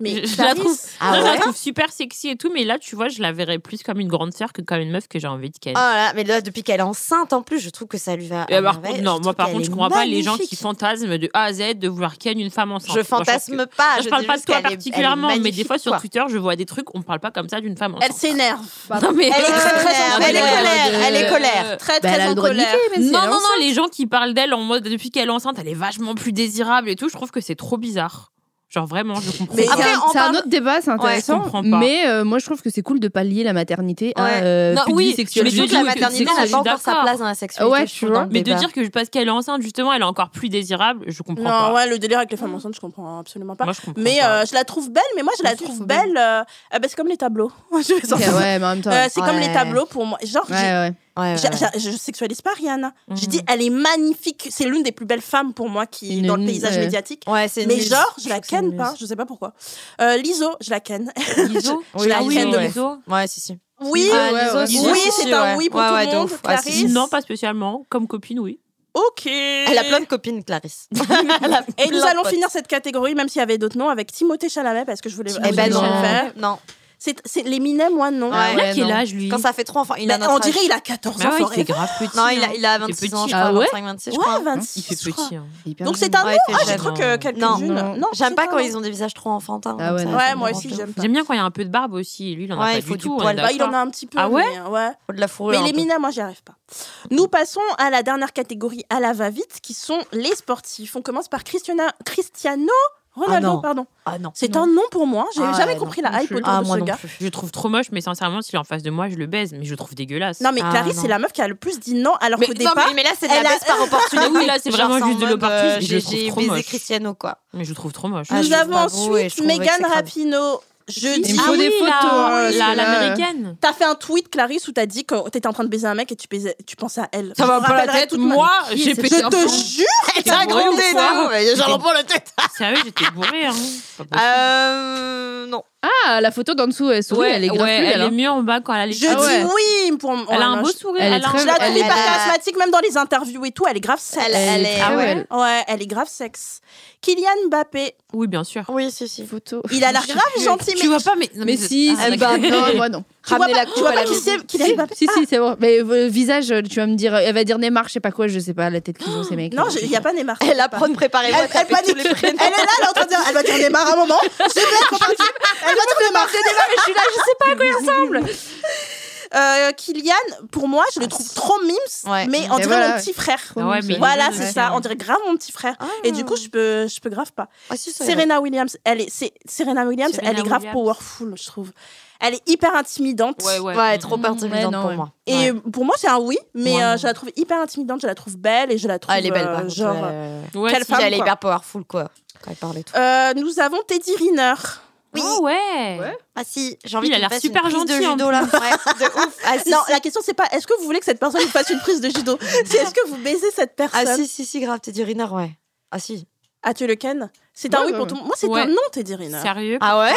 Mais Je- je Clarisse, la trouve- Ah Non, je la ouais trouve super sexy et tout, mais là, tu vois, je la verrais plus comme une grande sœur que comme une meuf que j'ai envie de ken. [LAUGHS] Oh là là, mais là, depuis qu'elle est enceinte, en plus, je trouve que ça lui va. Et bah, à par merveille. contre, non, bah trouve moi par qu'elle contre, est je comprends pas les gens qui magnifique. fantasment de A à Z de vouloir ken une femme enceinte. Je Moi, pense fantasme que- pas. Je parle dis pas de juste toi qu'elle est- particulièrement, elle est mais des fois sur magnifique, Twitter, je vois des trucs, on parle pas comme ça d'une femme elle enceinte. s'énerve. Bah, Non, mais... Elle est très Euh, très en elle est colère. colère, Elle est euh, colère. Très, Bah, très elle a en le droit de colère. niquer, mais c'est Non, non, non, enceinte. les gens qui parlent d'elle en mode depuis qu'elle est enceinte, elle est vachement plus désirable et tout, je trouve que c'est trop bizarre. Genre vraiment, je comprends Mais pas. Après, C'est un- on c'est un parle- autre débat, c'est intéressant. comprends pas. mais euh, moi, je trouve que c'est cool de pallier la maternité Ouais. à euh, Non, plus de oui, vie sexuelle. mais Mais surtout toute la que maternité c'est- n'a je pas suis encore sa d'accord. place dans la sexualité. Ouais, je tu trouve, dans vois. le Mais de débat. dire que parce qu'elle est enceinte, justement, elle est encore plus désirable, je comprends Non, pas. ouais, le délire avec les femmes enceintes, je comprends absolument pas. Moi, je comprends Mais pas. euh, je la trouve belle, mais moi je Moi la aussi, je trouve trouve belle. euh, ah, bah, c'est comme les tableaux. [LAUGHS] Je vais Ok, sortir. ouais, mais en même temps. Euh, c'est comme les Ouais. tableaux pour moi. Genre, ouais, ouais. Ouais, ouais, j'ai- ouais. j'ai- j'ai- je sexualise pas Rihanna. Je Mhm. dis, elle est magnifique. C'est l'une des plus belles femmes pour moi qui est Une dans le muse, paysage ouais. médiatique. Ouais, c'est une Mais muse. genre, je Je la trouve que c'est ken une pas, muse. je sais pas pourquoi. Euh, Liso, je la ken. [LAUGHS] Liso je la Ah oui, ken de ouais. ouf. Liso. Ouais, si, si. Oui, Ah, les ouais, autres, ouais. si, Oui, si, c'est si, un ouais. oui pour Ouais, tout ouais, le de monde, ouf. Ouais, si, si. Clarisse. Non, pas spécialement. Comme copine, oui. ok. Elle a plein de copines, Clarisse. Elle a Et plein nous de allons potes. finir cette catégorie, même s'il y avait d'autres noms, avec Timothée Chalamet, parce que je voulais Eh ben absolument non. le faire. Non. C'est c'est- l'Eminem, moi, non. Ah Ouais. Ouais, non. quel âge, lui Quand ça fait trop enfants, il Mais a notre on âge. dirait il a 14 Bah ans, ouais, il forêt. fait grave petit. Non, il a, hein. il a Il fait 26 ans, je petit. crois, Ah ouais 25, 26, je crois. Ouais, 26, Il fait je crois. petit. hein. Donc c'est un Ouais, nom il fait Ah, j'ai jeune. cru que quelques-unes... euh, Non. non, J'aime c'est pas un quand nom. ils ont des visages trop enfantins. Ah comme ouais, ça, non, ça Ouais, me moi rend aussi, ouf. j'aime pas. J'aime bien quand il y a un peu de barbe aussi. Lui, il en Ouais, a pas il faut du du tout. on est poil. Bah, il en d'accord. a un petit peu. Ah ouais mais, euh, ouais. Faut de la fourrure. Mais un les peu. minas, moi, j'y arrive pas. Nous passons à la dernière catégorie à la va-vite, qui sont les sportifs. On commence par Cristiana- Cristiano Ronaldo, Ah non. pardon. Ah non. C'est un nom pour moi. J'ai Ah jamais ouais, compris non, la non hype plus. autour Ah, de moi ce non gars. Je le trouve trop moche, mais sincèrement, s'il est en face de moi, je le baise. Mais je le trouve dégueulasse. Non, mais Ah, Clarisse, non. c'est la meuf qui a le plus dit non, alors Mais, qu'au non, départ, mais, mais là, c'est de la elle a- baisse [LAUGHS] par opportunité. Oui, là, c'est Genre, vraiment juste en de mode, l'opportunisme, euh, je J'ai le trouve j'ai trop baisé moche. Cristiano, quoi. Mais je le trouve trop moche. Ah, je nous trouve avons pas beau et je ensuite trouve Megan exécrable. Rapino. Il Jeudi. me faut des photos. hein, parce la- que là- L'américaine. Ah T'as fait un tweet, Clarisse, où t'as dit que t'étais en train de baiser un mec et tu, baisais- tu pensais à elle. Ça Je va me pas la rappellerai tête, toute ma vie. moi, Qui Ah, Euh, j'ai c'est pété Je un te plomb. [LAUGHS] jure Elle t'a grondé, non, mais j'en prends la tête. Sérieux, j'étais bourrée. Hein. Pas possible. Euh. Non. Ah, la photo d'en dessous, elle sourit, ouais, elle est grave ouais, cool, elle elle, est hein. mieux en bas quand elle a les Je Ah dis ouais. ouais. oui pour Elle a un beau bouche. sourire. Elle est a un- très- Oh, Je la trouve Elle est- hyper elle a- charismatique, même dans les interviews et tout, elle est grave sexe. Elle, elle est. Ah ouais. Ouais, elle est grave sexe. Kylian Mbappé, Oui, bien sûr. Oui, si, si. Photo. il a l'air grave gentil, mais Tu vois pas, mais. non, Mais si, Ah, si, d'accord. bah, non, moi non. tu vois Ramenez pas, la tu coupe vois à pas la qui maison. c'est Kylian Mbappé Si, si, c'est bon. Mais euh, visage, euh, tu vas me dire, elle va dire Neymar, je sais pas quoi, je sais pas, la tête qu'ils ont ces mecs. Ah, Non, il n'y a pas Neymar. Elle apprend de préparer Elle, elle panique. Elle est là, [LAUGHS] elle est en train de dire elle va dire Neymar à un moment. Je vais être compartie. Elle va dire Neymar. je suis là, je sais pas à quoi il ressemble. Euh, Kylian, pour moi, je le trouve trop mimes, Ah, Ouais. mais on Et dirait voilà, mon ouais. petit frère. Ah ouais, mais- Voilà, Ouais. c'est ça. On dirait grave mon petit frère. Et du coup, je peux, je peux grave pas. Ah, si, ça irait. Serena Williams, elle est, c'est- Serena Williams, Serena elle est grave Williams. powerful, je trouve. Elle est hyper intimidante. Ouais, ouais. Ouais, trop Ouais, intimidante non, pour ouais. moi. Ouais. Et pour moi, c'est un oui, mais Ouais, euh, non. je la trouve hyper intimidante, je la trouve belle et je la trouve. Ah, elle est belle, euh, par contre. genre. euh, Ouais, Quelle si. femme, Elle est quoi. hyper powerful, quoi. Quand elle parle et tout. Euh, nous avons Teddy Riner. Ah ouais. Ah, si, j'ai envie Il qu'il a qu'il l'air fasse une super prise de de gentil, en judo, judo, là. là. Ouais, de ouf. [LAUGHS] Ah, si, Non, si. la question c'est pas est-ce que vous voulez que cette personne vous fasse une prise de judo C'est est-ce que vous baisez cette personne Ah, si, si, si, grave, Teddy Riner, ouais. Ah, si. Ah, tu le ken C'est un Ouais, oui ouais, pour tout le monde. Moi, c'est Ouais. un non, Teddy Riner. Sérieux Ah ouais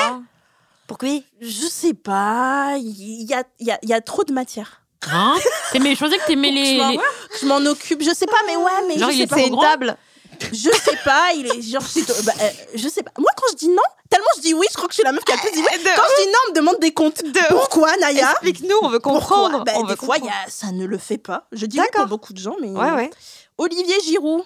pourquoi Pourquoi Je sais pas, il y a, il y a- il y a trop de matière. Hein T'aimais- Je pensais que t'aimais les. Franchement, les- Je m'en occupe, je sais pas, mais ouais, mais Genre, je il sais est pas. trop C'est une grand table. Je sais pas, il est genre. c'est- bah, euh, je sais pas. Moi, quand je dis non, tellement je dis oui, je crois que je suis la meuf qui a le plus dit oui. Quand je dis non, on me demande des comptes. Pourquoi, Naya Explique-nous, on veut Pourquoi comprendre. Bah, on veut Des fois, il y comprendre. a- ça ne le fait pas. Je dis oui pour D'accord. beaucoup de gens, mais. Ouais, ouais. Olivier Giroud.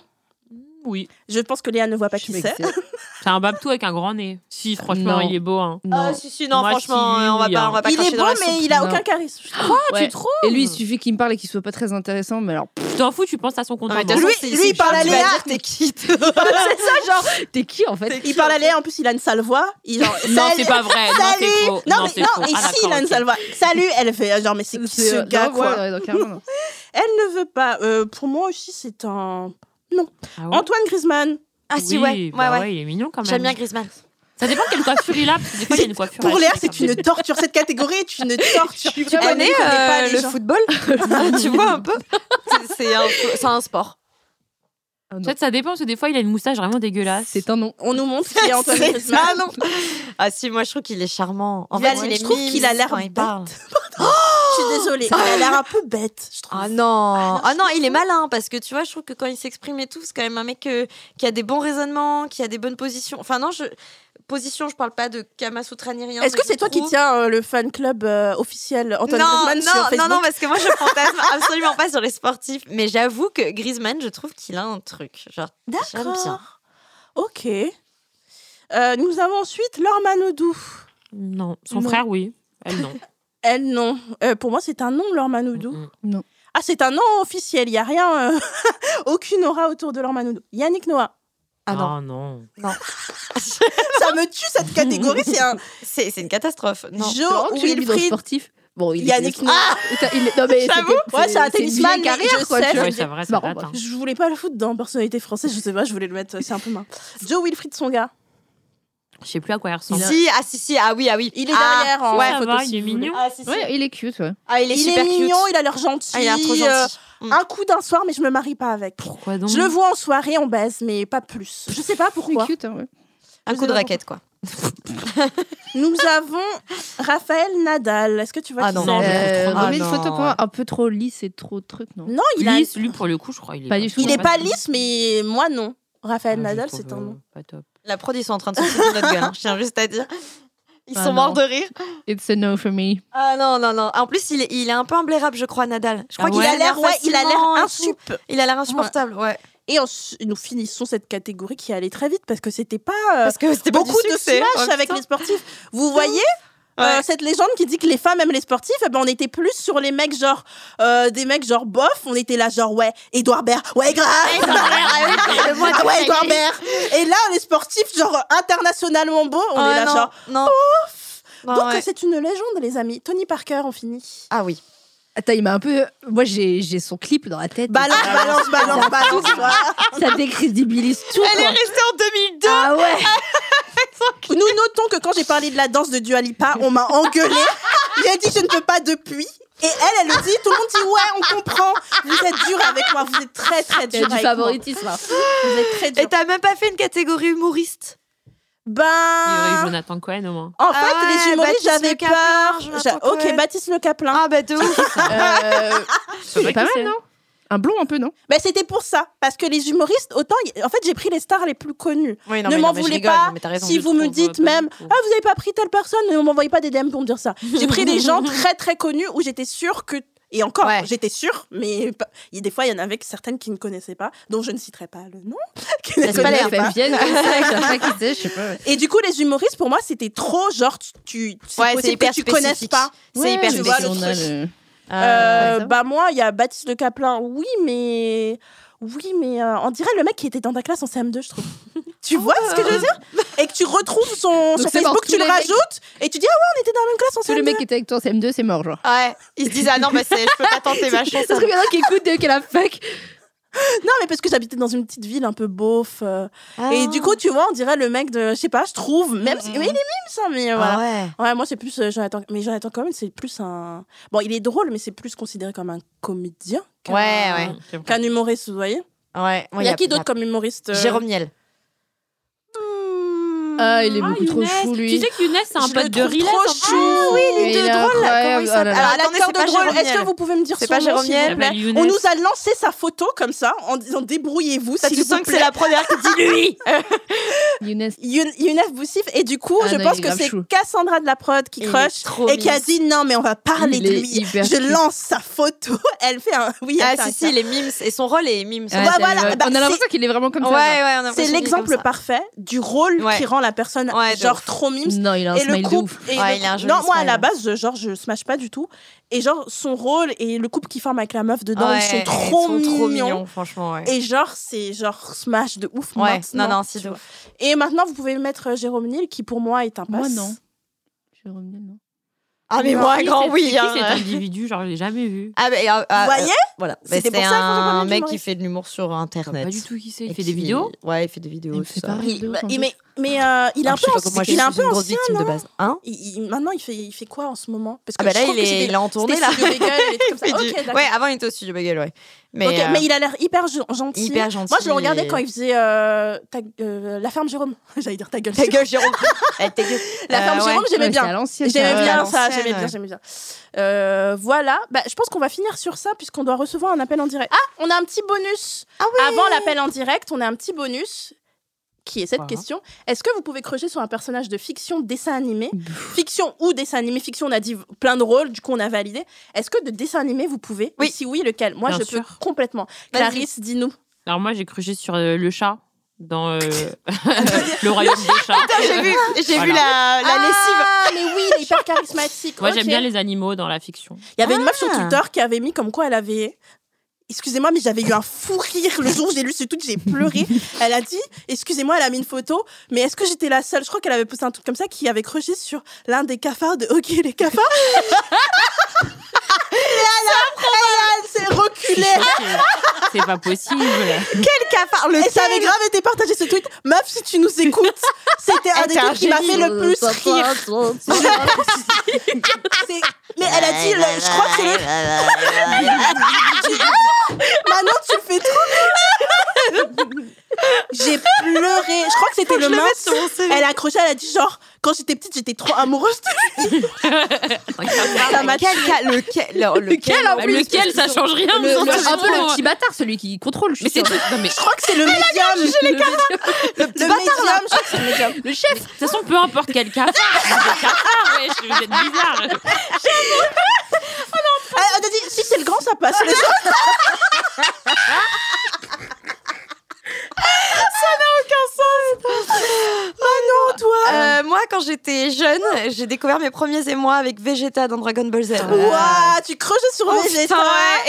Oui. Je pense que Léa ne voit pas qui c'est. C'est un babtou avec un grand nez. Si, franchement, Non. il est beau. Hein. Ah, Non. si, si, non, Moi, franchement, si, euh, on va oui, pas, hein. on va pas Il cracher est dans beau, la mais soupe. il a Non. aucun charisme. je trouve. Ah, Ouais. tu trouves Et lui, il suffit qu'il me parle et qu'il soit pas très intéressant, mais alors, pff, Tu t'en fous, tu penses à son compte Non, en mais de banque. toute Lui- façon, c'est- lui, c'est il parle chiant, à tu vas Léa. dire, T'es qui [LAUGHS] toi c'est ça, genre. t'es qui en fait Il parle à l'air, en plus, il a une sale voix. Il genre, Non, c'est pas vrai. Non, Salut c'est faux. Non, c'est mais non, faux. et Ah, si, il d'accord, a une ok. sale voix. Salut Elle fait euh, genre, mais c'est qui C'est- ce non, gars, quoi ouais, ouais, non, clairement, non. Elle ne veut pas. Euh, pour moi aussi, c'est un. Ah ouais Antoine Griezmann. Ah, si, Oui, ouais. Ouais, bah ouais. ouais, il est mignon quand même. J'aime bien Griezmann. Ça dépend quelle coiffure il a, parce que des fois, il y a une coiffure. Pour à Léa, chier, c'est quand même. une torture. Cette catégorie est [LAUGHS] une torture. hein. Tu Elle connais ne connaît pas euh, les le gens. football [LAUGHS] Tu vois un peu C'est- C'est un, c'est un sport. Peut-être ça dépend, parce que des fois, il a une moustache vraiment dégueulasse. C'est un nom. On nous montre [LAUGHS] qui est Antoine C'est Griezmann. ça, non Ah si, moi je trouve qu'il est charmant. En Il a- fait, il je est trouve mime qu'il a l'air quand il parle. Je suis désolée. Ah, Elle a l'air un peu bête, je trouve. Ah non, ah non, il est malin parce que tu vois, je trouve que quand il s'exprime et tout, c'est quand même un mec euh, qui a des bons raisonnements, qui a des bonnes positions. Enfin non, je position, je parle pas de Kama Sutra ni rien. Est-ce mais que c'est je toi qui trouve- tiens euh, le fan club euh, officiel Antoine non, Griezmann sur non, Facebook non, non, parce que moi je fantasme [LAUGHS] absolument pas sur les sportifs, mais j'avoue que Griezmann, je trouve qu'il a un truc. Genre, j'aime bien. D'accord. Ok. Euh, nous avons ensuite Laure Manodou. Non, son Non. frère, oui. Elle, non. Elle, non. Euh, pour moi, c'est un nom, Laure Manodou. Mm-mm. Ah, c'est un nom officiel. Il n'y a rien, euh, [LAUGHS] aucune aura autour de Laure Manodou. Yannick Noah. Ah non, Ah non. Ça me tue, cette catégorie. C'est un c'est c'est une catastrophe. Non. Joe Laurent, tu l'as mis dans le Wilfried. sportif Bon, il Yannick était- Noah. [LAUGHS] Putain, il est- Non, mais J'avoue. c'était- Ouais, c'est un une tennisman, vieille mais je carrière, quoi, sais. tu vois. Ouais, c'est Bah, vrai, C'est c'est marrant, vrai. moi. [LAUGHS] Je voulais pas le foutre dans personnalité française. Je sais pas, je voulais le mettre. euh, C'est un peu marrant. Joe Wilfried Songa. bah, Je sais plus à quoi il ressemble. Si, ah si, si, ah oui, ah oui. Il est Ah, derrière en ouais, ça photo, va, si il est vous voulez. mignon. Ah, si, si. Ouais, il est cute, ouais. Ah, il est Il super est mignon, cute. il a l'air gentil. Ah, il a l'air trop euh, gentil. un coup d'un soir, mais je me marie pas avec. Pourquoi donc Je le vois en soirée, on baise, mais pas plus. Je sais pas Il est pourquoi. cute, hein, ouais. Un coup de raquette, quoi. Nous avons Raphaël Nadal. Est-ce que tu vois Ah qui non. c'est Non, je le Euh, trouve trop Remets une Ah, photo non. pour moi, un peu trop lisse et trop de trucs, non Non, Ah, il, a... lisse, lui pour le coup, je crois. Il est Pas du tout. il est Ouais. pas lisse, mais moi non. Ah, Raphaël je Nadal, trouve, c'est un euh, nom. Pas top. La prod, ils sont en train de se foutre de notre gueule. hein. Je tiens juste à dire. Ils Ah sont morts non. de rire. It's a no for me. Ah non, non, non. En plus, il est, il est un peu imblairable, je crois, Nadal. Je crois Ah qu'il ouais. a l'air Euh, ouais, il a l'air facilement et tout. insup. Il a l'air insupportable, ouais. Et ensu- nous finissons cette catégorie qui allait très vite parce que c'était pas euh, Parce que c'était pas beaucoup du de succès. smash Ouais, avec putain. les sportifs. Vous voyez euh, Ouais. cette légende qui dit que les femmes aiment les sportifs, eh ben on était plus sur les mecs genre euh, des mecs genre bof, on était là genre ouais, Edouard Baird, ouais grave, [LAUGHS] ah ouais Edouard Baird. Et là les sportifs genre internationalement beaux, on Ah est là non, genre. non. Non, Donc ouais. c'est une légende les amis. Tony Parker on finit. Ah oui. Attends, il m'a un peu. Moi, j'ai j'ai son clip dans la tête. Balance, balance, balance, balance. voilà. Ça décrédibilise tout. Elle est quoi. restée en 2002. Ah ouais. Nous notons que quand j'ai parlé de la danse de Dua Lipa, on m'a engueulée. J'ai dit je ne peux pas depuis. Et elle, elle le dit, tout le monde dit ouais, on comprend. Vous êtes dur avec moi, vous êtes très très Il y a dur du avec favoritisme. hein. moi. Vous êtes très Et dur. t'as même pas fait une catégorie humoriste. Il y aurait eu Ben, Jonathan Cohen au moins. en fait, Ah ouais, les humoristes, Baptiste j'avais Le Caplin, peur. Jonathan J'a- Ok, Cohen. Baptiste Le Caplin. [LAUGHS] Ah bah de ouf. Euh, sais C'est pas qui mal, non Un blond un peu, non Ben, c'était pour ça, parce que les humoristes, autant, y- en fait, j'ai pris les stars les plus connues. Oui, ne mais m'en mais je voulez rigole, pas, non, mais t'as raison. si je vous me trouve, dites euh, pas même du tout. ah vous avez pas pris telle personne ne m'envoyez pas des DM pour me dire ça j'ai pris des [LAUGHS] gens très très connus où j'étais sûre que et encore Ouais. j'étais sûre mais pas- il- des fois il y en avait que certaines qui ne connaissaient pas dont je ne citerai pas le nom [LAUGHS] qui ne Laisse pas les connaissaient Elles pas. viennent comme ça, je sais pas qui c'est, je sais pas. et du coup les humoristes pour moi c'était trop genre tu- tu c'est Ouais, c'est possible hyper que tu connaisses spécifique. pas C'est Ouais, hyper tu vois, le spécifique. on a truc. le- Euh, Ah, ouais, ça va. bah moi il y a Baptiste Le Caplin oui mais oui mais euh, on dirait le mec qui était dans ta classe en CM2 [LAUGHS] je trouve tu vois ce que je veux dire et que tu retrouves son, Oh. Donc son c'est mort, Facebook tous tu le les mecs- rajoutes et tu dis ah ouais on était dans la même classe en Tous les CM2 mecs qui étaient avec toi en CM2, c'est mort, genre. Ouais, ils se disent ah non bah [LAUGHS] c'est je peux pas tenter ma Ça chance. hein. serait bien qu'il écoute de la fac. non mais parce que j'habitais dans une petite ville un peu beauf euh, Ah. et du coup tu vois on dirait le mec de je sais pas je trouve même si, Mhm. oui, il est mime ça mais euh, Ah voilà ouais. ouais moi c'est plus euh, Jonathan mais Jonathan Cohen c'est plus un bon il est drôle mais c'est plus considéré comme un comédien qu'un- Ouais, ouais. qu'un humoriste vous voyez Ouais. Bon, il y a qui d'autre comme humoriste euh, Hmm. Jérôme Niel. Ah, il est beaucoup trop Younes. chou, lui. Tu sais que Younes, c'est Euh, un Je pote le de trouve Riles. trop en chou. Ah plus. oui, les deux drôles, Oh là, comment ils s'appellent Alors, Alors, attendez, l'acteur Ah, c'est pas de drôle, Jérôme est-ce que Niel. vous pouvez me dire C'est son pas nom, Jérôme s'il vous Niel. plaît Bah, Younes. On nous a lancé sa photo comme ça, en disant débrouillez-vous, Ça, s'il tu vous sens que c'est plaît. la première qui dit lui. Younes. Youn- Younef Boussif, et du coup, Ah je non, pense il est que grave c'est chou. Cassandra de la prod qui Il est crush trop et qui a mignon. dit non, mais on va parler Il de est lui. hyper Je cute. lance sa photo, [LAUGHS] elle fait un. Oui, Ah elle fait si un si, les mimes et son rôle est mimes. Ouais, bah, c'est- euh, voilà, on bah, a l'impression qu'il est vraiment comme ouais, ça. ouais, on a c'est l'impression qu'il est l'exemple comme ça. parfait du rôle Ouais. qui rend la personne Ouais, de genre ouf. trop mime. genre. Non, il a un et le smile de couple ouf. et Ouais, le il a un couple- joli non moi à smile. la base je, genre je smash pas du tout et genre son rôle et le couple qui forme avec la meuf dedans Ouais, ils sont trop, mignons. franchement. Ouais. et genre c'est genre smash de ouf Ouais, maintenant, non, non, tu si de vois. ouf. et maintenant vous pouvez mettre euh, Jérôme Niel qui pour moi est un passe Moi, non. Je vais revenir, non. Ah, mais Non, moi, qui grand c'est- oui. c'est Qui hein. [LAUGHS] cet individu Genre, je l'ai jamais vu. Ah, mais, euh, vous euh, voyez Voilà. Bah, C'était C'est pour ça que je parlais de un mec qui l'humoriste. fait de l'humour sur Je vois Internet. Pas du tout qui c'est. Et Il fait qui- des vidéos. Ouais, il fait des vidéos. Il me tout fait ça. pas rire. il, de ouf, bah, en il- plus. mais mais euh, il est Ah, un je sais peu pas, moi, il est je un suis peu une grosse ancien victime de non base. Hein Il- il- maintenant il fait il fait quoi en ce moment parce que Ah bah je là trouve il que est, c'était- il est en tournée c'était là. Studio Bagel et des [LAUGHS] trucs Il comme ça. fait Ok, du- d'accord. ouais, avant il était au studio bagel, ouais. Mais, Ok, euh, mais il a l'air hyper gen- gentil hyper gentil. Moi, je le regardais et- quand il faisait euh, ta- euh, La ferme Jérôme. [LAUGHS] J'allais dire ta gueule. [LAUGHS] Ta gueule, Jérôme. Eh, ta gueule. La ferme Euh, Jérôme, ouais. j'aimais Ouais, c'est à bien. l'ancienne, ça. J'aimais ouais. bien ça, À l'ancienne, j'aimais bien, ouais. j'aimais bien. Euh, voilà, bah, je pense qu'on va finir sur ça puisqu'on doit recevoir un appel en direct. Ah, on a un petit bonus. Ah ouais. Avant l'appel en direct, on a un petit bonus qui est cette Voilà. question. Est-ce que vous pouvez crocher sur un personnage de fiction, dessin animé Fiction ou dessin animé Fiction, on a dit plein de rôles, du coup on a validé. Est-ce que de dessin animé, vous pouvez Oui. Et Si oui, lequel Moi, Bien je peux sûr. complètement. Vas-y. Clarisse, dis-nous. Alors, moi, j'ai cruché sur euh, le chat dans euh, [LAUGHS] le royaume des chats. J'ai [LAUGHS] vu, j'ai vu la, la [LAUGHS] lessive. Ah, mais oui, il est hyper charismatique. Moi, Ok. j'aime bien les animaux dans la fiction. Il y avait une meuf sur Ah. Twitter qui avait mis comme quoi elle avait. Excusez-moi, mais j'avais eu un fou rire le jour où j'ai lu ce tweet, j'ai [LAUGHS] pleuré. Elle a dit, excusez-moi, elle a mis une photo, mais est-ce que j'étais la seule Je crois qu'elle avait posté un truc comme ça qui avait croché sur l'un des cafards de OK les [LAUGHS] cafards. [LAUGHS] Et elle a- elle a- elle s'est Je suis reculée. choquée. C'est pas possible. Quel cafard. Le Et ça avait grave été partagé ce tweet. Meuf, si tu nous écoutes, c'était Ah, un Elle des t'a tweets qui m'a fait le plus rire. C'est- Mais elle a dit, le- je crois que c'est le Maintenant, tu le fais trop bien. J'ai pleuré. Je crois que c'était le mince. sur mon CV. Elle a accroché, elle a dit genre, Quand j'étais petite, j'étais trop amoureuse. Ça m'a lequel, lequel, [LAUGHS] le- hein. lequel, Bah, Lequel, ça change rien. mais Le- moi, je un peu trouve- le petit bâtard, celui qui contrôle. Je Mais suis c'est sûre. [LAUGHS] non, mais- Je crois que c'est le médium. Le- Le médium, je crois que c'est le médium. Le chef. De toute façon, peu importe quel cafard, vous êtes cafard, wesh, vous êtes bizarre. Ah, ah, t'as dit, si c'est le grand, ça passe. Les autres- Oh non, toi. Euh, moi, quand j'étais jeune, j'ai découvert mes premiers émois avec Vegeta dans Dragon Ball Z. Ouah, tu creuses sur Oh, Vegeta. putain, Euh,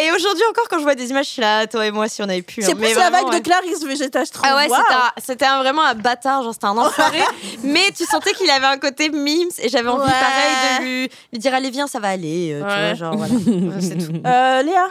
ouais. Et aujourd'hui encore, quand je vois des images, je suis là, toi et moi, si on avait pu. C'est hein. Mais plus la vraiment, vague ouais. de Clarisse Vegeta, je trouve. Ah ouais, Waouh. c'était un- c'était un- vraiment un bâtard, genre c'était un [LAUGHS] enfoiré. mais tu sentais qu'il avait un côté mimes et j'avais envie Ouais. pareil de lui, lui dire allez viens, ça va aller, euh, Ouais. tu vois, genre [LAUGHS] voilà. C'est tout. Euh, Léa.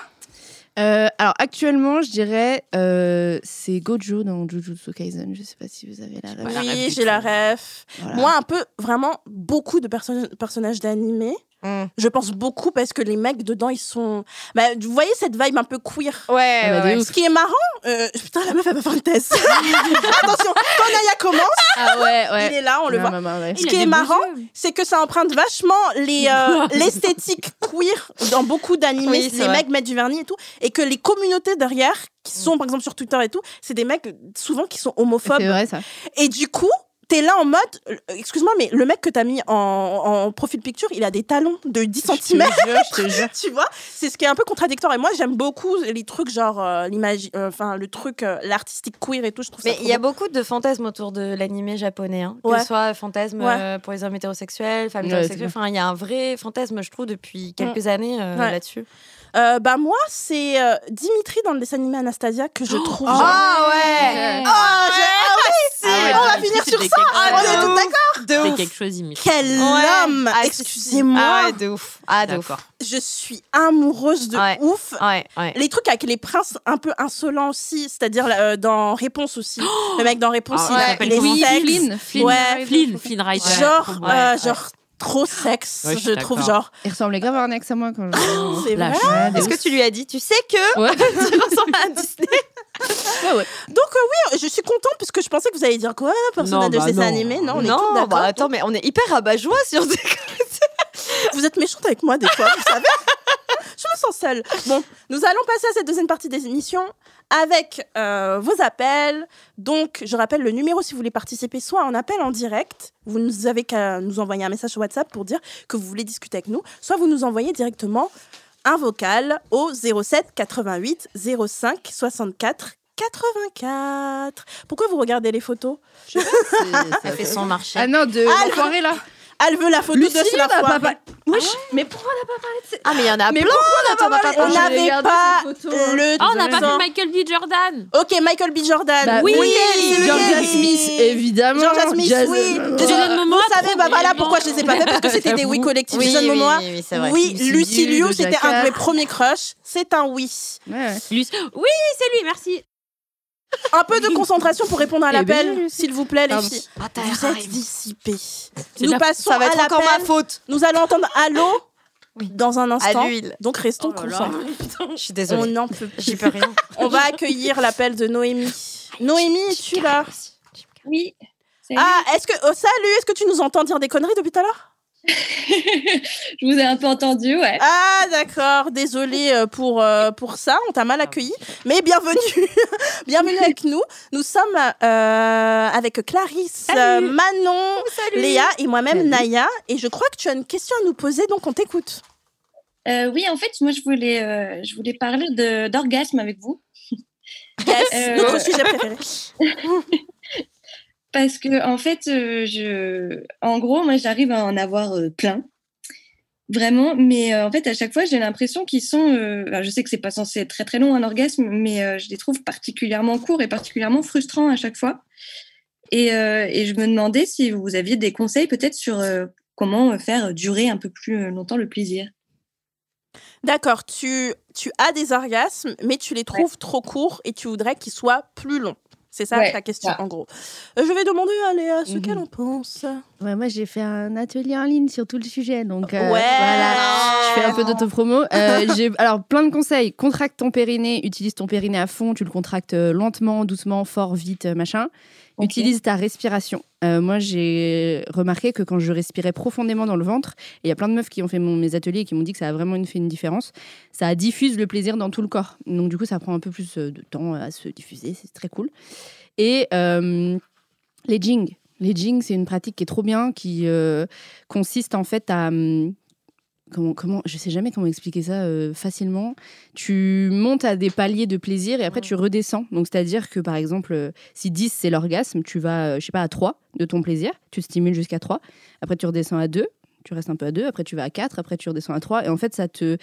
Euh, alors actuellement, je dirais euh, c'est Gojo dans Jujutsu Kaisen. Je sais pas si vous avez la ref. la ref oui, du j'ai la tout. ref. Voilà. Moi, un peu, vraiment, beaucoup de perso- personnages d'animés. Mm. Je pense beaucoup parce que les mecs dedans, ils sont. Bah, vous voyez cette vibe un peu queer. Ouais, bah, de ouf. Ce qui est marrant, euh, putain, la meuf, elle va faire une [LAUGHS] thèse. Attention, quand Naya commence, Ah ouais, ouais. il est là, on le Non, voit. non, non, ouais. Ce qui est marrant, c'est que ça emprunte vachement les, euh, l'esthétique queer dans beaucoup d'animés. Oui, c'est les vrai. mecs mettent du vernis et tout. Et que les communautés derrière, qui sont par exemple sur Twitter et tout, c'est des mecs euh, souvent qui sont homophobes. C'est vrai ça. Et du coup, t'es là en mode, euh, excuse-moi, mais le mec que t'as mis en, en profil picture, il a des talons de 10 cm. Je te jure. [LAUGHS] Tu vois, c'est ce qui est un peu contradictoire. Et moi, j'aime beaucoup les trucs genre euh, l'image, euh, enfin le truc, euh, l'artistique queer et tout. Je trouve ça Mais trop il y a beau. beaucoup de fantasmes autour de l'animé japonais, hein. que Ouais. ce soit fantasme Ouais. euh, pour les hommes hétérosexuels, femmes Ouais, hétérosexuelles. c'est Enfin, il y a un vrai fantasme, je trouve, depuis quelques années euh, Ouais. là-dessus. Euh, bah moi, c'est euh, Dimitri dans le dessin animé Anastasia que je Oh, ah, trouve. Ah ouais. Ah, j'ai- ah ouais, si, on va finir sur ça. Ah, Oh, on est de tout ouf. d'accord. C'est De ouf. quelque chose, Dimitri. Quel Ouais. homme Ah, si, si. Excusez-moi, Ah ouais, de ouf. Ah, de ouf. D'accord. je suis amoureuse de Ouais. ouf. Ouais, ouais. Les trucs avec les princes un peu insolents aussi, c'est-à-dire euh, dans Réponse [GASPS] aussi. le mec dans Réponse, Ah, il ouais. a- s'appelle il est comment Oui, sexe. Flynn. Flynn. Ouais, Flynn, Flynn Rider. Genre, Ouais, euh, ouais. genre trop sexe, Ouais, je je suis trouve. d'accord. Genre, Il ressemblait grave à un ex à moi quand je. c'est La vrai. Ouais, de Est-ce ouf. que tu lui as dit, tu sais que Ouais. [LAUGHS] tu ressembles à un Disney Ouais, ouais. Donc, euh, oui, je suis contente parce que je pensais que vous alliez dire quoi, personnage Non, de bah dessin non. animé. Non, on est toutes Non, d'accord. bah attends, mais on est hyper rabat-joie sur des Vous êtes méchante avec moi des fois, vous savez Je me sens seule. Bon, nous allons passer à cette deuxième partie des émissions avec euh, vos appels. Donc, je rappelle le numéro si vous voulez participer, soit un appel en direct. Vous nous avez qu'à nous envoyer un message sur WhatsApp pour dire que vous voulez discuter avec nous, soit vous nous envoyez directement un vocal au 07 88 05 64 84. Pourquoi vous regardez les photos Je sais pas, c'est- c'est- Elle fait son marché. Ah non, de Ah, la soirée là. Elle veut la photo de Lucie, ce on a pas parlé. Wesh, mais Ah, mais il y en a Mais plein pourquoi on n'a pas On parlé J'ai n'avait regardé pas ces photos, hein. le Ah, on n'a pas temps. fait Michael B. Jordan. Ok, Michael B. Jordan. Bah, oui, oui, c'est Georgia lequel Smith, évidemment. Georgia Smith, Jason- oui. Euh, Jason Jason Vous Momoa, savez, bah trop voilà bien. pourquoi je les ai pas fait parce que c'était des oui collectifs. Oui, Jason oui, Momoa. oui, oui, c'est vrai. Oui, Lucy Lucy Liu, Liu, de c'était un Jacquard. de mes premiers crushs. C'est un oui. Ouais, ouais. Lui- Oui, oui, c'est lui, merci. Un peu de concentration pour répondre à Eh ben, l'appel, s'il vous plaît, les Pardon. filles. Ah, t'as Vous êtes dissipés. Nous la- passons Ça va à être encore ma l'appel. faute. Nous allons entendre allô dans un À instant. l'huile. Donc restons Oh là là. concentrés. Je suis On désolée. n'en peut plus. J'y peux rien. On va accueillir l'appel de Noémie. Noémie, es-tu là Oui. Salut. Ah, est-ce que oh, salut, est-ce que tu nous entends dire des conneries depuis tout à l'heure je vous ai un peu entendu, ouais. Ah d'accord, désolé euh, pour, euh, pour ça, on t'a mal accueilli, mais bienvenue, [LAUGHS] bienvenue avec nous. Nous sommes euh, avec Clarisse, euh, Manon, Léa et moi-même Salut. Naya, et je crois que tu as une question à nous poser, donc on t'écoute. Euh, oui, en fait, moi, je voulais, euh, je voulais parler de- d'orgasme avec vous. Yes, Euh, notre sujet préféré. Parce que, en fait, euh, je... en gros, moi, j'arrive à en avoir euh, plein. Vraiment. Mais euh, en fait, à chaque fois, j'ai l'impression qu'ils sont. euh, alors, je sais que c'est pas censé être très, très long, un orgasme, mais euh, je les trouve particulièrement courts et particulièrement frustrants à chaque fois. Et, euh, et je me demandais si vous aviez des conseils, peut-être, sur euh, comment euh, faire durer un peu plus euh, longtemps le plaisir. D'accord, tu, tu as des orgasmes, mais tu les trouves trop courts et tu voudrais qu'ils soient plus longs. C'est ça Ouais, ta question, ça. en gros. Euh, je vais demander à Léa ce Mhm. qu'elle en pense. Ouais, Bah, moi, j'ai fait un atelier en ligne sur tout le sujet. Donc, euh, Ouais. voilà. Je fais un peu d'autopromo. Euh, [LAUGHS] j'ai- alors, plein de conseils. Contracte ton périnée, utilise ton périnée à fond. Tu le contractes euh, lentement, doucement, fort, vite, euh, machin. Ok. Utilise ta respiration. Euh, moi, j'ai remarqué que quand je respirais profondément dans le ventre, et il y a plein de meufs qui ont fait mon- mes ateliers et qui m'ont dit que ça a vraiment une- fait une différence, ça diffuse le plaisir dans tout le corps. Donc, du coup, ça prend un peu plus euh, de temps à se diffuser. C'est très cool. Et euh, les jings. Les jings, c'est une pratique qui est trop bien, qui euh, consiste en fait à. hum, Comment, comment, je sais jamais comment expliquer ça euh, facilement. Tu montes à des paliers de plaisir et après tu redescends. Donc, c'est-à-dire que par exemple, euh, si 10 c'est l'orgasme, tu vas, euh, je sais pas, à 3 de ton plaisir, tu stimules jusqu'à 3, après tu redescends à 2, tu restes un peu à 2, après tu vas à 4, après tu redescends à 3, et en fait ça te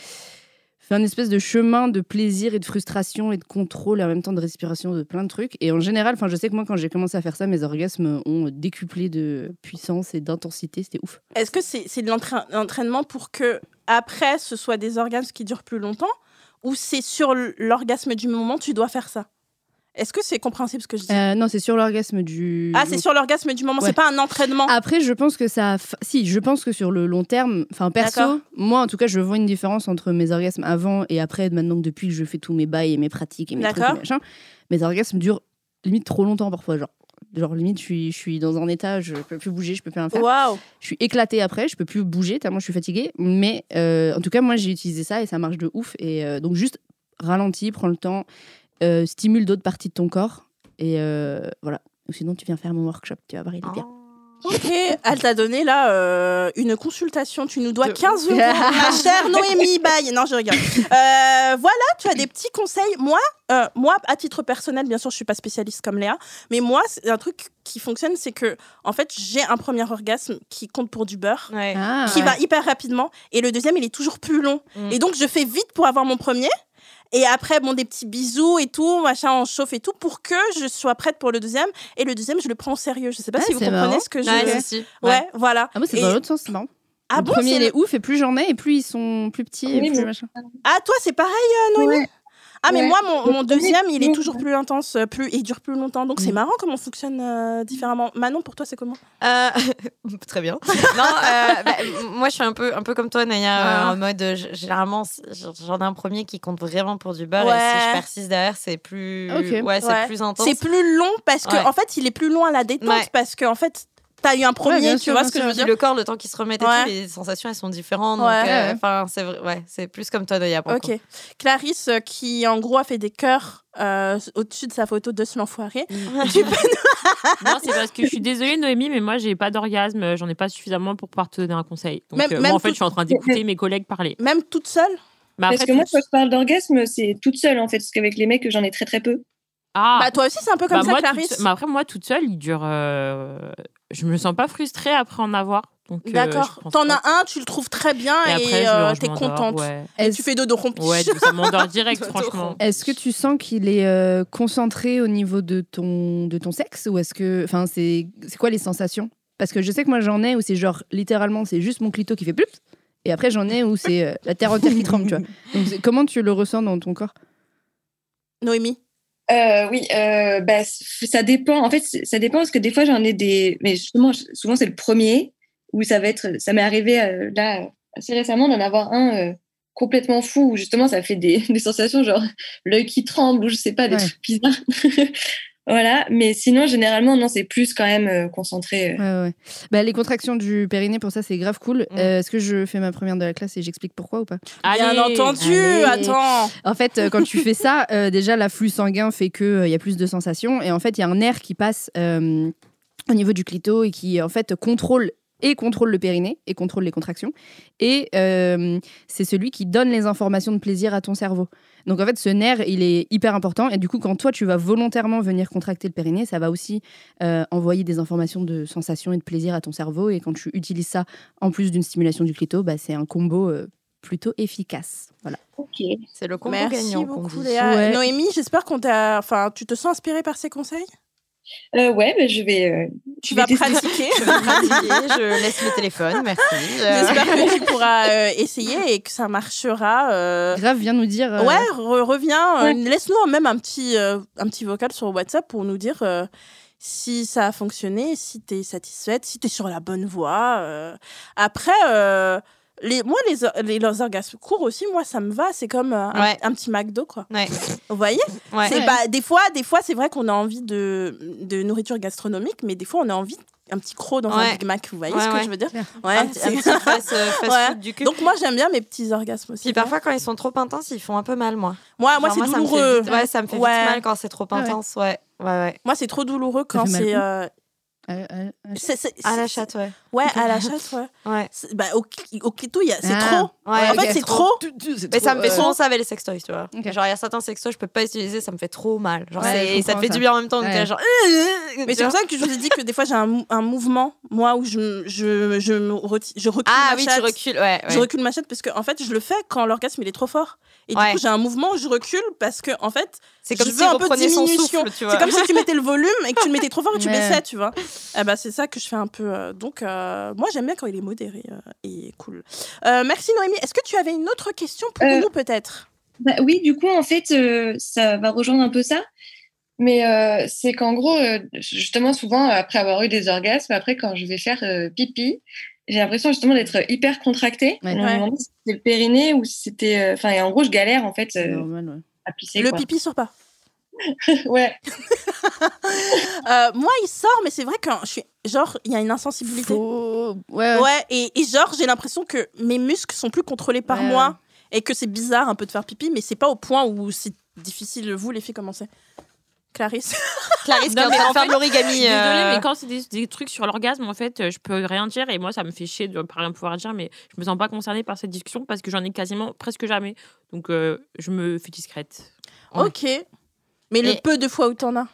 fait un espèce de chemin de plaisir et de frustration et de contrôle et en même temps de respiration, de plein de trucs. Et en général, enfin je sais que moi quand j'ai commencé à faire ça, mes orgasmes ont décuplé de puissance et d'intensité, c'était ouf. Est-ce que c'est c'est de l'entra- l'entraînement pour que, après, ce soit des orgasmes qui durent plus longtemps Ou c'est sur l- l'orgasme du moment, tu dois faire ça Est-ce que c'est compréhensible ce que je dis Euh, non, c'est sur l'orgasme du... Ah, c'est sur l'orgasme du moment, Ouais. Ah, c'est pas un entraînement. Après, je pense que ça. f- Si, je pense que sur le long terme, enfin perso, D'accord. moi en tout cas, je vois une différence entre mes orgasmes avant et après. Maintenant que depuis que je fais tous mes bails et mes pratiques et mes trucs, et D'accord. machin, mes orgasmes durent limite trop longtemps parfois. Genre, genre limite, je suis, je suis dans un état, je peux plus bouger, je peux plus rien faire. Waouh Je suis éclatée après, je peux plus bouger tellement je suis fatiguée. Mais euh, en tout cas, moi j'ai utilisé ça et ça marche de ouf. Et euh, donc juste ralentis, prends le temps, euh, stimule d'autres parties de ton corps et euh, voilà. Ou Sinon, tu viens faire mon workshop, tu vas voir, il est bien. Ok, elle t'a donné là euh, une consultation. Tu nous dois De- 15 euros, ma chère [LAUGHS] Noémie. Bye. Non, je rigole. Euh, voilà, tu as des petits conseils. Moi, euh, moi, à titre personnel, bien sûr, je suis pas spécialiste comme Léa, mais moi, c'est un truc qui fonctionne, c'est que en fait, j'ai un premier orgasme qui compte pour du beurre. Ouais. Ah, qui ouais. va hyper rapidement et le deuxième il est toujours plus long Mm. et donc je fais vite pour avoir mon premier et après bon des petits bisous et tout machin on chauffe et tout pour que je sois prête pour le deuxième et le deuxième je le prends au sérieux je sais pas Ah, si vous c'est comprenez marrant. ce que je Ouais, ouais, si, si. voilà Ah, moi, c'est Et- dans l'autre sens, c'est marrant. ah le bon premier, il c'est- est ouf, et plus j'en ai, et plus ils sont plus petits, et Oui, plus mais- machin. ah toi c'est pareil euh, Noémie Ouais. ah mais Ouais. moi mon, Le mon premier, deuxième il est non, toujours plus intense euh, plus il dure plus longtemps donc c'est marrant comment on fonctionne euh, différemment Manon pour toi c'est comment Euh, [LAUGHS] très bien. non, euh, bah, m- moi je suis un peu, un peu comme toi, Naya, euh, Ah. en mode euh, j- généralement c- j'en ai un premier qui compte vraiment pour du beurre et si Ouais. je persiste derrière, c'est plus, Ok. ouais, c'est Ouais. plus intense. c'est plus long parce que Ouais. en fait il est plus loin à la détente Ouais. parce que en fait t'as eu un premier bien tu sûr, vois bien ce que je sûr, veux Puis dire le corps, le temps qu'il se remette et Ouais. tout, les sensations elles sont différentes. Ouais. Donc, euh, Ouais. enfin, c'est vrai- ouais, c'est plus comme toi, Naya. Pour le Ok. Clarisse, euh, qui en gros a fait des cœurs euh, au-dessus de sa photo de ce l'enfoiré. Mm. [LAUGHS] Tu peux- Non, c'est parce que je suis désolée, Noémie, mais moi, j'ai pas d'orgasme. euh, J'en ai pas suffisamment pour pouvoir te donner un conseil. Donc, Même- euh, même moi, en fait, tout- je suis en train [LAUGHS] d'écouter mes collègues parler. Même toute seule Mais Parce après, que moi, tout- quand je parle d'orgasme, c'est toute seule en fait, parce qu'avec les mecs, j'en ai très très peu. Ah, Bah toi aussi c'est un peu comme bah, ça moi, toute Clarisse. se- mais après, moi, toute seule, il dure. euh, Je me sens pas frustrée après en avoir. Donc, euh, je D'accord. pense T'en pas. as un, tu le trouves très bien Et et, après, je- euh, je t'es m'endors, contente. Ouais, Et Est-ce tu fais dodo rompi. [LAUGHS] ouais donc ça m'endort direct, franchement. est-ce que tu sens qu'il est euh, concentré au niveau de ton, de ton sexe, ou est-ce que. Enfin, c'est c'est quoi les sensations Parce que je sais que moi, j'en ai où c'est genre, littéralement, c'est juste mon clito qui fait plup, et après, j'en ai où c'est euh, la terre entière qui tremble, tu [LAUGHS] vois. Donc, c'est- comment tu le ressens dans ton corps Noémie. Euh, oui, euh, bah, c- ça dépend. En fait, c- ça dépend parce que des fois, j'en ai des. Mais justement, je- souvent, c'est le premier où ça va être. Ça m'est arrivé euh, là euh, assez récemment d'en avoir un euh, complètement fou où justement, ça fait des, [LAUGHS] des sensations genre l'œil qui tremble ou je sais pas des Ouais. trucs bizarres. [LAUGHS] voilà. Mais sinon, généralement, non, c'est plus quand même euh, concentré. euh. Ouais, ouais. Bah, les contractions du périnée, pour ça, c'est grave cool. Mm. Euh, Est-ce que je fais ma première de la classe et j'explique pourquoi ou pas Allez. bien entendu, allez. attends. En fait, euh, quand tu fais ça, euh, déjà, l'afflux sanguin fait qu'il il y a plus de sensations. Et en fait, il y a un nerf qui passe euh, au niveau du clito et qui, en fait, contrôle et contrôle le périnée et contrôle les contractions. Et euh, c'est celui qui donne les informations de plaisir à ton cerveau. Donc, en fait, ce nerf, il est hyper important. Et du coup, quand toi, tu vas volontairement venir contracter le périnée, ça va aussi euh, envoyer des informations de sensations et de plaisir à ton cerveau. Et quand tu utilises ça en plus d'une stimulation du clito, bah, c'est un combo euh, plutôt efficace. Voilà. Ok. coup. C'est le combo Merci gagnant. qu'on beaucoup dit. Léa. Ouais. Noémie, j'espère qu'on t'a enfin tu te sens inspirée par ces conseils Euh, ouais, bah, je vais. euh, Tu je vais vas tester. pratiquer. Je vais pratiquer, [LAUGHS] je laisse le téléphone, merci. Euh, [LAUGHS] J'espère que tu pourras euh, essayer et que ça marchera. euh, Grave, viens nous dire. euh, Ouais, re- reviens. euh, Ouais. Laisse-nous même un petit, euh, un petit vocal sur WhatsApp pour nous dire euh, si ça a fonctionné, si t'es satisfaite, si t'es sur la bonne voie. euh. Après, euh, les, moi, les, or- les, leurs orgasmes courts aussi, moi, ça me va. C'est comme euh, un, Ouais. un petit McDo, quoi. Ouais. Vous voyez Ouais. C'est Ouais. pas des fois, des fois, c'est vrai qu'on a envie de, de nourriture gastronomique, mais des fois, on a envie d'un petit croc dans Ouais. un Big Mac. Vous voyez Ouais, ce que ouais. je veux dire Clair. Ouais. Un petit- un c'est- petit fast, euh, fast Ouais. food du [LAUGHS] cul. Donc moi, j'aime bien mes petits orgasmes aussi. Puis parfois, quand ils sont trop intenses, ils font un peu mal, moi. moi, Ah, moi, Genre, c'est ça me fait douloureux. vite- ouais, ça me fait Ouais. vite mal quand c'est trop Ah ouais. intense, ouais. Ouais, ouais. Moi, c'est trop douloureux quand fait mal c'est où euh, Euh, euh, euh, c'est- c'est- À la c'est- chatte, ouais. [LAUGHS] Ouais, à la chatte, ouais. Ouais. C'est- Bah, au, cli- au clito, il y a- c'est Ah. trop. Ouais, en ok. fait, c'est trop. Mais ça me fait euh, souvent ça avec les sextoys, tu vois. Ok. Genre, il y a certains sextoys, je peux pas utiliser, ça me fait trop mal. Genre, Ouais, c'est- ça je te comprends fait ça. du bien en même temps. donc Ouais. t'es là, genre, euh, Mais tu c'est pour vois. ça que je vous ai dit que des fois, j'ai un, mou- un mouvement, moi, où je, je, je, me reti- je recule Ah ma oui, tu chatte. recules, ouais. ouais. Je recule ma chatte parce que, en fait, je le fais quand l'orgasme, il est trop fort. Et Ouais. du coup, j'ai un mouvement où je recule parce que, en fait, C'est comme je si veux un on peu de prenait son diminution. souffle, tu vois. c'est comme si tu mettais le volume et que tu le mettais trop fort et tu Ouais. baissais, tu vois. Eh ben, c'est ça que je fais un peu. euh, donc, euh, moi, j'aime bien quand il est modéré euh, et cool. Euh, merci, Noémie. Est-ce que tu avais une autre question pour Euh, nous, peut-être Bah oui, du coup, en fait, euh, ça va rejoindre un peu ça. Mais euh, c'est qu'en gros, euh, justement, souvent, après avoir eu des orgasmes, après, quand je vais faire euh, pipi, j'ai l'impression justement d'être hyper contractée. Ouais. On m'a demandé si c'était le périnée ou si c'était. euh, Enfin, et en gros, je galère, en fait, c'est euh, normal, ouais. à pisser. Le quoi. pipi sort pas. ouais. Euh, moi, il sort, mais c'est vrai que je suis. Genre, il y a une insensibilité. Faut- Ouais, ouais. Ouais, et, et genre, j'ai l'impression que mes muscles sont plus contrôlés par Ouais, ouais. moi et que c'est bizarre un peu de faire pipi, mais c'est pas au point où c'est difficile, vous, les filles, comment c'est Clarisse Clarisse qui est Non, en mais train en de faire fait, de l'origami. Désolée, euh, mais quand c'est des, des trucs sur l'orgasme, en fait, euh, je peux rien dire et moi, ça me fait chier de pas rien pouvoir dire, mais je me sens pas concernée par cette discussion parce que j'en ai quasiment presque jamais. Donc, euh, je me fais discrète. Ouais. Ok. Mais le Et- peu de fois où t'en as.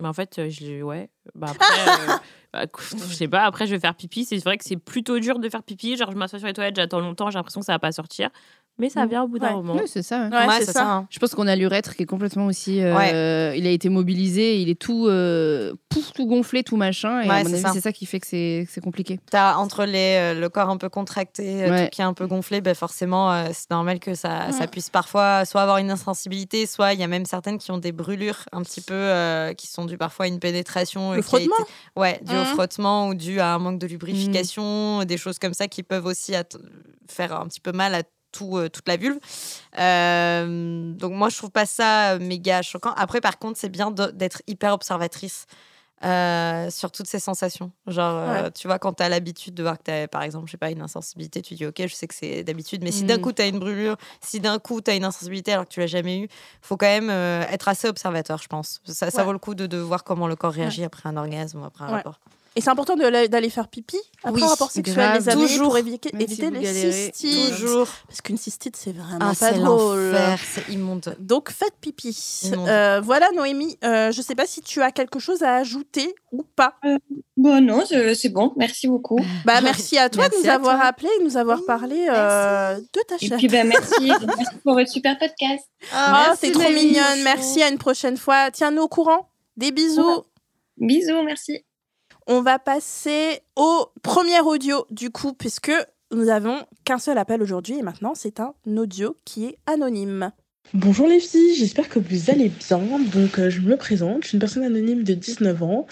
Mais en fait, euh, je l'ai- ouais. Bah après, euh, bah, écoute, je sais pas. Après, je vais faire pipi. C'est vrai que c'est plutôt dur de faire pipi. Genre, je m'assois sur les toilettes, j'attends longtemps, j'ai l'impression que ça va pas sortir. Mais ça Mm. vient au bout Ouais. d'un moment. Ouais, c'est ça. ouais. Ouais, Ouais, c'est c'est ça. ça. hein. Je pense qu'on a l'urètre qui est complètement aussi. euh, Il a été mobilisé, il est tout, euh, pouf, tout gonflé, tout machin. Et Ouais, à c'est mon avis, ça. c'est ça qui fait que c'est que c'est compliqué. T'as entre les, euh, le corps un peu contracté, euh, Ouais. tout qui est un peu gonflé, ben forcément, euh, c'est normal que ça, ça Ouais. puisse parfois soit avoir une insensibilité, soit il y a même certaines qui ont des brûlures un petit peu, euh, qui sont dues parfois à une pénétration. euh, Le qui a été- frottement Ouais, dû au Mhm. frottement ou dû à un manque de Mmh. lubrification, des choses comme ça qui peuvent aussi at- faire un petit peu mal à tout, euh, toute la vulve. Euh, donc moi, je trouve pas ça euh, méga choquant. Après, par contre, c'est bien de- d'être hyper observatrice euh, sur toutes ces sensations. Genre, euh, tu vois, quand t'as l'habitude de voir que t'as, par exemple, je sais pas, une insensibilité, tu dis, ok, je sais que c'est d'habitude, mais si d'un Mm. coup t'as une brûlure, si d'un coup t'as une insensibilité alors que tu l'as jamais eu, faut quand même euh, être assez observateur, je pense. Ça, ça Ouais. vaut le coup de, de voir comment le corps réagit après un orgasme ou après un Ouais. rapport. Et c'est important de la- d'aller faire pipi après Oui, un rapport sexuel, grave. les amis, Toujours. pour éviter, Même si éviter vous les galérez, cystites. Toujours. Parce qu'une cystite, c'est vraiment Ah, pas c'est drôle. l'enfer, c'est immonde. Donc faites pipi. Immonde. Euh, voilà Noémie, Euh, je sais pas si tu as quelque chose à ajouter ou pas. Bon, non, c'est c'est bon. Merci beaucoup. Bah merci à toi de Merci nous à avoir toi. appelé et de nous avoir Oui, parlé euh, de ta Et chatte. puis, bah, merci. merci pour votre super podcast. bah, Ah, c'est trop Noémie. mignonne. Merci. À une prochaine fois. Tiens-nous au courant. Des bisous. Ouais. Bisous, merci. On va passer au premier audio du coup, puisque nous avons qu'un seul appel aujourd'hui et maintenant c'est un audio qui est anonyme. Bonjour les filles, j'espère que vous allez bien. Donc euh, je me présente, je suis une personne anonyme de 19 ans.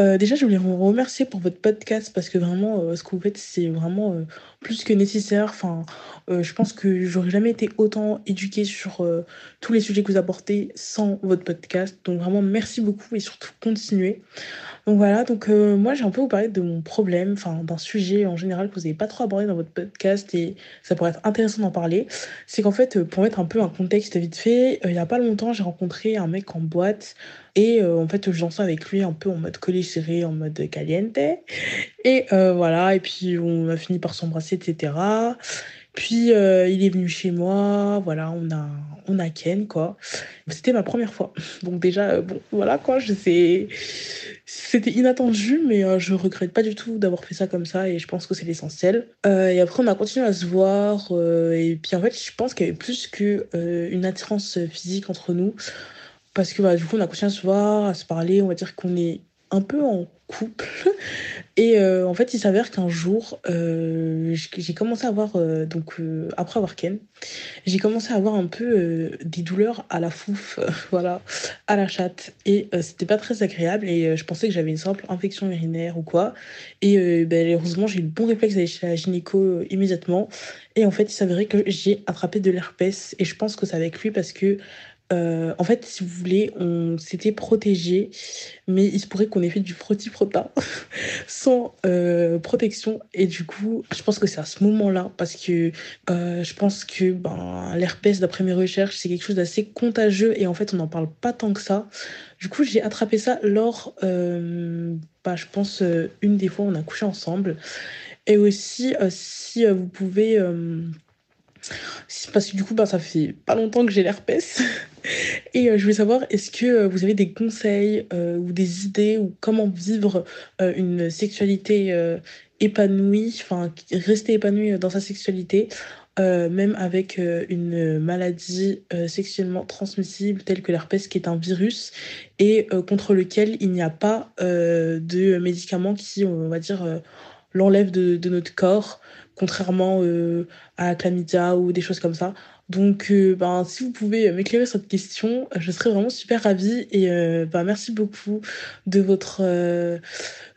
Euh, déjà je voulais vous remercier pour votre podcast parce que vraiment euh, ce que vous faites c'est vraiment euh, plus que nécessaire. Enfin, euh, je pense que j'aurais jamais été autant éduquée sur euh, tous les sujets que vous abordez sans votre podcast. Donc vraiment merci beaucoup et surtout continuez. Donc voilà, donc euh, moi j'ai un peu vous parler de mon problème, enfin d'un sujet en général que vous n'avez pas trop abordé dans votre podcast et ça pourrait être intéressant d'en parler c'est qu'en fait, euh, pour mettre un peu un contexte vite fait, euh, il y a pas longtemps, j'ai rencontré un mec en boîte et euh, en fait, je dansais avec lui un peu en mode collé serré, en mode caliente. Et euh, voilà, et puis on a fini par s'embrasser, etc. Puis euh, il est venu chez moi, voilà, on a, on a Ken, quoi. C'était ma première fois. Donc déjà, euh, bon, voilà, quoi, je sais. C'était inattendu, mais euh, je regrette pas du tout d'avoir fait ça comme ça et je pense que c'est l'essentiel. Euh, et après, on a continué à se voir. euh, et puis en fait, je pense qu'il y avait plus euh, qu'une attirance physique entre nous. Parce que bah, du coup, on a continué à se voir, à se parler. On va dire qu'on est un peu en couple. Et euh, en fait, il s'avère qu'un jour, euh, j- j'ai commencé à avoir, euh, donc euh, après avoir Ken, j'ai commencé à avoir un peu euh, des douleurs à la fouf, [LAUGHS] voilà, à la chatte. Et euh, c'était pas très agréable. Et euh, je pensais que j'avais une simple infection urinaire ou quoi. Et euh, ben, heureusement, j'ai eu le bon réflexe d'aller chez la gynéco euh, immédiatement. Et en fait, il s'avérait que j'ai attrapé de l'herpès. Et je pense que c'est avec lui parce que. euh, en fait, si vous voulez, on s'était protégé, mais il se pourrait qu'on ait fait du frotti-frotta sans euh, protection. Et du coup, je pense que c'est à ce moment-là, parce que euh, je pense que ben, l'herpès, d'après mes recherches, c'est quelque chose d'assez contagieux et en fait, on n'en parle pas tant que ça. Du coup, j'ai attrapé ça lors, euh, bah, je pense, euh, une des fois, on a couché ensemble. Et aussi, euh, si euh, vous pouvez. euh, si- parce que du coup, ben, ça fait pas longtemps que j'ai l'herpès. [LAUGHS] Et euh, je voulais savoir, est-ce que euh, vous avez des conseils euh, ou des idées ou comment vivre euh, une sexualité euh, épanouie, enfin qui- rester épanouie dans sa sexualité, euh, même avec euh, une maladie euh, sexuellement transmissible telle que l'herpès, qui est un virus et euh, contre lequel il n'y a pas euh, de médicaments qui, on va dire, euh, l'enlèvent de, de notre corps, contrairement euh, à la chlamydia ou des choses comme ça. Donc, euh, ben, si vous pouvez m'éclairer sur cette question, euh, je serais vraiment super ravie et euh, ben, merci beaucoup de votre euh,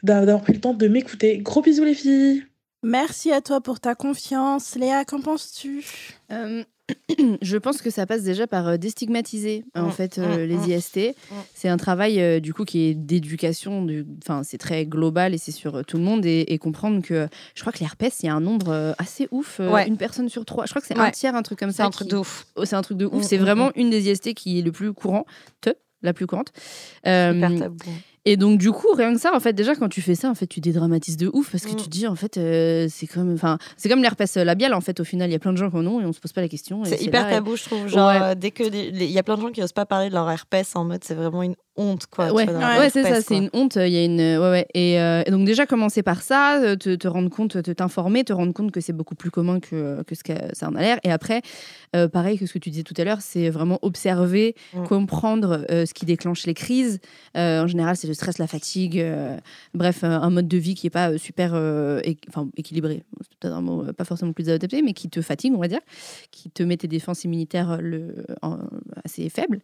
d'a- d'avoir pris le temps de m'écouter. Gros bisous les filles. Merci à toi pour ta confiance. Léa, qu'en penses-tu Euh, [CLEARS THROAT] je pense que ça passe déjà par euh, déstigmatiser euh, en Mm, fait euh, mm, les mm. IST. C'est un travail euh, du coup qui est d'éducation, du- enfin c'est très global et c'est sur euh, tout le monde et, et comprendre que je crois que l'herpès il y a un nombre euh, assez ouf, euh, Ouais. une personne sur trois. Je crois que c'est un Ouais. tiers, un truc comme C'est ça. un truc qui- de ouf. Oh, c'est un truc de Mm, ouf. C'est mm, vraiment une des IST qui est le plus courant, te, la plus courante. Euh, Hyper tabou. et donc du coup rien que ça en fait déjà quand tu fais ça en fait tu dédramatises de ouf parce que Mm. tu te dis en fait euh, c'est comme enfin c'est comme l'herpès labial en fait au final il y a plein de gens qui en ont et on se pose pas la question et C'est hyper là, et- tabou, je trouve. Genre, Ouais. euh, dès que des- les- il y a plein de gens qui n'osent pas parler de leur herpès en mode c'est vraiment une honte, quoi. tu Ouais, vois, ouais, d'avoir c'est ça, l'herpès, c'est quoi. une honte. Il y a une, ouais, ouais. Et, euh, et donc déjà commencer par ça, euh, te, te rendre compte, te t'informer, te rendre compte que c'est beaucoup plus commun que, que ce que ça en a l'air. Et après, euh, pareil que ce que tu disais tout à l'heure, c'est vraiment observer, Mm. comprendre euh, ce qui déclenche les crises. Euh, en général, c'est le stress, la fatigue, euh, bref, un- un mode de vie qui est pas euh, super, euh, équ- enfin équilibré. C'est peut-être un mot euh, pas forcément le plus adapté, mais qui te fatigue, on va dire, qui te met tes défenses immunitaires euh, le, en- assez faibles.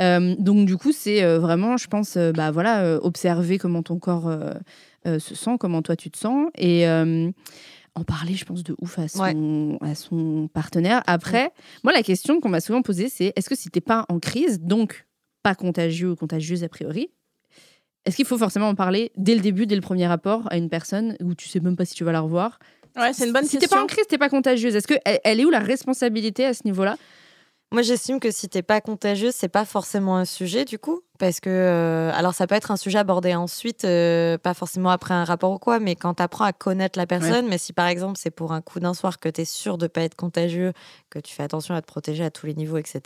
Euh, donc du coup, c'est euh, vraiment, je pense, euh, bah voilà, euh, observer comment ton corps euh, euh, se sent, comment toi tu te sens, et euh, en parler, je pense, de ouf à son, à son partenaire. Après, moi, la question qu'on m'a souvent posée, c'est est-ce que si t'es pas en crise, donc pas contagieux ou contagieuse a priori, est-ce qu'il faut forcément en parler dès le début, dès le premier rapport à une personne où tu sais même pas si tu vas la revoir Ouais, c'est une bonne Si t'es pas question. en crise, t'es pas contagieuse. Est-ce que elle, elle est où la responsabilité à ce niveau-là Moi, j'estime que si t'es pas contagieuse, c'est pas forcément un sujet, du coup. Parce que, euh, alors, ça peut être un sujet abordé ensuite, euh, pas forcément après un rapport ou quoi, mais quand t'apprends à connaître la personne, mais si par exemple, c'est pour un coup d'un soir que t'es sûr de pas être contagieux, que tu fais attention à te protéger à tous les niveaux, etc.,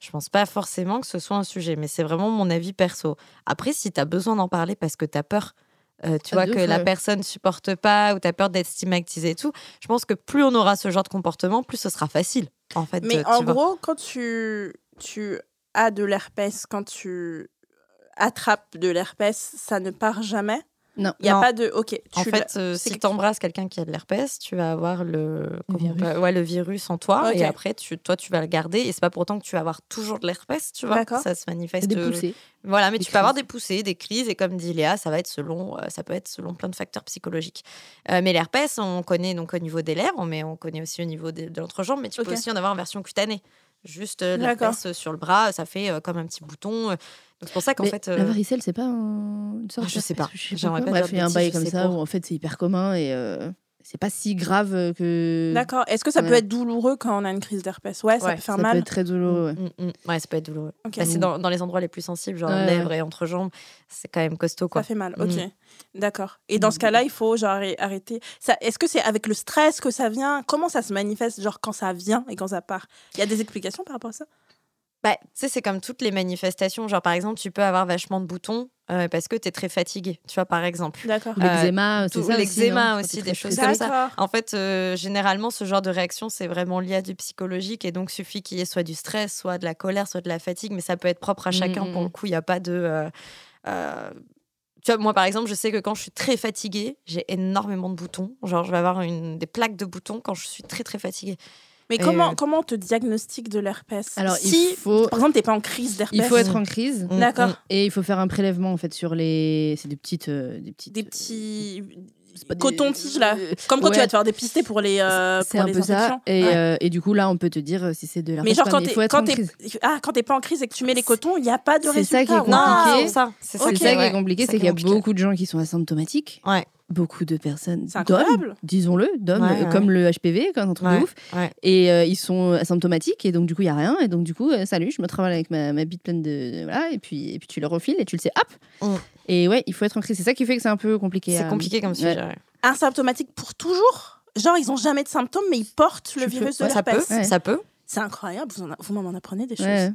je pense pas forcément que ce soit un sujet, mais c'est vraiment mon avis perso. Après, si t'as besoin d'en parler parce que t'as peur. euh, tu Ah, vois de que ouf, la ouais. personne supporte pas ou t'as peur d'être stigmatisé et tout. Je pense que plus on aura ce genre de comportement, plus ce sera facile. En fait, euh, Mais tu en vois. gros, quand tu, tu as de l'herpès, quand tu attrapes de l'herpès, ça ne part jamais. Non. Il n'y a Non. pas de. Ok, tu En l'as- fait, euh, si c'est- tu embrasses quelqu'un qui a de l'herpès, tu vas avoir le, comment on virus. peut- ouais, le virus en toi. Ok. Et après, tu, toi, tu vas le garder. Et c'est pas pourtant que tu vas avoir toujours de l'herpès, tu vois. D'accord. Ça se manifeste. Des euh, poussées. Voilà, mais Des tu peux avoir crises. des poussées, des crises. Et comme dit Léa, ça, va être selon, euh, ça peut être selon plein de facteurs psychologiques. Euh, mais l'herpès, on connaît donc au niveau des lèvres, mais on connaît aussi au niveau de, de l'entrejambe. Mais tu Ok. peux aussi en avoir en version cutanée. Juste euh, D'accord. l'herpès sur le bras, ça fait euh, comme un petit bouton. euh. Donc c'est pour ça qu'en Mais fait. La euh, varicelle, c'est pas un- une sorte Ah, je sais d'herpès pas. ou je sais J'aimerais quoi. pas dire de Bref, il y a un bail bêtises, comme je sais ça pas. où en fait c'est hyper commun et euh, c'est pas si grave que. D'accord. Est-ce que ça peut Ouais. être douloureux quand on a une crise d'herpès Ouais, ça Ouais, peut faire Ça peut mal. être très douloureux. ouais. Mm, mm, mm. Ouais, ça peut être douloureux. Ok. Bah, c'est dans, dans les endroits les plus sensibles, genre Ouais, lèvres et entrejambes, c'est quand même costaud quoi. Ça fait mal, Mm. ok. D'accord. Et dans ce cas-là, il faut genre arrê- arrêter. Ça, est-ce que c'est avec le stress que ça vient Comment ça se manifeste, genre quand ça vient et quand ça part Il y a des explications par rapport à ça Bah, tu sais, c'est comme toutes les manifestations. Genre, par exemple, tu peux avoir vachement de boutons euh, parce que tu es très fatigué, tu vois, par exemple. D'accord. Ou Euh, L'eczéma, c'est tout- ça. aussi, l'eczéma non aussi, Quand t'es des très choses stressé. comme ça. D'accord. En fait, euh, généralement, ce genre de réaction, c'est vraiment lié à du psychologique et donc suffit qu'il y ait soit du stress, soit de la colère, soit de la fatigue, mais ça peut être propre à Mm, chacun. mm, Pour mm. le coup, il n'y a pas de. euh, euh, Tu vois, moi, par exemple, je sais que quand je suis très fatiguée, j'ai énormément de boutons. Genre, je vais avoir une, des plaques de boutons quand je suis très, très fatiguée. Mais Euh, comment, comment on te diagnostique de l'herpès Alors, si, il faut, par exemple, t'es pas en crise d'herpès, il faut être en crise Mm, D'accord. mm. et il faut faire un prélèvement en fait sur les. C'est des petites. euh, des petites. des petits c'est pas des- cotons-tiges là. Euh, Comme quand ouais. tu vas te faire dépister pour les, euh, C'est pour un les peu ça. infections. Et, Ouais. euh, et du coup, là, on peut te dire euh, si c'est de la Mais genre quand il t'es faut être quand en t'es- crise. ah, quand t'es pas en crise et que tu mets les cotons, il n'y a pas de C'est ça résultat. qui est Waouh. Non, compliqué. c'est ça. C'est ça, C'est qui ça qui ouais, est ça compliqué, c'est qui qu'il y a est compliqué. beaucoup de gens qui sont asymptomatiques. Ouais. Beaucoup de personnes, C'est d'hommes, incroyable. disons-le, d'hommes, Ouais, euh, ouais. comme le HPV, comme un truc Ouais, de ouf. ouais. Et euh, ils sont asymptomatiques, et donc du coup, il n'y a rien. Et donc, du coup, euh, salut, je me travaille avec ma, ma bite pleine de. de- voilà, et puis, et puis tu le refiles, et tu le sais, hop Mm. Et ouais, il faut être en crise. C'est ça qui fait que c'est un peu compliqué. C'est à- compliqué comme ouais. sujet. euh, ouais. Asymptomatique pour toujours Genre, ils ont jamais de symptômes, mais ils portent le Tu peux- virus ouais, de Ça peut, l'herpès. Ouais. ça peut. C'est incroyable, vous, en a- vous m'en apprenez des choses. Ouais.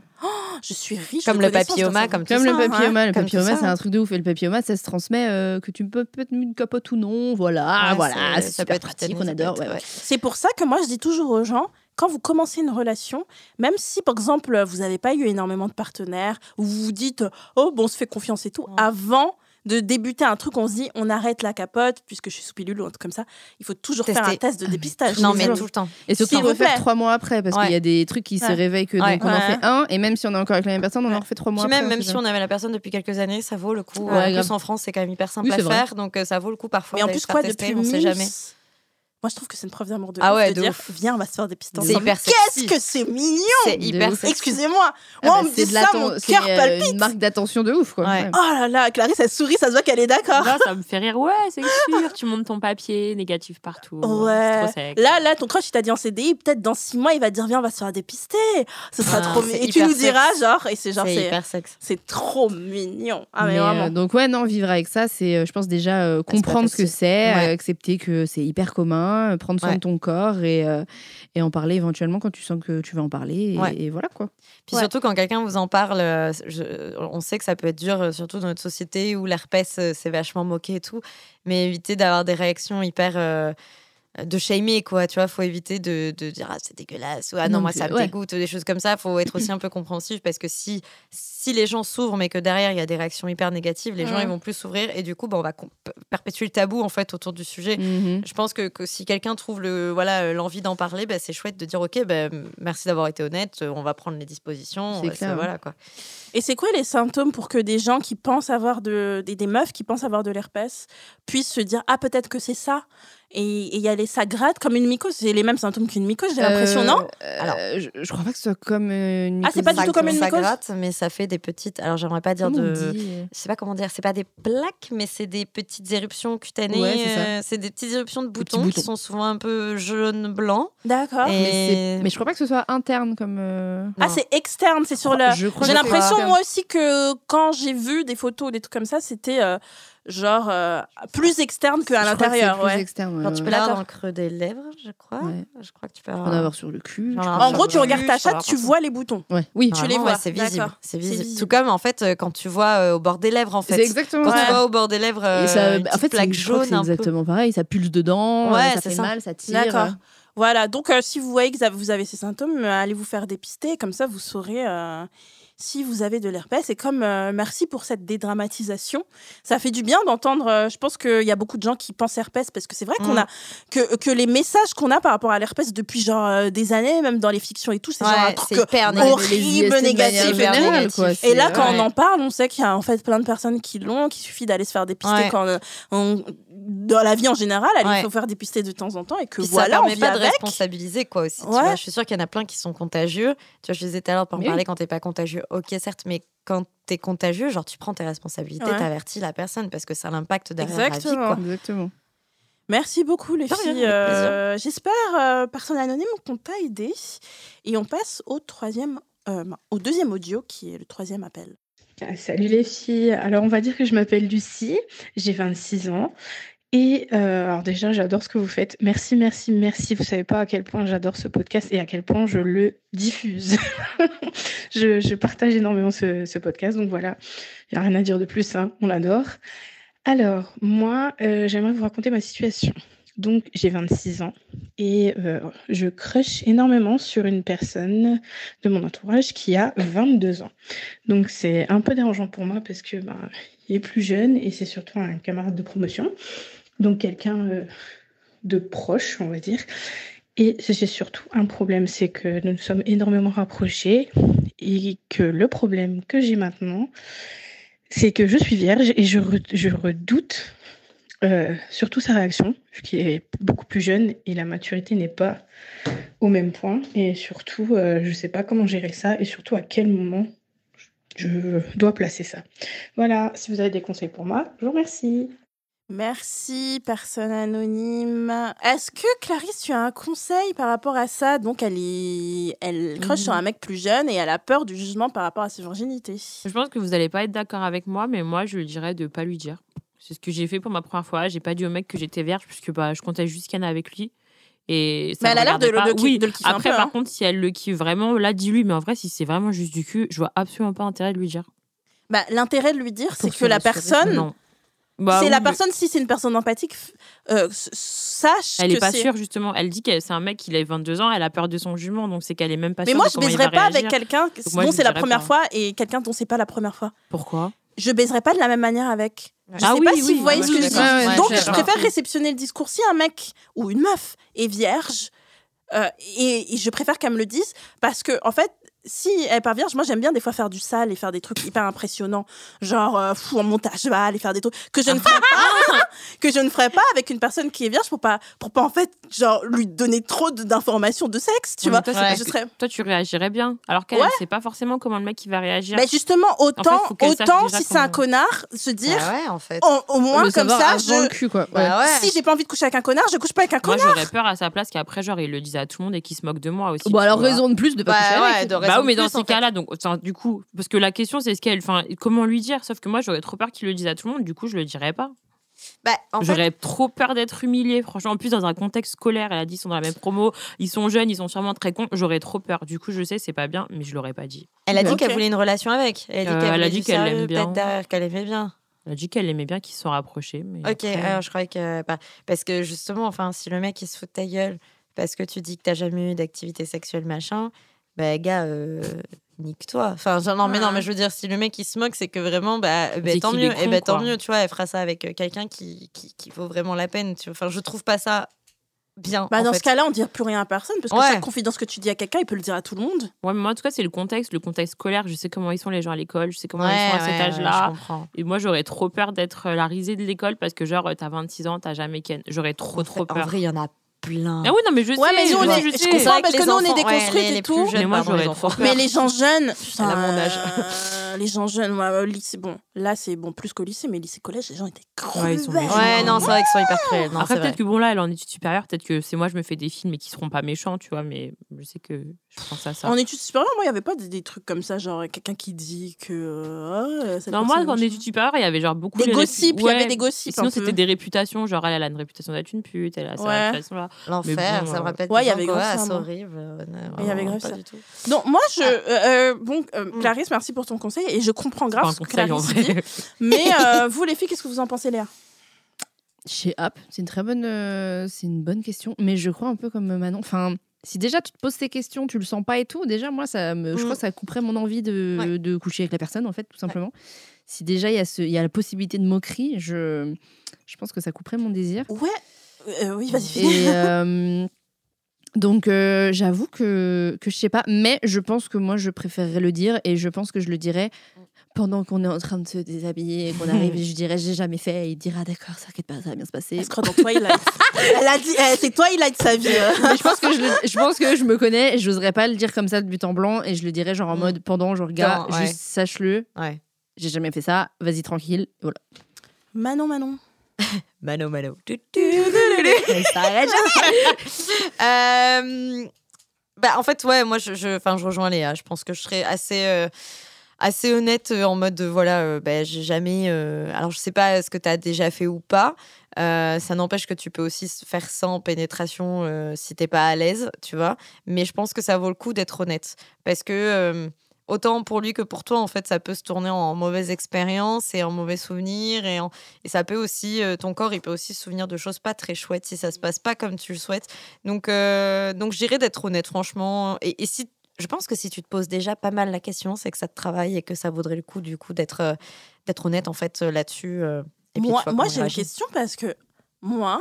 Je suis riche. de Comme le connaissances papilloma, grâce à vous. comme tout Comme ça. le papilloma, le comme tout papilloma, ça. c'est un truc de ouf. Et le papilloma, ça se transmet euh, que tu peux peut-être mettre une capote ou non. Voilà, Ouais, voilà, Ah, c'est- c'est ça super peut être pratique, tétanisé, on ça peut adore. être- ouais, ouais. C'est pour ça que moi, je dis toujours aux gens, quand vous commencez une relation, même si, par exemple, vous n'avez pas eu énormément de partenaires, ou vous vous dites, oh, bon, on se fait confiance et tout, Ouais. avant de débuter un truc, on se dit, on arrête la capote, puisque je suis sous pilule ou un truc comme ça, il faut toujours faire Tester. un test de dépistage. Non, Les mais amis. tout le temps. Et surtout S'il vous refaire plaît. trois mois après, parce qu'il y a des trucs qui se Ouais. réveillent que Ouais. donc on en Ouais. fait un, et même si on est encore avec la même personne, on en refait trois mois Puis après. même, même fait si ça. on avait la personne depuis quelques années, ça vaut le coup. Ouais, en grave. plus, en France, c'est quand même hyper simple Oui, à c'est vrai. faire, donc euh, ça vaut le coup parfois. Mais en d'aller plus, se faire quoi, tester, depuis on sait Miss, jamais. Moi, je trouve que c'est une preuve d'amour de Ah ouf ouais, de, de dire, ouf. viens, on va se faire dépister C'est ensemble. hyper Qu'est-ce sexy. que c'est mignon C'est De hyper ouf. sexy. Excusez-moi, Ah moi, bah, Oh, on me c'est dit de ça, mon l'atten- c'est cœur palpite. euh, une marque d'attention de ouf, quoi. Ouais. Ouais. Oh là là, Clarisse, elle sourit, ça se voit qu'elle est d'accord. Non, ça me fait rire. Ouais, c'est sûr. Tu montes ton papier, négatif partout. Ouais. C'est trop sec. Là, là, ton crush, il t'a dit en CDI, peut-être dans six mois, il va te dire, viens, on va se faire dépister. Ce sera Ah, trop c'est mignon. Et tu hyper nous sexe. diras, genre, et c'est genre, C'est c'est, hyper sexe. c'est trop mignon. Ah, mais, Mais, euh, vraiment. donc ouais non vivre avec ça c'est euh, je pense déjà euh, c'est pas comprendre ce que facile. c'est Ouais. euh, accepter que c'est hyper commun euh, prendre soin Ouais. de ton corps et, euh, et en parler éventuellement quand tu sens que tu vas en parler et, Ouais. et voilà quoi Puis Ouais. surtout quand quelqu'un vous en parle, euh, je- on sait que ça peut être dur, euh, surtout dans notre société où l'herpès euh, c'est vachement moqué et tout. Mais éviter d'avoir des réactions hyper euh, de shamer quoi. Tu vois, faut éviter de, de dire ah c'est dégueulasse ou ah non, Non, moi mais ça me ouais. dégoûte, des choses comme ça. Faut être [CLEARS THROAT] aussi un peu compréhensif parce que si si les gens s'ouvrent mais que derrière il y a des réactions hyper négatives, les gens Mhm. ils vont plus s'ouvrir et du coup bah, on va com- perpétuer le tabou en fait autour du sujet. Mhm. Je pense que, que si quelqu'un trouve le voilà euh, l'envie d'en parler, bah, c'est chouette de dire ok, bah, merci d'avoir été honnête, euh, on va prendre les dispositions. C'est euh, clair. voilà quoi. Et c'est quoi les symptômes pour que des gens qui pensent avoir de. des, des meufs qui pensent avoir de l'herpès puissent se dire, ah, peut-être que c'est ça. Et et y aller, ça gratte comme une mycose. C'est les mêmes symptômes qu'une mycose, j'ai l'impression, Euh, non euh, Alors. je, je crois pas que ce soit comme euh, une Ah, c'est pas du Ça- mycose- tout comme une ça mycose gratte, mais ça fait des petites. Alors j'aimerais pas dire Comment on de. dit, euh Je sais pas comment dire. C'est pas des plaques, mais c'est des petites éruptions cutanées. Ouais, c'est ça. euh, c'est des petites éruptions de petits boutons qui boutons. sont souvent un peu jaune blanc. D'accord. mais, c'est- Et... mais je crois pas que ce soit interne comme euh, Ah, non. c'est externe, c'est sur le. Je crois J'ai que c'est l'impression, interne. moi aussi, que quand j'ai vu des photos ou des trucs comme ça, c'était euh, genre euh, plus externe qu'à Je crois que c'est l'intérieur. plus Ouais. externe, ouais, Genre, tu ouais. peux l'avoir D'accord. dans le creux des lèvres, je crois. Ouais. Je crois que tu peux Tu avoir. peux en avoir sur le cul. tu Genre, peux Ah, en En avoir gros, j'en tu ai sur- regardes vu, ta j'en ai chatte, tu vu. vois les boutons. Ouais. Oui, tu Normalement, les vois. ouais, c'est visible. D'accord. C'est visible. visible. Tout comme en fait euh, quand tu vois euh, au bord des lèvres en fait. c'est exactement Quand ça. Ouais. tu vois au bord des lèvres, Et ça, bah, euh, une en fait, petite plaque c'est- je crois jaune, que c'est un peu. exactement pareil. Ça pulse dedans, Ouais, euh, ça c'est fait ça. mal, ça tire. D'accord. Voilà, donc euh, si vous voyez que vous avez ces symptômes, euh, allez vous faire dépister, comme ça vous saurez euh, si vous avez de l'herpès. Et comme euh, merci pour cette dédramatisation, ça fait du bien d'entendre. euh, je pense qu'il y a beaucoup de gens qui pensent herpès parce que c'est vrai qu'on Mm. a que, que les messages qu'on a par rapport à l'herpès depuis genre euh, des années, même dans les fictions et tout, c'est genre un Ouais, truc c'est hyper horrible, négatif. IST de négatif, manière et générale, négatif. quoi, Et Et c'est- là, quand ouais. on en parle, on sait qu'il y a en fait plein de personnes qui l'ont, qu'il suffit d'aller se faire dépister Ouais. quand euh, on- dans la vie en général, aller Ouais. se faire dépister de temps en temps et que Puis voilà, ça on permet vit pas de avec. responsabiliser quoi aussi. tu Ouais. vois. je suis sûre qu'il y en a plein qui sont contagieux. Tu vois, je disais tout à l'heure pour en Mais oui. parler quand t'es pas contagieux. Ok, certes, mais quand t'es contagieux, genre tu prends tes responsabilités, Ouais. t'avertis la personne parce que ça l'impacte derrière la vie. euh, Exactement. Quoi. Exactement. Merci beaucoup les De rien, filles. avec Euh, J'espère, euh, personne anonyme, qu'on t'a aidé. Et on passe au troisième, euh, au deuxième audio qui est le troisième appel. Ah, Salut les filles. Alors on va dire que je m'appelle Lucie, j'ai 26 ans et euh, alors déjà j'adore ce que vous faites. Merci, merci, merci. Vous savez pas à quel point j'adore ce podcast et à quel point je le diffuse. [LAUGHS] je, je partage énormément ce, ce podcast donc voilà, il n'y a rien à dire de plus, hein, on l'adore. Alors moi euh, j'aimerais vous raconter ma situation. Donc, j'ai 26 ans et euh, je crush énormément sur une personne de mon entourage qui a 22 ans. Donc, c'est un peu dérangeant pour moi parce que ben, il est plus jeune et c'est surtout un camarade de promotion. Donc, quelqu'un euh, de proche, on va dire. Et c'est surtout un problème, c'est que nous nous sommes énormément rapprochés et que le problème que j'ai maintenant, c'est que je suis vierge et je, re- je redoute euh, surtout sa réaction, vu qu'il est beaucoup plus jeune et la maturité n'est pas au même point. Et surtout, euh, je ne sais pas comment gérer ça et surtout à quel moment je dois placer ça. Voilà, si vous avez des conseils pour moi, je vous remercie. Merci, personne anonyme. Est-ce que Clarisse, tu as un conseil par rapport à ça Donc, elle, est... elle crush Mm. sur un mec plus jeune et elle a peur du jugement par rapport à sa virginité. Je pense que vous n'allez pas être d'accord avec moi, mais moi, je lui dirais de pas lui dire. C'est ce que j'ai fait pour ma première fois. J'ai pas dit au mec que j'étais vierge, puisque bah, je comptais juste canner avec lui. Et ça Mais elle me a l'air de, regardait pas. le- de le- Oui. de le kiffer Après, un peu. par hein. contre, si elle le kiffe vraiment, là, dis-lui. Mais en vrai, si c'est vraiment juste du cul, je vois absolument pas intérêt de lui dire. Bah, L'intérêt de lui dire, c'est Pour que se la rassurer, personne, Non. Bah c'est oui, la mais personne, si c'est une personne empathique, f- euh, s- sache Elle que est pas c'est- sûre, justement. Elle dit que c'est un mec qui a 22 ans, elle a peur de son jument, donc c'est qu'elle est même pas Mais sûre. moi, de je comment il va baiserai pas avec réagir. quelqu'un Donc moi, dont je c'est la baiserai première pas. fois et quelqu'un dont c'est pas la première fois. Pourquoi Je baiserai pas de la même manière avec. Je Ah sais oui, pas si oui, vous voyez ah ce que ouais, je je dis. suis d'accord. Ouais, ouais, Donc, je suis je d'accord. préfère réceptionner le discours. Si un mec ou une meuf est vierge, euh, et, et je préfère qu'elle me le dise parce que, en fait, si elle est pas vierge, moi j'aime bien des fois faire du sale et faire des trucs hyper impressionnants, genre euh, fou en montage mal et faire des trucs que je ne ferais pas, [LAUGHS] que je ne ferais pas avec une personne qui est vierge pour pas, pour pas en fait, genre lui donner trop de- d'informations de sexe, tu Ouais, mais vois. toi, c'est Ouais. parce Je que serais- toi, tu réagirais bien. Alors qu'elle, Ouais. elle sait pas forcément comment le mec il va réagir. Mais Bah, justement, autant, faut qu'elle sache autant déjà si c'est un comment- connard, se dire, Bah ouais, en fait. au, au moins Le comme savoir ça, avant je, le cul, quoi. Ouais. Bah ouais. Oh, si j'ai pas envie de coucher avec un connard, je couche pas avec un Moi, connard. j'aurais peur à sa place qu'après, genre, il le dise à tout le monde et qu'il se moque de moi aussi. Bon, tu alors vois. raison de plus de pas Bah coucher avec. ouais, de Bah raison oui, mais de dans plus, ces en fait. cas-là, donc, enfin, du coup, parce que la question, c'est ce qu'elle, enfin, comment lui dire Sauf que moi, j'aurais trop peur qu'il le dise à tout le monde, du coup, je le dirais pas. Bah, en fait, J'aurais trop peur d'être humiliée, franchement. En plus, dans un contexte scolaire, elle a dit, ils sont dans la même promo, ils sont jeunes, ils sont sûrement très cons. J'aurais trop peur. Du coup, je sais, c'est pas bien, mais je l'aurais pas dit. elle a dit Ok. qu'elle voulait une relation avec. Elle a Euh, dit qu'elle elle a voulait dit du qu'elle sérieux, l'aime bien. peut-être derrière, qu'elle aimait bien. Elle a dit qu'elle aimait bien qu'ils se sont rapprochés. Mais Ok, après, alors je croyais que. bah, parce que justement, enfin, si le mec il se fout de ta gueule parce que tu dis que t'as jamais eu d'activité sexuelle, machin, bah gars, euh, nique-toi. Enfin, genre, non, mais non, mais je veux dire, si le mec il se moque, c'est que vraiment, bah, bah, Dis tant qu'il est mieux. et con, bah, tant quoi. mieux, tu vois, elle fera ça avec euh, quelqu'un qui, qui, qui vaut vraiment la peine. Tu vois. Enfin, je trouve pas ça bien. Bah, en dans fait. ce cas-là, on dit plus rien à personne parce que Ouais. chaque confidence que tu dis à quelqu'un, il peut le dire à tout le monde. Ouais, mais moi, en tout cas, c'est le contexte, le contexte scolaire. Je sais comment ils sont les gens à l'école, je sais comment ils sont à Ouais, cet ouais, ouais, âge-là. je comprends. Et moi, j'aurais trop peur d'être euh, la risée de l'école parce que, genre, euh, t'as 26 ans, t'as jamais ken. J'aurais trop, trop En peur. vrai, il y en a plein. Ah oui, non, mais je sais. Ouais, mais je nous, on sais, est- je je sais. comprends. C'est vrai parce que nous, les on est enfants- déconstruites les- et les tout. plus jeunes, Mais moi, pardon, j'aurais les trop enfants. peur. [LAUGHS] Mais les gens jeunes, putain, Elle a mon âge. euh, les gens jeunes, ouais, au lycée, bon, là c'est bon plus qu'au lycée, mais lycée collège, les gens étaient Ouais, ils sont cruels. méchants. Ouais, non, c'est vrai qu'ils sont hyper cruels. Non, c'est Après, vrai. peut-être que, bon, là, elle est en études supérieures, peut-être que c'est moi, je me fais des films et qui seront pas méchants, tu vois, mais je sais que je pense à ça. En études supérieures, moi, il n'y avait pas des, des trucs comme ça, genre quelqu'un qui dit que. euh, Ah, cette Non, moi, personne, en machin. études supérieures, il y avait genre beaucoup Des les répu- gossips, il y avait Ouais, des gossips. un Sinon, peu. c'était des réputations, genre elle, elle a une réputation d'être une pute, elle a cette Ouais. réputation-là. L'enfer, Mais bon, ça me euh, rappelle ouais, il des y gens avait quoi, grave ah, ça, c'est moi. horrible. euh, non, Il y avait vraiment, grave pas ça. du tout. Donc, moi, je. euh, euh, bon, euh, Mm. Clarisse, merci pour ton conseil et je comprends C'est pas grave un ce que conseil en Clarisse dit. vrai. Mais euh, vous, les filles, qu'est-ce que vous en pensez, Léa Chez App, c'est une très bonne, euh, c'est une bonne question, mais je crois un peu comme Manon. Enfin, si déjà tu te poses ces questions, tu le sens pas et tout, déjà moi ça, me, je Mm. crois que ça couperait mon envie de, Ouais. de coucher avec la personne en fait, tout simplement. Si déjà il y a ce, il y a la possibilité de moquerie, je, je pense que ça couperait mon désir. Ouais. Euh, oui, vas-y, finis. [LAUGHS] Et euh, donc, euh, j'avoue que, que je sais pas, mais je pense que moi, je préférerais le dire et je pense que je le dirais pendant qu'on est en train de se déshabiller [LAUGHS] et qu'on arrive et je dirais j'ai jamais fait et il dira d'accord, ça t'inquiète pas, ça va bien se passer. Elle se croit dans [LAUGHS] Twilight. Elle a dit, eh, c'est Twilight sa vie. euh. Mais je pense que je, le- je pense que je me connais et j'oserais pas le dire comme ça de but en blanc et je le dirais genre en Mm. mode pendant, genre gars, Non, ouais. juste sache-le, Ouais. j'ai jamais fait ça, vas-y tranquille, voilà. Manon, Manon. Mano, mano. Tu, tu, [LAUGHS] tu, tu, tu. Elle [LAUGHS] s'arrête jamais. Euh, bah, en fait, ouais, moi, je, je, enfin, je rejoins Léa. Je pense que je serais assez, euh, assez honnête euh, en mode, de, voilà, euh, bah, j'ai jamais. euh, alors, je sais pas ce que tu as déjà fait ou pas. Euh, ça n'empêche que tu peux aussi s- faire ça en pénétration euh, si t'es pas à l'aise, tu vois. Mais je pense que ça vaut le coup d'être honnête. Parce que. euh, autant pour lui que pour toi, en fait, ça peut se tourner en mauvaise expérience et en mauvais souvenir. Et, en- et ça peut aussi, euh, ton corps, il peut aussi se souvenir de choses pas très chouettes si ça se passe pas comme tu le souhaites. Donc, euh, donc je dirais d'être honnête, franchement. Et, et si, je pense que si tu te poses déjà pas mal la question, c'est que ça te travaille et que ça vaudrait le coup, du coup, d'être euh, d'être honnête, en fait, euh, là-dessus. euh, et puis moi, tu vois moi, comment il j'ai une réagit. question parce que moi,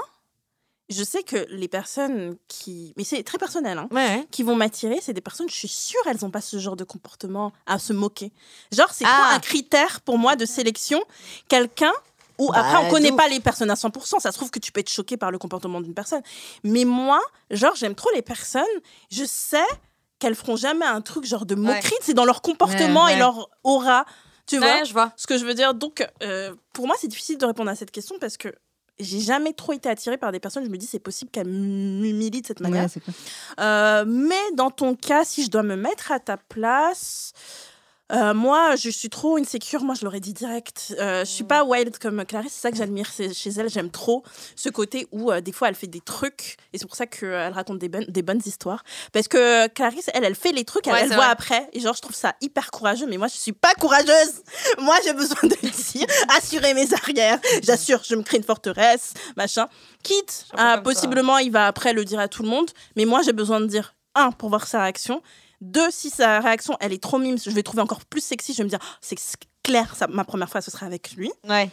je sais que les personnes qui. Mais c'est très personnel, hein. Ouais, ouais. Qui vont m'attirer, c'est des personnes, je suis sûre, elles n'ont pas ce genre de comportement à se moquer. Genre, c'est Ah. quoi un critère pour moi de sélection Quelqu'un ou Bah, après, on connaît d'où pas les personnes à 100%, ça se trouve que tu peux être choqué par le comportement d'une personne. Mais moi, genre, j'aime trop les personnes, je sais qu'elles feront jamais un truc genre de moquerie, c'est dans leur comportement Ouais, et ouais. leur aura. Tu vois Ouais, je vois. ce que je veux dire, donc, euh, pour moi, c'est difficile de répondre à cette question parce que j'ai jamais trop été attirée par des personnes. Je me dis, c'est possible qu'elles m'humilient de cette manière. Ouais, c'est clair. Euh, mais dans ton cas, si je dois me mettre à ta place, euh, moi, je suis trop insécure. Moi, je l'aurais dit direct. Euh, je suis Mm. pas wild comme Clarisse. C'est ça que j'admire chez chez elle. J'aime trop ce côté où euh, des fois elle fait des trucs et c'est pour ça qu'elle raconte des bonnes, des bonnes histoires. Parce que Clarisse, elle, elle fait les trucs, elle, Ouais, elle c'est voit vrai. après. Et genre, je trouve ça hyper courageux. Mais moi, je suis pas courageuse. [LAUGHS] Moi, j'ai besoin de le dire, assurer mes arrières. J'assure, je me crée une forteresse, machin. Quitte un peu à comme toi. possiblement, il va après le dire à tout le monde. Mais moi, j'ai besoin de dire, un, pour voir sa réaction. Deux, si sa réaction, elle est trop mime, je vais trouver encore plus sexy. Je vais me dire, oh, c'est clair, ça, ma première fois, ce sera avec lui. Ouais.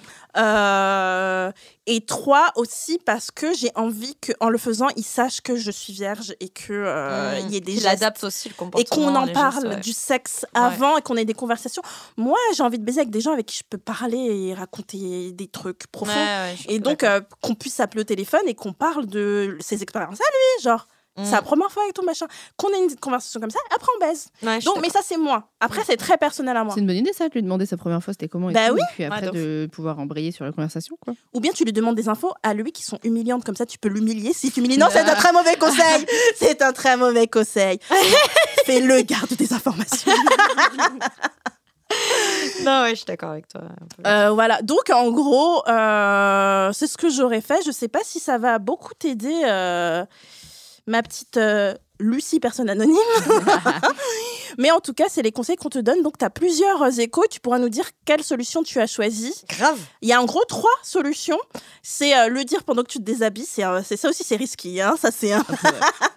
Euh, et trois, aussi parce que j'ai envie qu'en le faisant, il sache que je suis vierge et que euh, il y ait des Il gestes adapte aussi le comportement. et qu'on en les parle gestes, ouais. du sexe avant et qu'on ait des conversations. Moi, j'ai envie de baiser avec des gens avec qui je peux parler et raconter des trucs profonds. Ouais, ouais, je suis Et donc, euh, qu'on puisse s'appeler au téléphone et qu'on parle de ses expériences à lui, genre, d'accord. c'est la première fois et tout, machin. Qu'on ait une conversation comme ça, après on baise. Mm. Ouais, je suis Donc, mais ça, c'est moi. Après, c'est très personnel à moi. C'est une bonne idée, ça, de lui demander sa première fois, c'était comment. et Bah tout, oui. Et puis après, Ah, de pouvoir embrayer sur la conversation, quoi. Ou bien tu lui demandes des infos à lui qui sont humiliantes, comme ça tu peux l'humilier si tu humilies. Non, c'est un très mauvais conseil C'est un très mauvais [LAUGHS] conseil Fais-le, garde des informations Non, ouais, je suis d'accord avec toi. un peu. Euh, voilà, donc en gros, euh, c'est ce que j'aurais fait. Je sais pas si ça va beaucoup t'aider, euh, ma petite euh, Lucie, personne anonyme. Mais en tout cas, c'est les conseils qu'on te donne. Donc, tu as plusieurs euh, échos. Tu pourras nous dire quelle solution tu as choisie. Grave. Il y a en gros trois solutions. C'est euh, le dire pendant que tu te déshabilles. C'est euh, c'est ça aussi, c'est risqué. Hein ça, c'est un. [LAUGHS]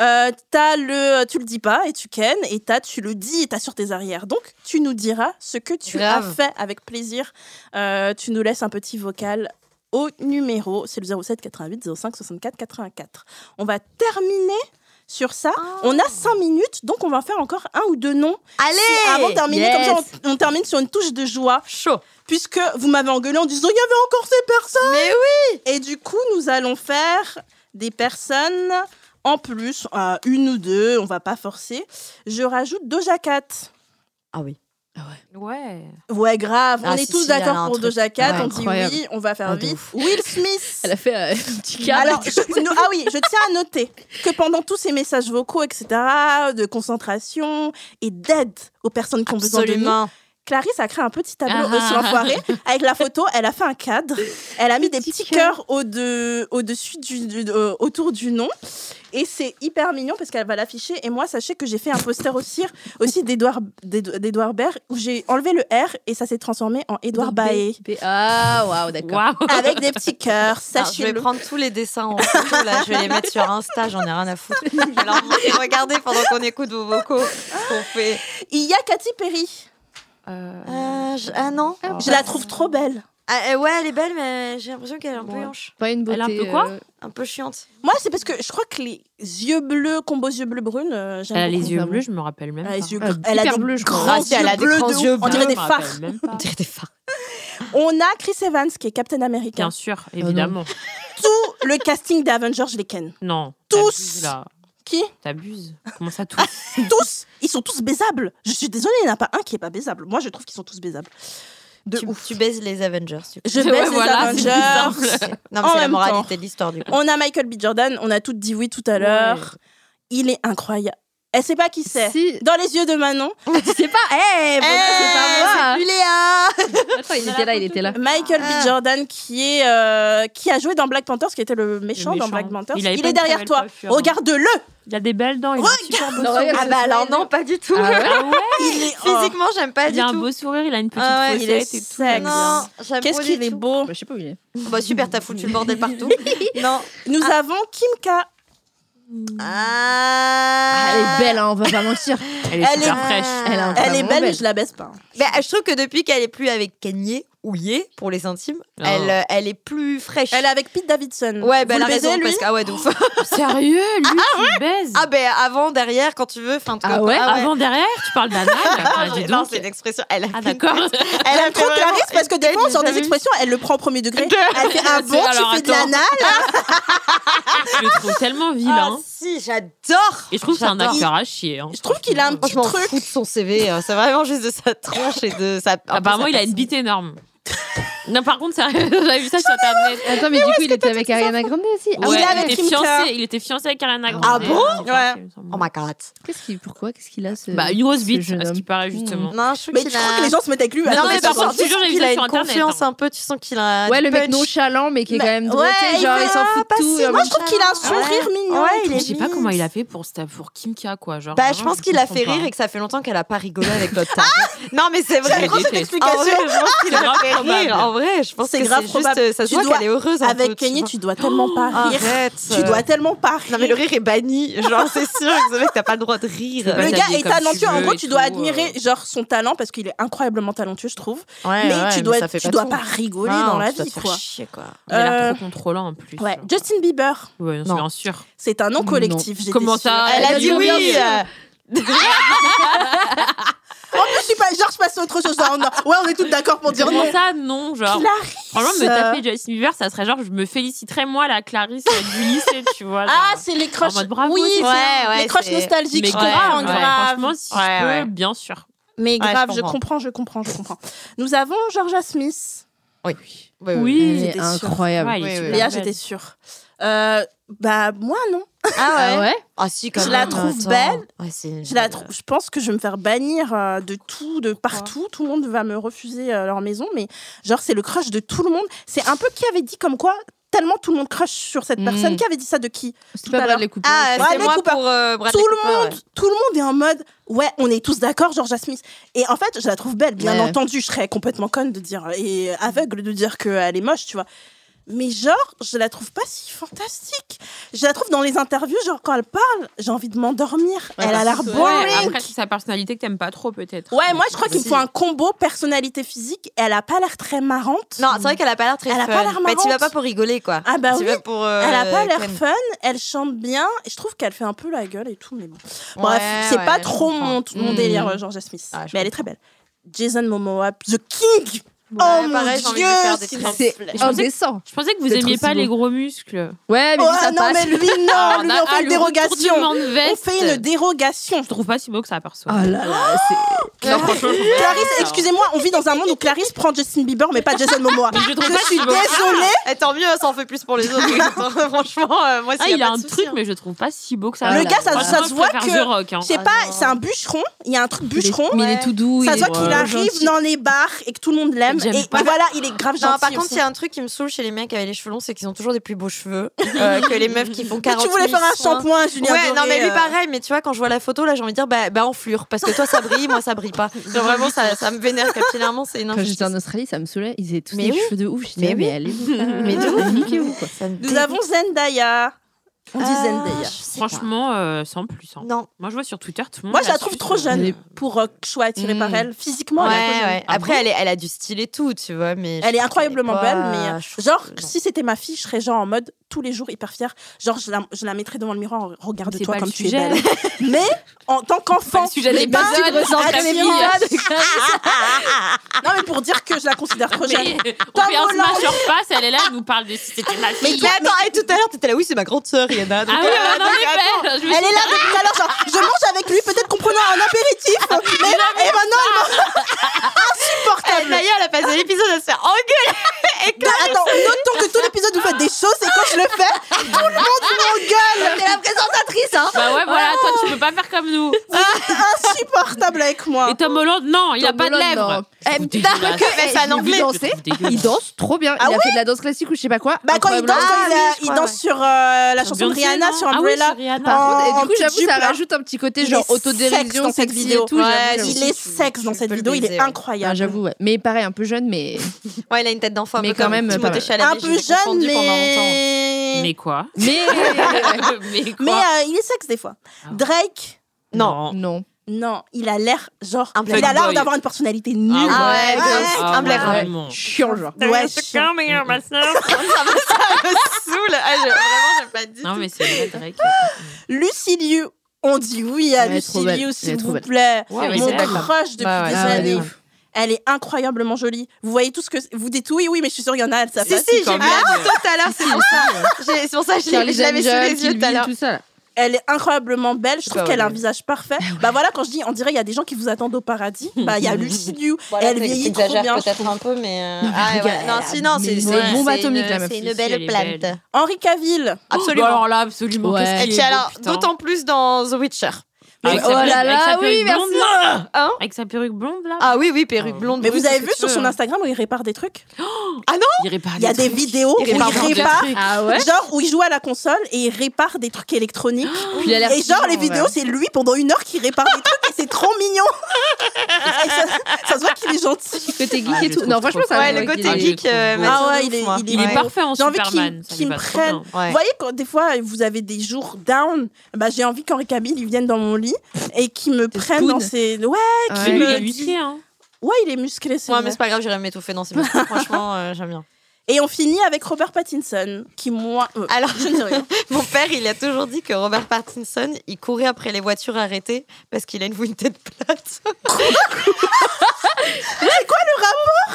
Euh, t'as le, euh, tu le dis pas et tu ken. Et t'as, tu le dis et t'as sur tes arrières. Donc, tu nous diras ce que tu as Grave. fait avec plaisir. Euh, tu nous laisses un petit vocal au numéro. C'est le 07 88 05 64 84. On va terminer sur ça. On a cinq minutes, donc on va faire encore un ou deux noms. Ah. Allez Si- Avant de terminer, Yes comme ça, on, on termine sur une touche de joie Chaud. puisque vous m'avez engueulé en disant il y avait encore ces personnes. Mais oui. Et du coup, nous allons faire des personnes en plus, euh, une ou deux, on va pas forcer. Je rajoute Doja Cat. Ah oui. Ouais. Ouais, grave, Ah, on est si, tous si, elle a d'accord un pour truc. Doja Cat, Ouais, on dit incroyable. oui, on va faire Ah, de vite. ouf. Will Smith. Elle a fait [LAUGHS] euh, un petit câble. Alors, je- non, ah oui, je tiens à noter que pendant tous ces messages vocaux, etc., de concentration et d'aide aux personnes qui ont besoin de nous, Absolument. Clarisse a créé un petit tableau Ah. aussi enfoiré avec la photo. Elle a fait un cadre. Elle a mis des Petit petits cœurs au de- au-dessus du, du- euh, autour du nom. Et c'est hyper mignon parce qu'elle va l'afficher. Et moi, sachez que j'ai fait un poster aussi, aussi d'Edouard d'Ed- d'Edouard Baird où j'ai enlevé le R et ça s'est transformé en Edouard Baé. B- Ah, waouh, d'accord. Waouh. Avec des petits [LAUGHS] cœurs, Alors, je vais sachez-le. prendre tous les dessins [LAUGHS] en photo, là. Je vais les mettre sur Insta, j'en ai rien à foutre. Je vais leur [LAUGHS] montrer. Regardez pendant qu'on écoute vos vocaux ce qu'on fait. Il y a Katy Perry. Euh, Euh, je- Ah non Je la trouve trop belle. Ah, euh, Ouais, elle est belle, mais j'ai l'impression qu'elle est un peu Ouais. hanche. Pas une beauté. Elle a un peu quoi euh, Un peu chiante. Moi, c'est parce que je crois que les yeux bleus, combo yeux bleus brunes, euh, j'aime Elle a beaucoup. les yeux Pardon. bleus, hein. je me rappelle même. Elle a pas. les yeux Ah, gr- elle a hyper des bleu, je crois. grands Ah, si, elle a yeux des bleus grands de ouf. yeux On dirait Ah, des je me rappelle phares. même On pas. dirait [LAUGHS] des phares. On a Chris Evans qui est Captain America. Bien sûr, évidemment. Tout le casting d'Avengers, je les ken. non. Tous. t'abuses, là. Qui T'abuses. Comment ça, tous Tous Ils sont tous baisables. Je suis désolée, il n'y en a pas un qui est pas baisable. Moi, je trouve qu'ils sont tous baisables. De Tu, ouf. tu baises les Avengers. du coup. Je baise Ouais, les voilà, c'est Avengers. plus C'est- Non, En mais c'est la même moralité de l'histoire, du coup. On a Michael B. Jordan, on a toutes dit oui tout à l'heure. Il est incroyable. Elle sait pas qui c'est. Si. Dans les yeux de Manon, tu sais pas. Eh, bon, c'est pas moi. bah, c'est Ah plus Léa Attends, il était là, il était là. Michael Ah. B. Jordan qui est euh, qui a joué dans Black Panthers, qui était le méchant, méchant. dans Black Panthers. Il Il, avait pas est une très derrière belle toi. coiffure, hein. Regarde-le. Il a des belles dents, il a un super beau Non, sourire. regarde, Ah bah alors non, pas du tout. Ah [LAUGHS] ouais Ah ouais, Il est Physiquement, j'aime pas il du a un tout. beau sourire, il a une petite Ah ouais, fossette il est et tout. sec. bien. Non, j'aime Qu'est-ce pas qu'il du est tout. beau. Bah, je sais pas où il est. Bah super, t'as foutu le bordel partout. non. Nous avons Kimka. Ah. Ah, elle est belle, hein, on va pas mentir. Elle est Elle super est- fraîche. Elle, a un Ah, Elle est vraiment belle, mais je la baisse pas. Bah, je trouve que depuis qu'elle est plus avec Kanye ou Ye pour les intimes, Oh. Non. elle, euh, elle est plus fraîche. Elle est avec Pete Davidson. Ouais, bah, Vous elle a le baisez, raison lui parce que ah ouais, donc Sérieux, lui, tu baises. ah ben avant derrière quand tu veux, enfin en tout cas, Ah ouais, Avant, derrière, tu parles d'anal. Ah, Enfin, j'ai- dis non, donc. c'est une expression. Elle a Ah fait une- d'accord. Elle aime trop vraiment- Clarisse parce que des fois, on sort T'as des vu expressions, elle le prend au premier [LAUGHS] degré. Elle fait un C'est- bon, tu alors, fais de attends. l'anal. Je le trouve tellement Ah vilain. si, j'adore. Et je trouve que c'est un J'adore. acteur à chier. hein. Je trouve qu'il a un Oh, petit je m'en truc. fous de son CV. hein. C'est vraiment juste de sa tronche et de sa. Apparemment, il a une bite énorme. Non, par contre, sérieux, j'avais vu ça [LAUGHS] sur internet. Attends, mais, du coup, il était avec Ariana Grande aussi. Ah Ouais, ouais. avec il, était Kim K. fiancé, il était fiancé avec Ariana Grande. Ah bon Ouais. Oh my god. Qu'est-ce qu'il, pourquoi, qu'est-ce qu'il a ce. Bah, une grosse ce bite, jeune à ce homme. Hmm. qui paraît, justement. Non, je trouve Mais qu'il tu a- crois que les gens se mettent avec lui Non, alors mais que par c'est contre, sorti. toujours, j'ai vu il ça a sur une Internet, confiance hein. un peu. Tu sens qu'il a. Ouais, du le mec punch. nonchalant, mais qui est quand même drôle. Ouais, tu sais, il genre, veut- il s'en fout ah, de tout. passer- et en Moi, mode- je trouve qu'il a un Ouais. sourire mignon. Ouais, et il tout. est Je sais pas mignon. comment il a fait pour, sta- pour Kim K, quoi. Genre, Bah, je vraiment, pense qu'il a comprends fait pas. rire et que ça fait longtemps qu'elle a pas rigolé avec l'autre. tarée. non, mais c'est Je vrai. le grosse déteste. En vrai, explication. je pense qu'il a C'est grave fait probable. rire. En vrai, je pense C'est que grave c'est juste. probable. euh, Ça se Tu voit dois- qu'elle est heureuse. un peu, Avec tu Kenny, vois. tu dois tellement pas rire. Arrête. Tu euh, dois tellement pas rire. Non, mais le rire est banni. Genre, c'est sûr que ce mec, t'as pas le droit de rire. Le Le Ouais, gars t'habiller est comme tu talentueux. En veux gros, et tu dois tout, admirer euh. genre son talent parce qu'il est incroyablement talentueux, je trouve. Ouais, mais ouais, tu dois, ça fait tu dois tout. pas rigoler Non, dans la tu dois vie, te faire quoi. chier, quoi. Il a Euh, l'air trop contrôlant, en plus. Ouais, Justin Bieber, Ouais, Non. non, bien sûr. c'est un nom Non. collectif. j'étais Comment sûre. ça Ah, Elle a dit oui. euh, En plus, je suis pas genre je passe à autre chose. Genre, on- Ouais, on est toutes d'accord pour dire non. Comment ça, non, genre. Clarisse. Franchement, me euh, taper Justin Bieber, ça serait genre, je me féliciterais, moi, la Clarisse euh, du lycée, tu vois. genre. Ah, c'est les crushs. En mode bravo, oui, c'est- c'est- Ouais, ouais, les crushs c'est- nostalgiques. Mais Je comprends, grave, ouais. grave. Franchement, si Ouais, je peux, ouais. bien sûr. Mais Ouais, je grave, je comprends. comprends, je comprends, je comprends. Nous avons Georgia Smith. Oui, Elle Oui. est j'étais sûre. incroyable. Ouais, il est Oui, oui. super Léa, belle. j'étais sûre. Euh, bah, moi, non. Ah Ah ouais. ouais Ah si, quand Je la même, trouve attends. belle. Ouais, c'est une- Je, la trou- je pense que je vais me faire bannir euh, de tout, de partout. Tout le monde va me refuser euh, leur maison. Mais, genre, c'est le crush de tout le monde. C'est un peu qui avait dit comme quoi, tellement tout le monde crush sur cette Mm. personne. Qui avait dit ça de qui C'est Tout pas à mal l'heure. les couples. Ah, c'est Bradley moi Cooper. pour euh, Bradley tout le Cooper, monde, tout le monde est en mode ouais, on est tous d'accord, Georgia Smith. Et en fait, je la trouve belle, bien Ouais. entendu. Je serais complètement conne de dire et aveugle de dire qu'elle est moche, tu vois. Mais genre, je la trouve pas si fantastique. Je la trouve dans les interviews, genre quand elle parle, j'ai envie de m'endormir. elle a l'air Ouais, boring. après, c'est sa personnalité que t'aimes pas trop, peut-être. Ouais, moi je crois qu'il me Si. faut un combo personnalité physique. Elle a pas l'air très marrante. Non, c'est vrai qu'elle a pas l'air très Elle a fun. pas l'air Mais tu vas marrante. pas pour rigoler quoi. Ah bah tu oui. vas pour euh, Elle a pas l'air crème. fun, elle chante bien, et je trouve qu'elle fait un peu la gueule et tout, mais bon. Ouais, Bref, c'est ouais, pas je trop comprends. mon, mon Mm. délire, euh, Georgia Smith. Ah, je mais elle est très belle. Jason Momoa, The King Ouais, Oh pareil, j'ai mon envie dieu de faire des s'il crèmes. vous C'est plaît. Oh, indécent. Je pensais que vous Peut-être aimiez aussi pas beau. les gros muscles. Ouais, mais Oh, lui, ça non, passe. mais lui, non, Alors, lui, là, on ah, fait le une dérogation. retournement de On veste. fait une dérogation. Je trouve pas si beau que ça, perso. Oh là là, c'est. [LAUGHS] Non, franchement, je trouve pas Clarisse, ça. excusez-moi, on vit dans un monde où Clarisse prend Justin Bieber, mais pas Jason Momoa. Mais je trouve pas Je suis si beau. désolée. Eh, tant mieux, ça en fait plus pour les [LAUGHS] autres. Franchement, euh, moi Ah, s'il y il a pas de un souci, truc, hein. mais je trouve pas si beau que ça. Ah, Le là, gars, ça, ça là, Franchement, se je voit préfère The que. Rock, hein. Je sais Ah, pas, c'est un bûcheron. Il y a un truc bûcheron. Mais il est tout doux. Ça il se est voit qu'il drôle, arrive gentil. dans les bars et que tout le monde l'aime. J'aime Et, et pas. voilà, il est grave gentil. Non, par contre, aussi. il y a un truc qui me saoule chez les mecs avec les cheveux longs, c'est qu'ils ont toujours des plus [LAUGHS] beaux cheveux euh, que les meufs qui font Mais 40 tu voulais 000 faire un soins. shampoing, Julien. Ouais, non, Doré, mais lui euh, pareil, mais tu vois, quand je vois la photo, là, j'ai envie de dire, bah, bah enflure, parce que toi, ça brille, moi, ça [LAUGHS] brille pas. Genre, vraiment, ça, ça me vénère capillairement, c'est une Quand j'étais injustice. en Australie, ça me saoulait. Ils avaient tous Mais des oui. cheveux de ouf. Je Mais disais, mais oui. allez vous faire- Mais de ouf. niquez-vous, quoi. Ça me Nous dégoûte. avons Zendaya. On dit Ah, Zendaya. je sais pas. Franchement, euh, sans plus. hein. Non. Moi, je vois sur Twitter tout le monde. Moi, je la la trouve suce, trop euh, jeune pour euh, que je sois attirée Mm. par elle. Physiquement, Mmh. Ouais, elle est trop jeune. ouais. Ah Après, bon elle, est, elle a du style et tout, tu vois, mais. je Elle est trouve incroyablement qu'elle est belle, pas- mais euh, je trouve genre, que non. si c'était ma fille, je serais genre en mode tous les jours hyper fière. Genre, je la, je la mettrais devant le miroir, en- C'est regarde-toi pas le comme tu es sujet. belle. [LAUGHS] mais en tant C'est pas qu'enfant, le sujet mais des pas- épisodes. Ah, c'est c'est la malade. fille. Non, mais pour dire que je la considère [LAUGHS] trop jeune. Mais on Tom fait un Holland. smash sur face, elle est là, elle nous parle de si c'était ma Mais, [LAUGHS] fille. mais attends, et tout à l'heure, t'étais là, oui, c'est ma grande sœur, Yana. donc, Ah oui, euh, ouais, non, mais belle. Je me Elle suis est là depuis tout à l'heure, genre, je mange avec lui, peut-être qu'on prenait un apéritif. Ah, mais, et maintenant, elle m'a- elle, insupportable. D'ailleurs, elle a passé l'épisode à se faire engueuler. Et Non, attends, notons que tout l'épisode vous faites des choses et quand je le fais, tout le monde m'engueule. la présentatrice, hein. Bah ouais, voilà, toi, tu peux pas faire comme nous. Insupportable avec moi. Et Tom Holland, non, il a Tom pas de Holland, lèvres. non. Je trouve Eh, putain, Bah, dégueulasse. que- eh, fan Je l'ai vu anglais. danser. [LAUGHS] Je trouve dégueulasse. Il danse trop bien. Ah il a fait de la danse classique ou je sais pas quoi. Bah, quand il danse, Incroyable. quand il, a- il crois, danse ouais. sur euh, la Sur chanson de Beyoncé, Rihanna, non sur Ah oui, Umbrella. sur Rihanna. Par contre, en et du coup, petite j'avoue, jupe, ça là. rajoute un petit côté Il genre est sexe autodérision, dans cette cette vidéo et tout. vidéo. j'avoue, Ouais, j'avoue. si, il est tu- sexe dans tu cette peux le vidéo, il est baiser, ouais. incroyable. Ah, j'avoue, ouais. Mais pareil, un peu jeune, mais. Ouais, il a une tête d'enfant, un Mais peu quand comme même, pas Timothée mal. Chalamet. un je peu l'ai jeune, confondu pendant longtemps. mais. Mais quoi [LAUGHS] Mais. Mais Mais quoi euh, il est sexe des fois. Ah. Drake, Non. non. non, il a l'air genre. Un il a l'air fuckboy. d'avoir une personnalité nulle. Ah ouais, ouais, grave. ah un blaire. ouais. Ouais. Vraiment. Chiant, genre. ouais, Ouais, chiant. Ça me- ça me saoule. Ah, je- Vraiment, j'aime pas du Non, tout. mais c'est vrai, Drake. Lucy Liu. On dit oui à Elle est Lucy trop belle. Liu, Elle est s'il trop vous belle. plaît. Ah Ouais, Mon c'est elle, là. crush depuis Bah ouais. des Ah ouais, de années. ouf. Elle est incroyablement jolie. Vous voyez tout ce que. Vous dites oui, oui, mais je suis sûre qu'il y en a, elle ça Si, passe. si, j'ai vu Quand la même. photo tout à l'heure, Ah, c'est pour ça. J'ai- C'est pour ça que je l'ai- Charlie je l'avais sous Angel, les yeux Kill tout à Bill, l'heure. tout ça. là. Elle est incroyablement belle. Je C'est trouve pas qu'elle a un vrai. visage parfait. Bah voilà, quand je dis, on dirait il y a des gens qui vous attendent au [LAUGHS] paradis. Bah il y a Lucy Liu. elle vieillit trop bien. je trouve. un peu, mais. Non, mais Ah, ouais. regarde, Non, sinon, c'est mais c'est- ouais. c'est Bombe une- atomique, la meuf. C'est Si, une si, elle belle est plante. belle. Henri Cavill. Bah Absolument. alors là, absolument. Ouais. qu'est-ce Et qu'il puis est beau, alors, putain. d'autant plus dans The Witcher. Avec sa oh perruque- là avec là, sa perruque oui, merci. blonde, là. Hein Avec sa perruque blonde, là. Ah oui, oui, perruque Ah. blonde. euh, Mais oui, vous avez tout ce vu que sur tu son veux. Instagram où il répare des trucs Il répare Ah, Il y a des trucs. vidéo où Il il répare des répare, Ah ouais genre où il joue à la console et il répare des trucs électroniques. Puis il a l'air Et genre les mignon, vidéos, ouais. c'est lui pendant une heure qui répare des trucs et c'est trop mignon. Et ça, ça se voit qu'il est gentil. Côté geek Ah, je et tout. trouve Non, trop franchement, fort. ça Ouais, me le voit côté Ah, qu'il est- geek. euh, Ah m'attire de ouais, ouf, il est- moi. il est Il Ouais. est parfait en J'ai envie Superman. qu'il- ça lui qu'il va me trop bien. Ouais. Vous voyez, quand des fois vous avez des jours down, bah, j'ai envie qu'Henri Cavill il vienne dans mon lit et qu'il me prenne coude. dans ses. Ouais, Ouais. Qui me lui est dit- huissier, hein. ouais, il est musclé, c'est Ouais, vrai. mais c'est pas grave, j'irai m'étouffer [LAUGHS] dans ces mouchoirs. Franchement, euh, j'aime bien. Et on finit avec Robert Pattinson, qui moi. euh, Alors, je ne dis rien. mon père, il a toujours dit que Robert Pattinson, il courait après les voitures arrêtées parce qu'il a une, une tête [LAUGHS] plate.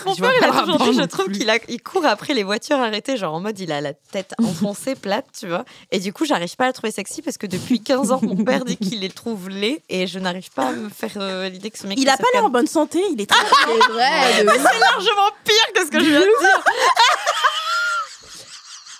Mon Je père, vois il pas a le toujours rapport dit, je non trouve plus. qu'il a- il court après les voitures arrêtées, genre en mode il a la tête enfoncée, plate, tu vois. Et du coup, j'arrive pas à le trouver sexy parce que depuis 15 ans, mon père dit qu'il les trouve laids et je n'arrive pas à me faire euh, l'idée que ce mec. Il a pas l'air en bonne santé, il est très. C'est [LAUGHS] vrai. de ouf. C'est largement pire que ce que je viens de dire.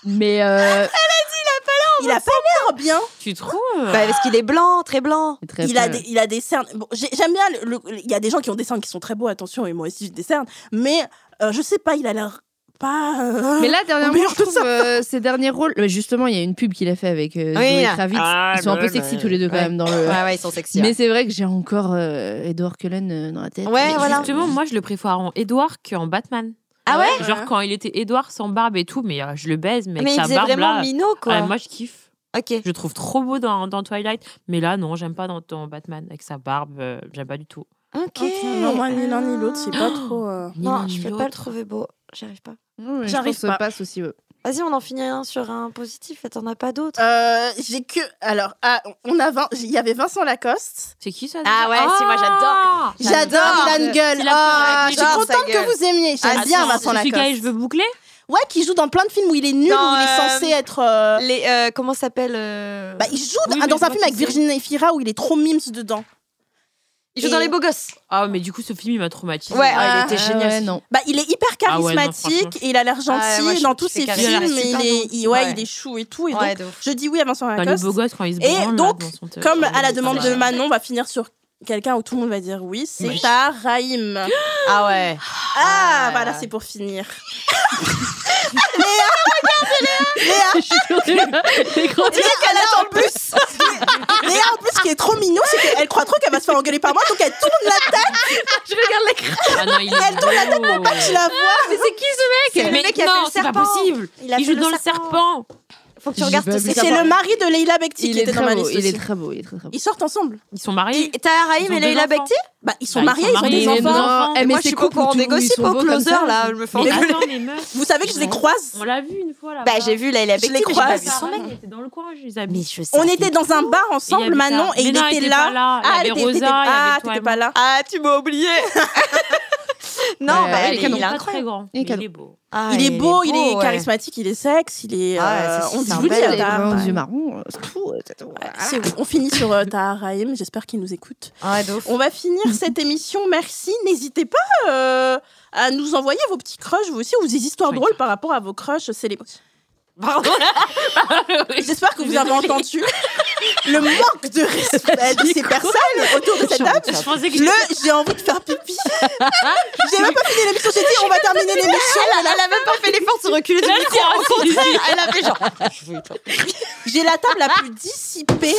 Mais euh, il a pas l'air bien. Tu trouves Bah, parce qu'il est blanc, très blanc. très il, a peu. des, il a des cernes. Bon, j'ai- J'aime bien. le- le- Il y a des gens qui ont des cernes qui sont très beaux, attention, et moi aussi j'ai des cernes. Mais euh, je sais pas, il a l'air pas. euh, Mais là, dernièrement, meilleur je de trouve euh, ses derniers rôles. Mais Justement, il y a une pub qu'il a fait avec euh, Oui, Zoé là. Kravitz. Ils sont un peu sexy tous les deux quand Ouais. même dans le. Ouais, ouais, ils sont sexy. Mais ouais. c'est vrai que j'ai encore euh, Edward Cullen euh, dans la tête. Ouais, Et voilà. Justement, moi, je le préfère en Edward qu'en Batman. Ah ouais euh, Genre quand il était Edward sans barbe et tout, mais euh, je le baise, mais, Mais il avec sa faisait barbe vraiment là. minot, quoi. ouais, moi, je kiffe. Ok. Je le trouve trop beau dans, dans Twilight, mais là, non, j'aime pas dans, dans Batman avec sa barbe. euh, j'aime pas du tout. Ok. Ah. ok, non, moi, ni l'un ni l'autre, c'est pas Oh. trop. euh, Ni l'un Non, ni je peux l'autre. pas le trouver beau. J'arrive pas. Ouais, je J'arrive pense que pas. Ça passe aussi. ouais. Vas-y, on en finit un sur un positif et t'en as pas d'autres. Euh, j'ai que. Alors, ah, on a vingt- il y avait Vincent Lacoste. C'est qui ça Ah déjà ouais, si, moi, Ah j'adore. J'adore, Ah, J'adore. il a une gueule. Il a pleuré Ah, avec je les suis gens, sa contente gueule. que vous aimiez. J'aime Ah, bien si, Vincent Celui qui a les Lacoste. cheveux bouclés Ouais, qui joue dans plein de films où il est nul, Dans, où il est euh, censé être. euh, Les, euh, comment ça s'appelle euh, Bah, il joue Oui, dans, mais dans je un vois film qui avec c'est. Virginie Efira où il est trop mimes dedans. Il joue dans et- Les Beaux Gosses. Ah, mais du coup, ce film, il m'a traumatisé. Ouais, Ah, il était Ah génial. ouais, ce non. Bah, il est hyper Ah ouais, non, charismatique franchement. et il a l'air gentil Ah ouais, moi, je- dans je tous fais ses carré- films. il a l'air Il super est, gentil, il- ouais, ouais. il est chou et tout. Et Ouais, donc, de ouf. je dis oui à Vincent Dans les Lacoste. Ah, beaux gosses, quand ils se Et branlent, là, donc, dans son t- Comme dans à la son demande de travail. Manon, on va finir sur quelqu'un où tout le monde va dire oui, c'est Oui. ta Rahim. Ah ouais. Ah, Ah. voilà, c'est pour finir. Léa, Léa, Les grands- Léa, en plus, Léa, en plus, ce qui est trop mignon, c'est qu'elle croit trop qu'elle va se faire engueuler par moi, donc elle tourne la tête, Ah non, il est Elle tourne la tête beau. je la vois. Mais c'est qui ce Mais non, c'est pas possible. Il a Il fait joue le dans le serpent. serpent. Faut que tu J'ai regardes pas ce vu Et ça. serpent. c'est le mari de Leila Bekti Il qui est était dans ma très beau. liste. Il est aussi. très beau. Il est très très beau. Ils sortent ensemble. Ils sont mariés. Et Tahar Rahim Ils ont et Leila deux enfants. Bekti Bah, ils sont Bah, ils mariés, sont ils ont des mariés, les enfants. enfants. Eh, Et mais Moi, je c'est suis pas au cool, courant tout- des ils gossips sont au beaux comme closer, ça. là. Je me fais Mais engueuler. attends, mais meuf, Vous savez que je les Ouais. croise. on l'a vu une fois là. Bah, j'ai vu Leila Je Bekti, les mais j'ai pas croise. vu son mec. Il était dans le coin, je les ai mis. Mais je sais. On était dans un bar ensemble, Manon, et il non, était pas là. Il y avait elle était- Rosa, il y t'étais- avait ah, toi et t'étais moi. pas là. Ah, tu m'as oublié. Non, Ouais, bah, ouais, il, il est est- il est pas très incroyable. grand. Il est mais Il canon. est beau. Ah, Il est beau, il est ouais. charismatique, il est sexe, il est. Ah, euh, c'est- c'est On dit un Je oui vous dis, bel à elle ta- a vraiment bah, des yeux marrons. euh, C'est tout. c'est tout. C'est- on finit sur euh, Taharaim, j'espère qu'il nous écoute. Ouais, de ouf. On va finir cette émission, merci. N'hésitez pas euh, à nous envoyer vos petits crushs, vous aussi, ou des histoires Oui. drôles par [LAUGHS] rapport à vos crushs célèbres. Pardon. J'espère que vous avez entendu. le manque de respect de ces personnes autour de cette table. [LAUGHS] Je pensais que Le j'ai envie de faire pipi. j'ai même pas fini l'émission, j'ai dit on va terminer l'émission. Elle, elle a même pas fait l'effort de se reculer du Là, micro. c'est Au raciste. contraire, elle a fait genre. Je veux pas. J'ai la table la plus dissipée.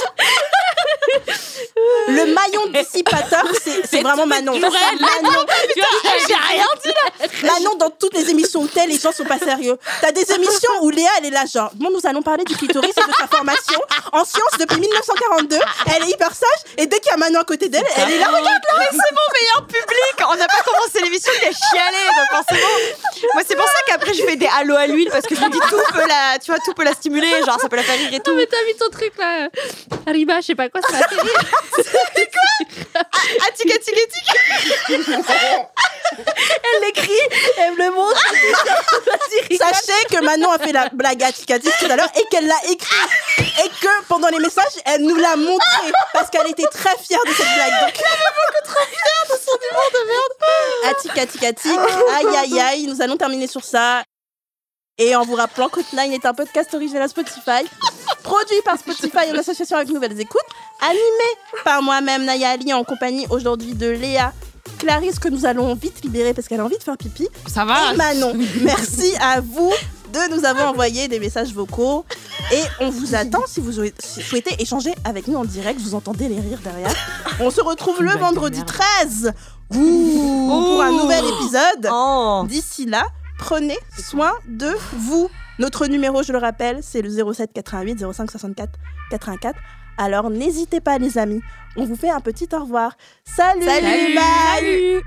Le maillon dissipateur, c'est- c'est vraiment Manon. Durel. Manon, Tu vois, j'ai rien dit. Manon, dans toutes les émissions où telles, les gens sont pas sérieux. T'as des émissions où Léa, elle est là, genre, bon, nous allons parler du clitoris et de sa formation en sciences depuis 1942. Elle est hyper sage et dès qu'il y a Manon à côté d'elle, elle est là, regarde là. meilleur public. On n'a pas commencé l'émission qu'à chialer, donc forcément. Moi, c'est pour ça qu'après, je fais des halos à l'huile parce que je me dis tout peut la, tu vois, tout peut la stimuler. Genre, ça peut la faire rire et tout. Non, mais t'as vu ton truc là Arriba, je sais pas quoi, ça m'a fait rire. Ah, tic, tic, tic. [LAUGHS] Elle l'écrit, elle me le montre. Sachez que Manon a fait la blague à Chikati tout à l'heure et qu'elle l'a écrit. Et que pendant les messages, elle nous l'a montré parce qu'elle était très fière de cette blague. Donc, elle est beaucoup trop fière de son humour de merde. Aïe, aïe, aïe. Nous allons terminer sur ça. Et en vous rappelant qu'Outline est un podcast original Spotify, produit par Spotify en association avec Nouvelles Écoutes, animé par moi-même, Naya Ali, en compagnie aujourd'hui de Léa, Clarisse, que nous allons vite libérer parce qu'elle a envie de faire pipi, Ça va. et Manon. Merci à vous de nous avoir envoyé des messages vocaux. Et on vous attend si vous souhait- si vous souhaitez échanger avec nous en direct. Vous entendez les rires derrière. On se retrouve le Bah, de vendredi merde. 13 ouh, pour un nouvel épisode. Oh. D'ici là, prenez soin de vous. Notre numéro, je le rappelle, c'est le 07 88 05 64 84. Alors n'hésitez pas les amis, on vous fait un petit au revoir. Salut, Salut. bye. Salut.